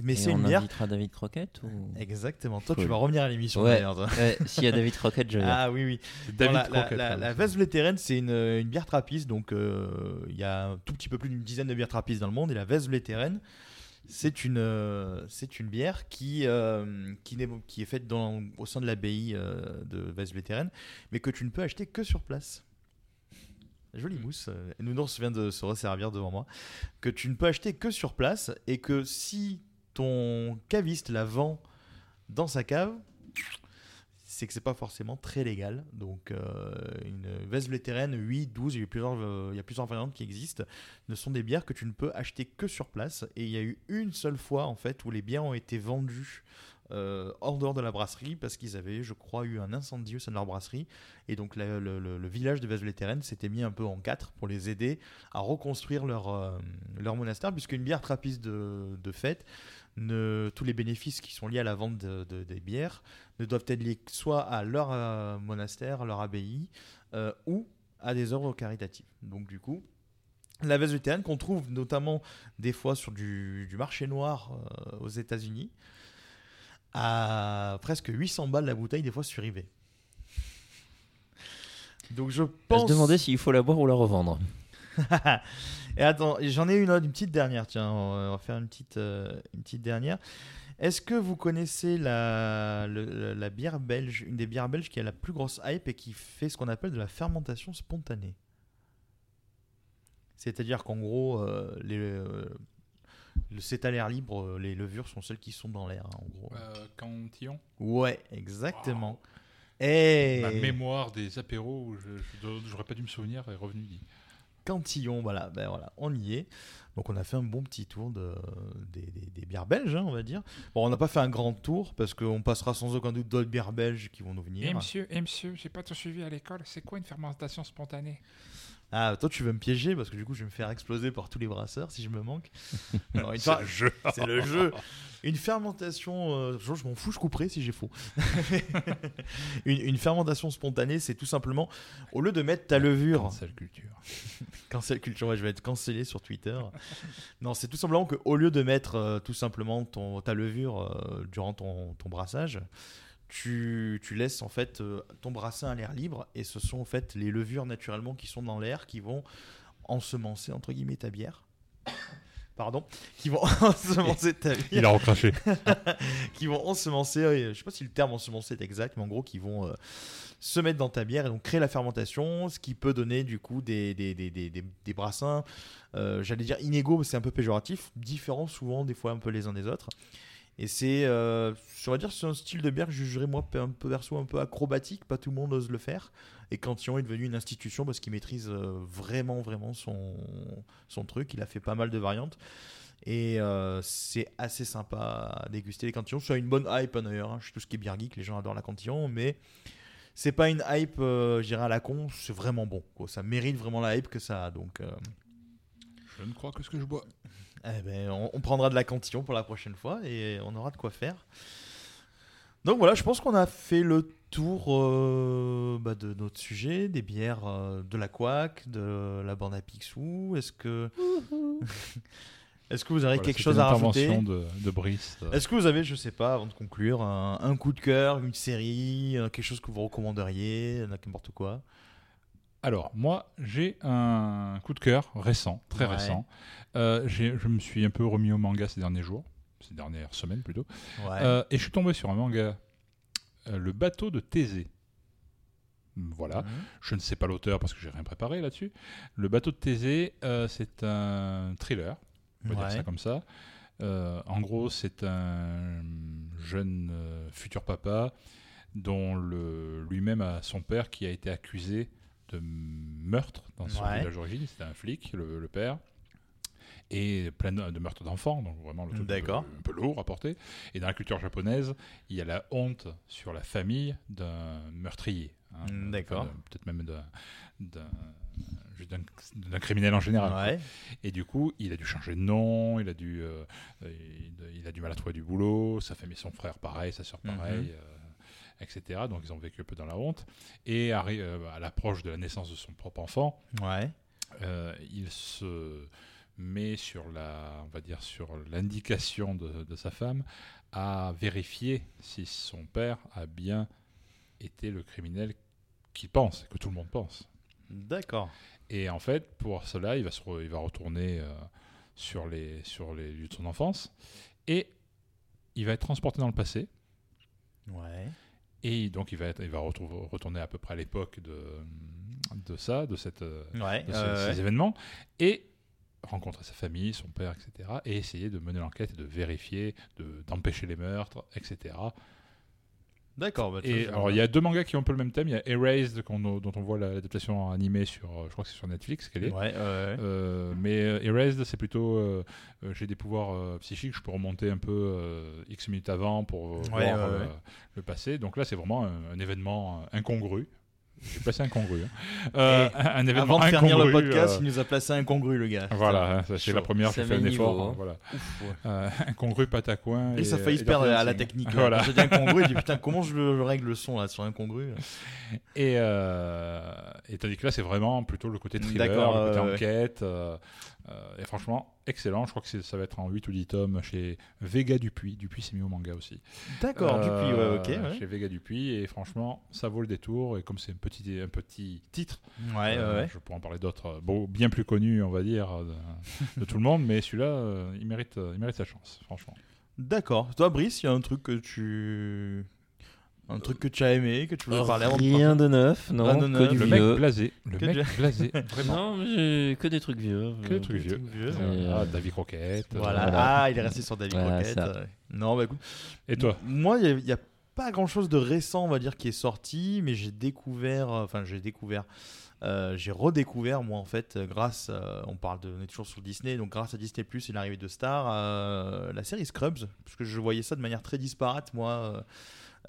Speaker 6: Mais
Speaker 8: Et
Speaker 6: c'est
Speaker 8: on
Speaker 6: une bière.
Speaker 8: invitera David Croquette ou...
Speaker 6: Exactement. Toi, tu
Speaker 8: Cool.
Speaker 6: vas revenir à l'émission
Speaker 8: Ouais,
Speaker 6: d'ailleurs, toi.
Speaker 8: ouais, Euh, s'il y a David Croquette, je viens.
Speaker 6: Ah oui, oui.
Speaker 7: C'est
Speaker 6: Non,
Speaker 7: David
Speaker 6: la- la-
Speaker 7: Croquette,
Speaker 6: La,
Speaker 7: pardon.
Speaker 6: la Vesvleteren, c'est une, une bière trappiste, donc euh, il y a un tout petit peu plus d'une dizaine de bières trappistes dans le monde. Et la Vesvleteren, c'est une, euh, c'est une bière qui, euh, qui, n'est- qui est faite dans, au sein de l'abbaye euh, de Vesvleteren, mais que tu ne peux acheter que sur place. Jolie mousse. euh, Nounours vient de se resservir devant moi. Que tu ne peux acheter que sur place et que si ton caviste la vend dans sa cave, c'est que c'est pas forcément très légal. Donc, euh, une Vesvleteren 8, 12, il y, a eu plusieurs, euh, il y a plusieurs variantes qui existent, ne sont des bières que tu ne peux acheter que sur place. Et il y a eu une seule fois, en fait, où les bières ont été vendues euh, hors dehors de la brasserie parce qu'ils avaient, je crois, eu un incendie au sein de leur brasserie. Et donc, la- le, le- le village de Vesvleteren s'était mis un peu en quatre pour les aider à reconstruire leur, euh, leur monastère, puisqu'une bière trappiste de, de fête, ne, tous les bénéfices qui sont liés à la vente de- de- des bières ne doivent être liés que soit à leur euh, monastère, à leur abbaye, euh, ou à des œuvres caritatives. Donc du coup, la Vesvleteren qu'on trouve notamment des fois sur du, du marché noir euh, aux États-Unis, à presque 800 balles la bouteille, des fois sur eBay. Donc je
Speaker 8: On va
Speaker 6: pense...
Speaker 8: se demander s'il faut la boire ou la revendre.
Speaker 6: Et attends, j'en ai une autre, une petite dernière. Tiens, on va- on va faire une petite, euh, une petite dernière. Est-ce que vous connaissez la, le- le- la bière belge, une des bières belges qui a la plus grosse hype et qui fait ce qu'on appelle de la fermentation spontanée C'est-à-dire qu'en gros, euh, les, euh, le- c'est à l'air libre, euh, les levures sont celles qui sont dans l'air, hein, en gros.
Speaker 7: Euh, Cantillon
Speaker 6: Ouais, exactement. Eh Et
Speaker 7: Ma mémoire des apéros, où je- je- j'aurais pas dû me souvenir, est revenue.
Speaker 6: Cantillon. Voilà, ben voilà, on y est. Donc on a fait un bon petit tour de, des, des- des bières belges, hein, on va dire. Bon, on n'a pas fait un grand tour parce qu'on passera sans aucun doute d'autres bières belges qui vont nous venir.
Speaker 3: Eh monsieur, eh monsieur, j'ai pas tout suivi à l'école. C'est quoi une fermentation spontanée
Speaker 6: Ah, toi, tu veux me piéger parce que du coup, je vais me faire exploser par tous les brasseurs si je me manque. Alors, une
Speaker 7: C'est
Speaker 6: fer-
Speaker 7: le jeu.
Speaker 6: C'est le jeu. Une fermentation, euh, je je m'en fous, je couperai si j'ai faux. une, une fermentation spontanée, c'est tout simplement au lieu de mettre ta levure.
Speaker 7: Cancel culture.
Speaker 6: Cancel culture, ouais, je vais être cancellé sur Twitter. non, c'est tout simplement que au lieu de mettre euh, tout simplement ton, ta levure euh, durant ton, ton brassage, tu, tu laisses en fait euh, ton brassin à l'air libre et ce sont en fait les levures naturellement qui sont dans l'air qui vont ensemencer entre guillemets ta bière. Pardon, qui vont ensemencer ta bière.
Speaker 7: Il a recraché.
Speaker 6: qui vont ensemencer, euh, je sais pas si le terme ensemencer est exact, mais en gros, qui vont euh, se mettre dans ta bière et donc créer la fermentation, ce qui peut donner du coup des, des, des, des, des- des brassins, euh, j'allais dire inégaux, mais c'est un peu péjoratif, différents souvent, des fois un peu les uns des autres. Et c'est, euh, je va dire, c'est un style de bière que je jugerais moi un peu verso, un peu acrobatique, pas tout le monde ose le faire. Et Cantillon est devenu une institution parce qu'il maîtrise euh, vraiment, vraiment son, son truc. Il a fait pas mal de variantes. Et euh, c'est assez sympa à déguster les cantillons. C'est une bonne hype hein, d'ailleurs. hein. Je suis tout ce qui est bière geek, les gens adorent la cantillon, mais c'est pas une hype, euh, je dirais à la con. C'est vraiment bon. quoi. Ça mérite vraiment la hype que ça a. Donc, euh,
Speaker 7: Je ne crois que ce que je bois.
Speaker 6: eh ben, on, on prendra de la cantillon pour la prochaine fois et on aura de quoi faire. Donc voilà, je pense qu'on a fait le tour euh, bah, de notre sujet, des bières euh, de la couac, de la bande à Picsou. Est-ce que, est-ce que vous avez
Speaker 7: Voilà,
Speaker 6: quelque
Speaker 7: c'était
Speaker 6: chose à rajouter
Speaker 7: l'intervention de- de Brice.
Speaker 6: Est-ce que vous avez, je sais pas, avant de conclure, un, un coup de cœur, une série, euh, quelque chose que vous recommanderiez, euh, n'importe quoi
Speaker 7: Alors, moi, j'ai un coup de cœur récent, très
Speaker 6: Ouais.
Speaker 7: récent. Euh, j'ai- je me suis un peu remis au manga ces derniers jours, ces dernières semaines plutôt.
Speaker 6: Ouais.
Speaker 7: Euh, et je suis tombé sur un manga, euh, Le bateau de Thésée. Voilà.
Speaker 6: Mhm.
Speaker 7: Je ne sais pas l'auteur parce que j'ai rien préparé là-dessus. Le bateau de Thésée, euh, c'est un thriller. On va
Speaker 6: Ouais.
Speaker 7: dire ça comme ça. Euh, en gros, c'est un jeune euh, futur papa dont le- lui-même a son père qui a été accusé de meurtre dans son
Speaker 6: Ouais.
Speaker 7: village d'origine. C'était un flic, le- le père et plein de de meurtres d'enfants, donc vraiment le truc un peu, un peu lourd à porter. Et dans la culture japonaise, il y a la honte sur la famille d'un meurtrier. hein,
Speaker 6: D'accord.
Speaker 7: enfin, d'un- Peut-être même d'un- d'un juste d'un- d'un criminel en général. quoi.
Speaker 6: Ouais.
Speaker 7: Et du coup, il a dû changer de nom, il a dû, euh, euh, il, il a du mal à trouver du boulot, sa famille, son frère pareil, sa soeur pareil.
Speaker 6: Mhm.
Speaker 7: euh, etc. Donc ils ont vécu un peu dans la honte. Et arri- euh, à l'approche de la naissance de son propre enfant,
Speaker 6: Ouais.
Speaker 7: euh, il se met sur la, on va dire sur l'indication de, de sa femme à vérifier si son père a bien été le criminel qu'il pense, que tout le monde pense.
Speaker 6: D'accord.
Speaker 7: Et en fait, pour cela, il va se re- il va retourner euh, sur les sur les lieux de son enfance et il va être transporté dans le passé.
Speaker 6: Ouais.
Speaker 7: Et donc il va, être- il va retrouver- retourner à peu près à l'époque de, de ça, de, cette, euh,
Speaker 6: Ouais,
Speaker 7: de ce-
Speaker 6: ouais, ouais.
Speaker 7: ces événements, et rencontrer sa famille, son père, etc. Et essayer de mener l'enquête et de vérifier, de- d'empêcher les meurtres, etc.
Speaker 6: D'accord. bah, tu
Speaker 7: Et
Speaker 6: vois,
Speaker 7: alors, il y a deux mangas qui ont un peu le même thème. Il y a Erased, qu'on- dont on voit la- l'adaptation animée sur, euh, je crois que c'est sur Netflix qu'elle est.
Speaker 6: Ouais, ouais, ouais.
Speaker 7: Euh, mais euh, Erased, c'est plutôt, euh, euh, j'ai des pouvoirs euh, psychiques, je peux remonter un peu euh, X minutes avant pour euh,
Speaker 6: Ouais,
Speaker 7: voir
Speaker 6: ouais,
Speaker 7: euh,
Speaker 6: ouais.
Speaker 7: le passé. Donc là, c'est vraiment un, un événement euh, incongru. J'ai placé incongru. hein. Euh, un, un événement
Speaker 6: Avant de faire venir le
Speaker 7: incongru,
Speaker 6: podcast,
Speaker 7: euh,
Speaker 6: il nous a placé incongru, le gars.
Speaker 7: Voilà, hein,
Speaker 6: Putain,
Speaker 7: ça, c'est
Speaker 6: chaud.
Speaker 7: la première, j'ai fait un effort. hein, voilà.
Speaker 6: Ouf, ouais.
Speaker 7: Euh, incongru, patacoin.
Speaker 6: Et, ça a failli se perdre à la technique. hein. Voilà.
Speaker 7: Voilà.
Speaker 6: J'ai dit incongru, il dit putain, comment je, le- je règle le son là sur incongru
Speaker 7: Et, euh, et tandis que là, c'est vraiment plutôt le côté thriller,
Speaker 6: D'accord,
Speaker 7: le côté
Speaker 6: ouais, ouais.
Speaker 7: enquête. euh, euh, et franchement, excellent. Je crois que c'est- ça va être en 8 ou 10 tomes chez Vega Dupuis. Dupuis s'est mis au manga aussi. Euh,
Speaker 6: D'accord, Dupuis, ouais, ok, ouais.
Speaker 7: Chez Vega Dupuis. Et franchement, ça vaut le détour. Et comme c'est un petit, un petit titre,
Speaker 6: Ouais, ouais, ouais.
Speaker 7: je pourrais en parler d'autres, euh, bon, bien plus connus, on va dire, euh, de, de tout le monde. Mais celui-là, euh, il, mérite, euh, il mérite sa chance, franchement.
Speaker 6: D'accord. Toi, Brice, il y a un truc que tu. Un truc que tu as aimé, que tu voulais parler avant
Speaker 8: Rien de neuf, non.
Speaker 6: Rien de neuf.
Speaker 8: que du
Speaker 7: Le mec
Speaker 8: vieux.
Speaker 7: blasé, le
Speaker 6: Que
Speaker 7: mec
Speaker 6: du-
Speaker 7: blasé, vraiment.
Speaker 8: Non, mais j'ai que des trucs vieux.
Speaker 7: Que des
Speaker 8: euh,
Speaker 7: trucs vieux.
Speaker 8: Et,
Speaker 7: Ah,
Speaker 8: euh,
Speaker 7: David Croquette.
Speaker 6: Voilà. Ah, il est resté sur David
Speaker 8: Voilà,
Speaker 6: Croquette.
Speaker 8: ça.
Speaker 6: ouais. Non, bah écoute.
Speaker 7: Et toi
Speaker 6: Moi, il n'y a, pas grand chose de récent, on va dire, qui est sorti, mais euh, j'ai découvert. Enfin, j'ai découvert. Euh, j'ai redécouvert, moi, en fait, grâce. euh, on parle de. On est toujours sur Disney, donc grâce à Disney Plus et l'arrivée de Star, euh, la série Scrubs, parce que je voyais ça de manière très disparate, moi. euh,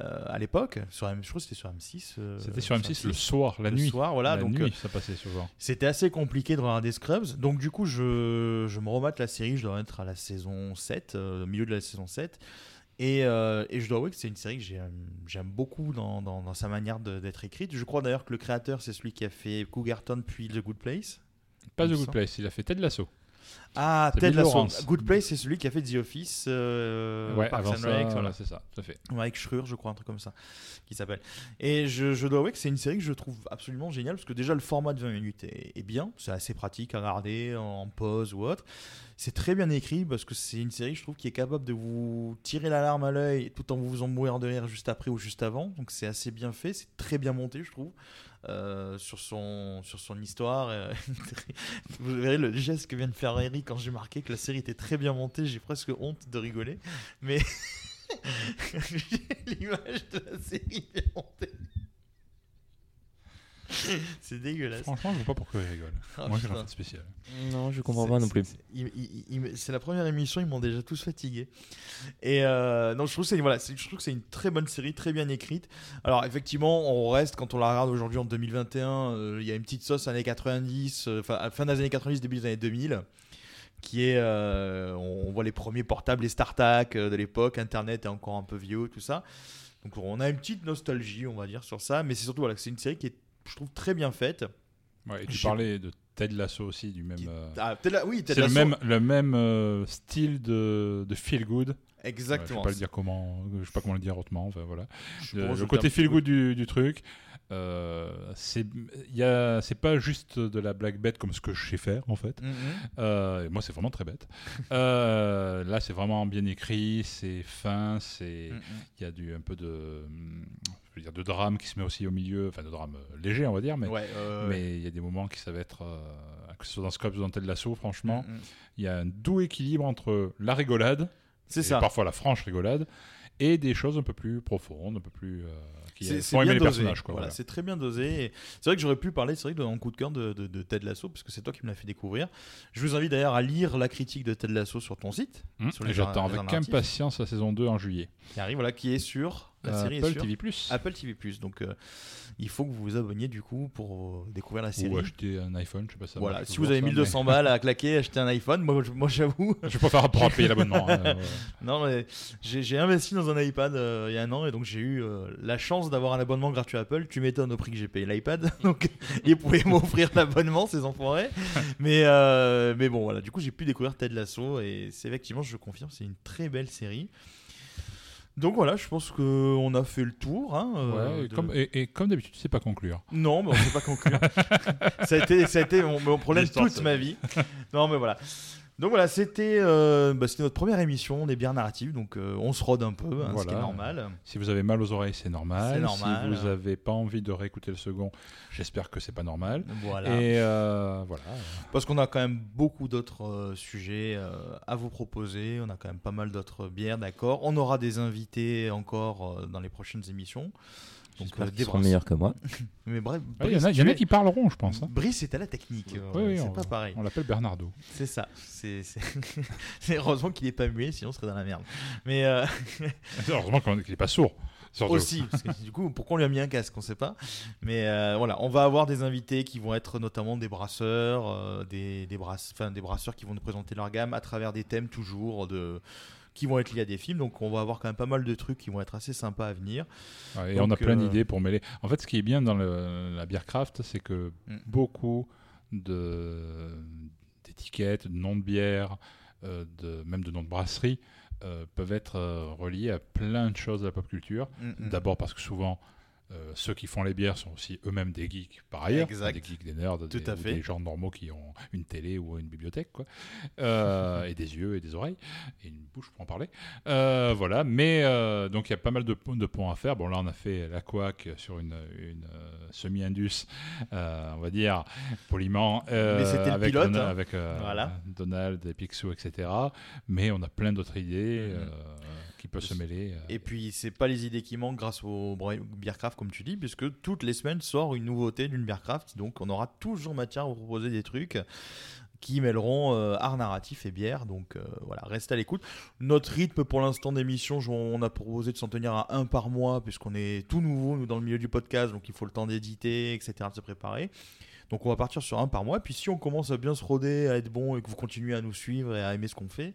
Speaker 6: euh, à l'époque, sur M, je crois que c'était sur M6. euh,
Speaker 7: C'était sur M6 le soir, la
Speaker 6: le
Speaker 7: nuit.
Speaker 6: soir, voilà.
Speaker 7: La
Speaker 6: donc,
Speaker 7: nuit,
Speaker 6: euh,
Speaker 7: ça passait souvent.
Speaker 6: C'était assez compliqué de regarder Scrubs. Donc, du coup, je, je me remate la série. Je dois être à la saison 7, euh, au milieu de la saison 7. Et, euh, et je dois avouer que c'est une série que j'ai, euh, j'aime beaucoup dans, dans- dans sa manière de- d'être écrite. Je crois d'ailleurs que le créateur, c'est celui qui a fait Cougarton puis The Good Place.
Speaker 7: Pas
Speaker 6: Il
Speaker 7: The
Speaker 6: me
Speaker 7: Good
Speaker 6: semble.
Speaker 7: Place, il a fait Ted Lasso.
Speaker 6: Ah,
Speaker 7: C'est
Speaker 6: Ted
Speaker 7: Bill
Speaker 6: Lasso.
Speaker 7: Lawrence.
Speaker 6: Good Place, c'est celui qui a fait The Office. euh,
Speaker 7: Ouais,
Speaker 6: Parks
Speaker 7: avant
Speaker 6: and
Speaker 7: ça,
Speaker 6: Rec,
Speaker 7: voilà, c'est ça, tout à fait.
Speaker 6: Ouais, avec Schrur, je crois, un truc comme ça, qui s'appelle. Et je, je dois avouer que c'est une série que je trouve absolument géniale, parce que déjà le format de 20 minutes est, est bien, c'est assez pratique à regarder en pause ou autre. C'est très bien écrit, parce que c'est une série, je trouve, qui est capable de vous tirer la larme à l'œil tout en vous en mourir de rire juste après ou juste avant. Donc c'est assez bien fait, c'est très bien monté, je trouve. euh, sur, son, sur son histoire. euh, vous verrez le geste que vient de faire Eric quand j'ai marqué que la série était très bien montée, j'ai presque honte de rigoler. Mais l'image de la série bien montée. C'est dégueulasse.
Speaker 7: Franchement, je vois pas pourquoi ils rigolent.
Speaker 6: Ah,
Speaker 7: Moi, j'ai
Speaker 6: putain.
Speaker 7: rien fait de spécial.
Speaker 8: Non, je comprends pas non plus.
Speaker 6: Il- il- il- C'est la première émission, ils m'ont déjà tous fatigué. Et euh, non, je trouve que c'est voilà, c'est- je trouve que c'est une très bonne série, très bien écrite. Alors effectivement, on reste quand on la regarde aujourd'hui en 2021, euh, il y a une petite sauce années 90, euh, fin, à fin des années 90, début des années 2000 qui est, euh, on on voit les premiers portables, les StarTAC euh, de l'époque, Internet est encore un peu vieux, tout ça. Donc on a une petite nostalgie, on va dire, sur ça, mais c'est surtout voilà, que c'est une série qui est, je trouve, très bien faite.
Speaker 7: Ouais, et tu
Speaker 6: J'ai-
Speaker 7: parlais de Ted Lasso aussi, du même. euh,
Speaker 6: Ah, Ted La- oui, Ted
Speaker 7: c'est le
Speaker 6: Lasso.
Speaker 7: même, le même euh, style de, de feel good.
Speaker 6: Exactement.
Speaker 7: Ouais, je sais pas le dire comment, je sais pas comment le dire autrement. Enfin voilà.
Speaker 6: Je
Speaker 7: Le,
Speaker 6: pense
Speaker 7: Euh, le
Speaker 6: que le
Speaker 7: côté
Speaker 6: terme
Speaker 7: feel
Speaker 6: feel
Speaker 7: good du, du truc. euh, c'est il y a- c'est pas juste de la blague bête comme ce que je sais faire en fait
Speaker 6: Mhm.
Speaker 7: Euh, et moi c'est vraiment très bête Euh, là c'est vraiment bien écrit c'est fin c'est
Speaker 6: Mhm.
Speaker 7: il y a du un peu de hum, je veux dire de drame qui se met aussi au milieu enfin de drame euh, léger on va dire mais
Speaker 6: Ouais, euh,
Speaker 7: mais il y a des moments qui ça va être euh, que ce soit dans Scrubs ou dans Ted Lasso franchement
Speaker 6: Mhm.
Speaker 7: il y a un doux équilibre entre la rigolade
Speaker 6: C'est
Speaker 7: et
Speaker 6: ça.
Speaker 7: parfois la franche rigolade et des choses un peu plus profondes un peu plus euh, qui
Speaker 6: C'est- c'est
Speaker 7: font aimer
Speaker 6: bien
Speaker 7: les
Speaker 6: dosé.
Speaker 7: personnages quoi,
Speaker 6: Voilà,
Speaker 7: voilà.
Speaker 6: C'est très bien dosé. Et C'est vrai que j'aurais pu parler, c'est vrai que dans mon coup de cœur de, de- de Ted Lasso, parce que c'est toi qui me l'as fait découvrir. Je vous invite d'ailleurs à lire la critique de Ted Lasso sur ton site.
Speaker 7: Hum,
Speaker 6: sur
Speaker 7: et
Speaker 6: les
Speaker 7: j'attends
Speaker 6: arts- les
Speaker 7: avec
Speaker 6: arts narratifs,
Speaker 7: impatience la saison 2 en juillet
Speaker 6: Qui arrive, voilà, qui est sur la
Speaker 7: Euh,
Speaker 6: série est Ah,
Speaker 7: Apple
Speaker 6: sur
Speaker 7: TV+.
Speaker 6: Apple TV Donc euh, il faut que vous vous abonniez du coup pour euh, découvrir la série.
Speaker 7: ou acheter un iPhone je sais pas si ça
Speaker 6: voilà,
Speaker 7: marche
Speaker 6: si
Speaker 7: toujours,
Speaker 6: vous avez
Speaker 7: ça, mais-
Speaker 6: 1200 balles à claquer, acheter un iPhone, moi, je- moi j'avoue.
Speaker 7: Je préfère pas payer l'abonnement, hein, euh, ouais.
Speaker 6: non, mais j'ai j'ai investi dans un iPad euh, il y a un an et donc j'ai eu euh, la chance d'avoir un abonnement gratuit Apple. Tu m'étonnes au prix que j'ai payé l'iPad, donc ils pouvaient m'offrir l'abonnement, ces enfoirés. Mais, euh, mais bon, voilà, du coup j'ai pu découvrir Ted Lasso et c'est effectivement, je confirme, c'est une très belle série. Donc voilà, je pense qu'on a fait le tour. hein, euh,
Speaker 7: Ouais, et
Speaker 6: de-
Speaker 7: comme, et, et comme d'habitude, tu sais pas conclure.
Speaker 6: Non, mais on ne sait pas conclure. ça a été, ça a été mon, mon problème
Speaker 7: L'histoire,
Speaker 6: toute
Speaker 7: ça.
Speaker 6: ma vie. Non, mais voilà. Donc voilà, c'était euh, bah, c'était notre première émission. On est bien narratif, donc euh, on se rôde un peu, hein, ce qui est normal.
Speaker 7: Si vous avez mal aux oreilles, c'est normal.
Speaker 6: C'est normal.
Speaker 7: Si vous n'avez pas envie de réécouter le second, j'espère que c'est pas normal.
Speaker 6: Voilà.
Speaker 7: Et euh, voilà.
Speaker 6: Parce qu'on a quand même beaucoup d'autres euh, sujets euh, à vous proposer. On a quand même pas mal d'autres bières, d'accord. On aura des invités encore euh, dans les prochaines émissions. Donc,
Speaker 8: J'espère
Speaker 6: euh,
Speaker 8: qu'ils
Speaker 6: des
Speaker 8: seront
Speaker 6: brasses.
Speaker 8: meilleurs que moi.
Speaker 6: Mais bref,
Speaker 7: Ouais, Ah, Il y
Speaker 6: Brice,
Speaker 7: en a, il y en
Speaker 6: tu
Speaker 7: a
Speaker 6: es-
Speaker 7: qui parleront, je pense. hein.
Speaker 6: Brice est à la technique.
Speaker 7: Oui,
Speaker 6: euh,
Speaker 7: oui,
Speaker 6: c'est
Speaker 7: on-
Speaker 6: pas pareil.
Speaker 7: On l'appelle Bernardo.
Speaker 6: C'est ça. C'est c'est- c'est heureusement qu'il n'est pas muet, sinon on serait dans la merde. Mais euh,
Speaker 7: Heureusement qu'on- qu'il n'est pas sourd. surtout.
Speaker 6: aussi, parce que du coup, pourquoi on lui a mis un casque, on ne sait pas. Mais euh, voilà, on va avoir des invités qui vont être notamment des brasseurs, euh, des, des, brass- enfin, des brasseurs qui vont nous présenter leur gamme à travers des thèmes toujours de qui vont être liés à des films. Donc on va avoir quand même pas mal de trucs qui vont être assez sympas à venir.
Speaker 7: Ouais, et
Speaker 6: Donc,
Speaker 7: on a plein
Speaker 6: euh,
Speaker 7: d'idées pour mêler. En fait, ce qui est bien dans le- la bière craft, c'est que
Speaker 6: Mm.
Speaker 7: beaucoup de- d'étiquettes, de, noms de bières, euh, de, même de noms de brasseries, euh, peuvent être euh, reliés à plein de choses de la pop culture.
Speaker 6: Mm, mm.
Speaker 7: D'abord parce que souvent, euh, ceux qui font les bières sont aussi eux-mêmes des geeks par ailleurs,
Speaker 6: Exact.
Speaker 7: des geeks, des nerds,
Speaker 6: Tout
Speaker 7: des,
Speaker 6: à
Speaker 7: ou
Speaker 6: fait.
Speaker 7: des gens normaux qui ont une télé ou une bibliothèque, quoi. Euh, et des yeux et des oreilles et une bouche pour en parler. Euh, voilà, mais euh, donc il y a pas mal de, po- de ponts à faire. Bon, là on a fait la couac sur une, une, euh, semi-indus, euh, on va dire poliment, euh,
Speaker 6: Mais c'était le
Speaker 7: avec,
Speaker 6: pilote,
Speaker 7: Dona-
Speaker 6: hein.
Speaker 7: avec euh,
Speaker 6: Voilà. Mm,
Speaker 7: Donald et Picsou, etc. Mais on a plein d'autres idées. euh, qui peut se mêler.
Speaker 6: Et puis, c'est pas les idées qui manquent grâce au bière craft, comme tu dis, puisque toutes les semaines sort une nouveauté d'une bière craft. Donc, on aura toujours matière à vous proposer des trucs qui mêleront euh, art narratif et bière. Donc euh, voilà, restez à l'écoute. Notre rythme pour l'instant d'émission, on a proposé de s'en tenir à un par mois, puisqu'on est tout nouveau, nous, dans le milieu du podcast, donc il faut le temps d'éditer, etc., de se préparer. Donc on va partir sur un par mois. Puis si on commence à bien se roder, à être bon et que vous continuez à nous suivre et à aimer ce qu'on fait,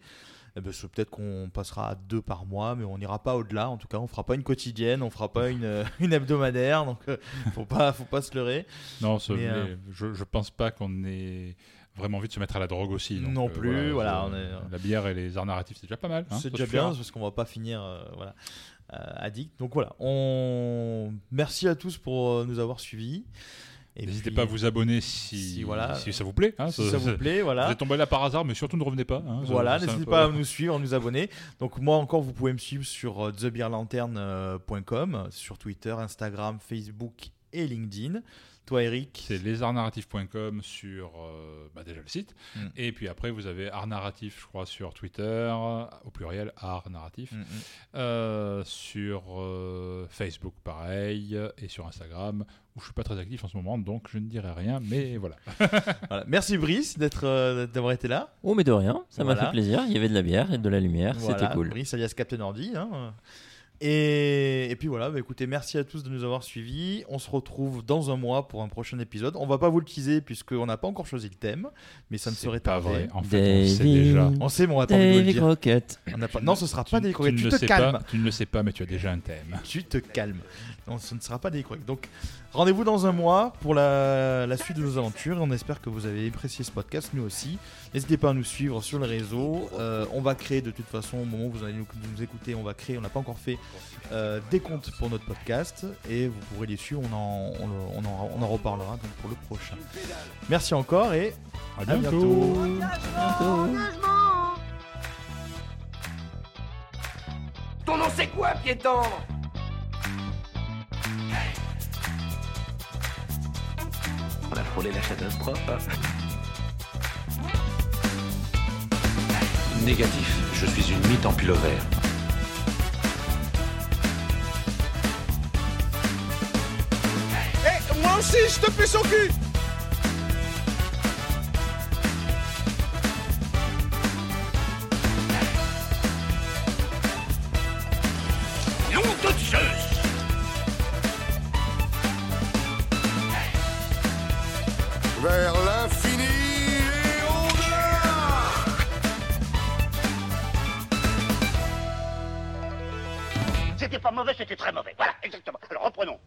Speaker 6: eh c'est peut-être qu'on passera à deux par mois, mais on n'ira pas au-delà. En tout cas, on fera pas une quotidienne, on fera pas une, euh, une hebdomadaire, donc euh, faut pas, faut pas se leurrer.
Speaker 7: Non, ce, mais, euh... je, je pense pas qu'on ait vraiment envie de se mettre à la drogue aussi. Donc,
Speaker 6: non plus, euh, voilà. voilà
Speaker 7: on est... La bière et les arts narratifs, c'est déjà pas mal. Hein,
Speaker 6: c'est déjà bien, parce qu'on va pas finir, euh, voilà. euh, addict. Donc voilà, on... merci à tous pour euh, nous avoir suivis.
Speaker 7: N'hésitez pas à vous abonner si, si, voilà, si ça vous plaît. Hein,
Speaker 6: si ça, ça, vous plaît, voilà.
Speaker 7: Vous êtes tombé là par hasard, mais surtout ne revenez pas. Hein,
Speaker 6: voilà, n'hésitez pas à nous suivre, à nous abonner. Donc moi encore, vous pouvez me suivre sur euh, thebeerlanterne.com, sur Twitter, Instagram, Facebook et LinkedIn. Toi, Eric
Speaker 7: C'est lesartnarratifs.com sur euh, bah déjà le site. Mm. Et puis après, vous avez Art Narratif, je crois, sur Twitter, au pluriel, Art Narratif. Mm -hmm. euh, sur euh, Facebook, pareil. Et sur Instagram, où je suis pas très actif en ce moment, donc je ne dirai rien, mais voilà.
Speaker 6: voilà. Merci Brice d'être euh, d'avoir été là.
Speaker 8: Oh mais de rien, ça voilà. m'a fait plaisir. Il y avait de la bière et de la lumière, voilà. c'était cool.
Speaker 6: Brice alias Captain Ordi. Hein. Et, et, puis voilà, bah écoutez, merci à tous de nous avoir suivis. On se retrouve dans un mois pour un prochain épisode. On va pas vous le teaser puisqu'on n'a pas encore choisi le thème, mais ça ne serait
Speaker 7: pas
Speaker 6: tardé.
Speaker 7: vrai. En fait, David, on sait déjà.
Speaker 6: On sait, mais on n'a
Speaker 8: pas
Speaker 6: envie
Speaker 8: de le dire. Croquettes.
Speaker 6: On a pas... Non, ce sera Ah, pas des croquettes. Tu,
Speaker 7: tu
Speaker 6: te calmes.
Speaker 7: Pas, tu ne le sais pas, mais tu as déjà un thème.
Speaker 6: Tu te calmes. Non, ce ne sera pas des croquettes. Donc, rendez-vous dans un mois pour la, la suite de nos aventures. On espère que vous avez apprécié ce podcast, nous aussi. N'hésitez pas à nous suivre sur le réseau. Euh, on va créer de toute façon, au moment où vous allez nous, nous écouter, on va créer. On n'a pas encore fait euh, des comptes pour notre podcast et vous pourrez les suivre. On en, on, on en, on en reparlera donc pour le prochain. Merci encore et
Speaker 7: à, à bientôt.
Speaker 5: Engagement, engagement.
Speaker 2: Ton nom c'est quoi, piéton
Speaker 10: On a frôlé la catastrophe.
Speaker 11: Négatif, je suis une mythe en pilo vert.
Speaker 12: moi aussi, je te pue sur cul
Speaker 2: Nom de Zeus
Speaker 12: Vers l'infini et au-delà
Speaker 10: C'était pas mauvais, c'était très mauvais. Voilà, exactement. Alors reprenons.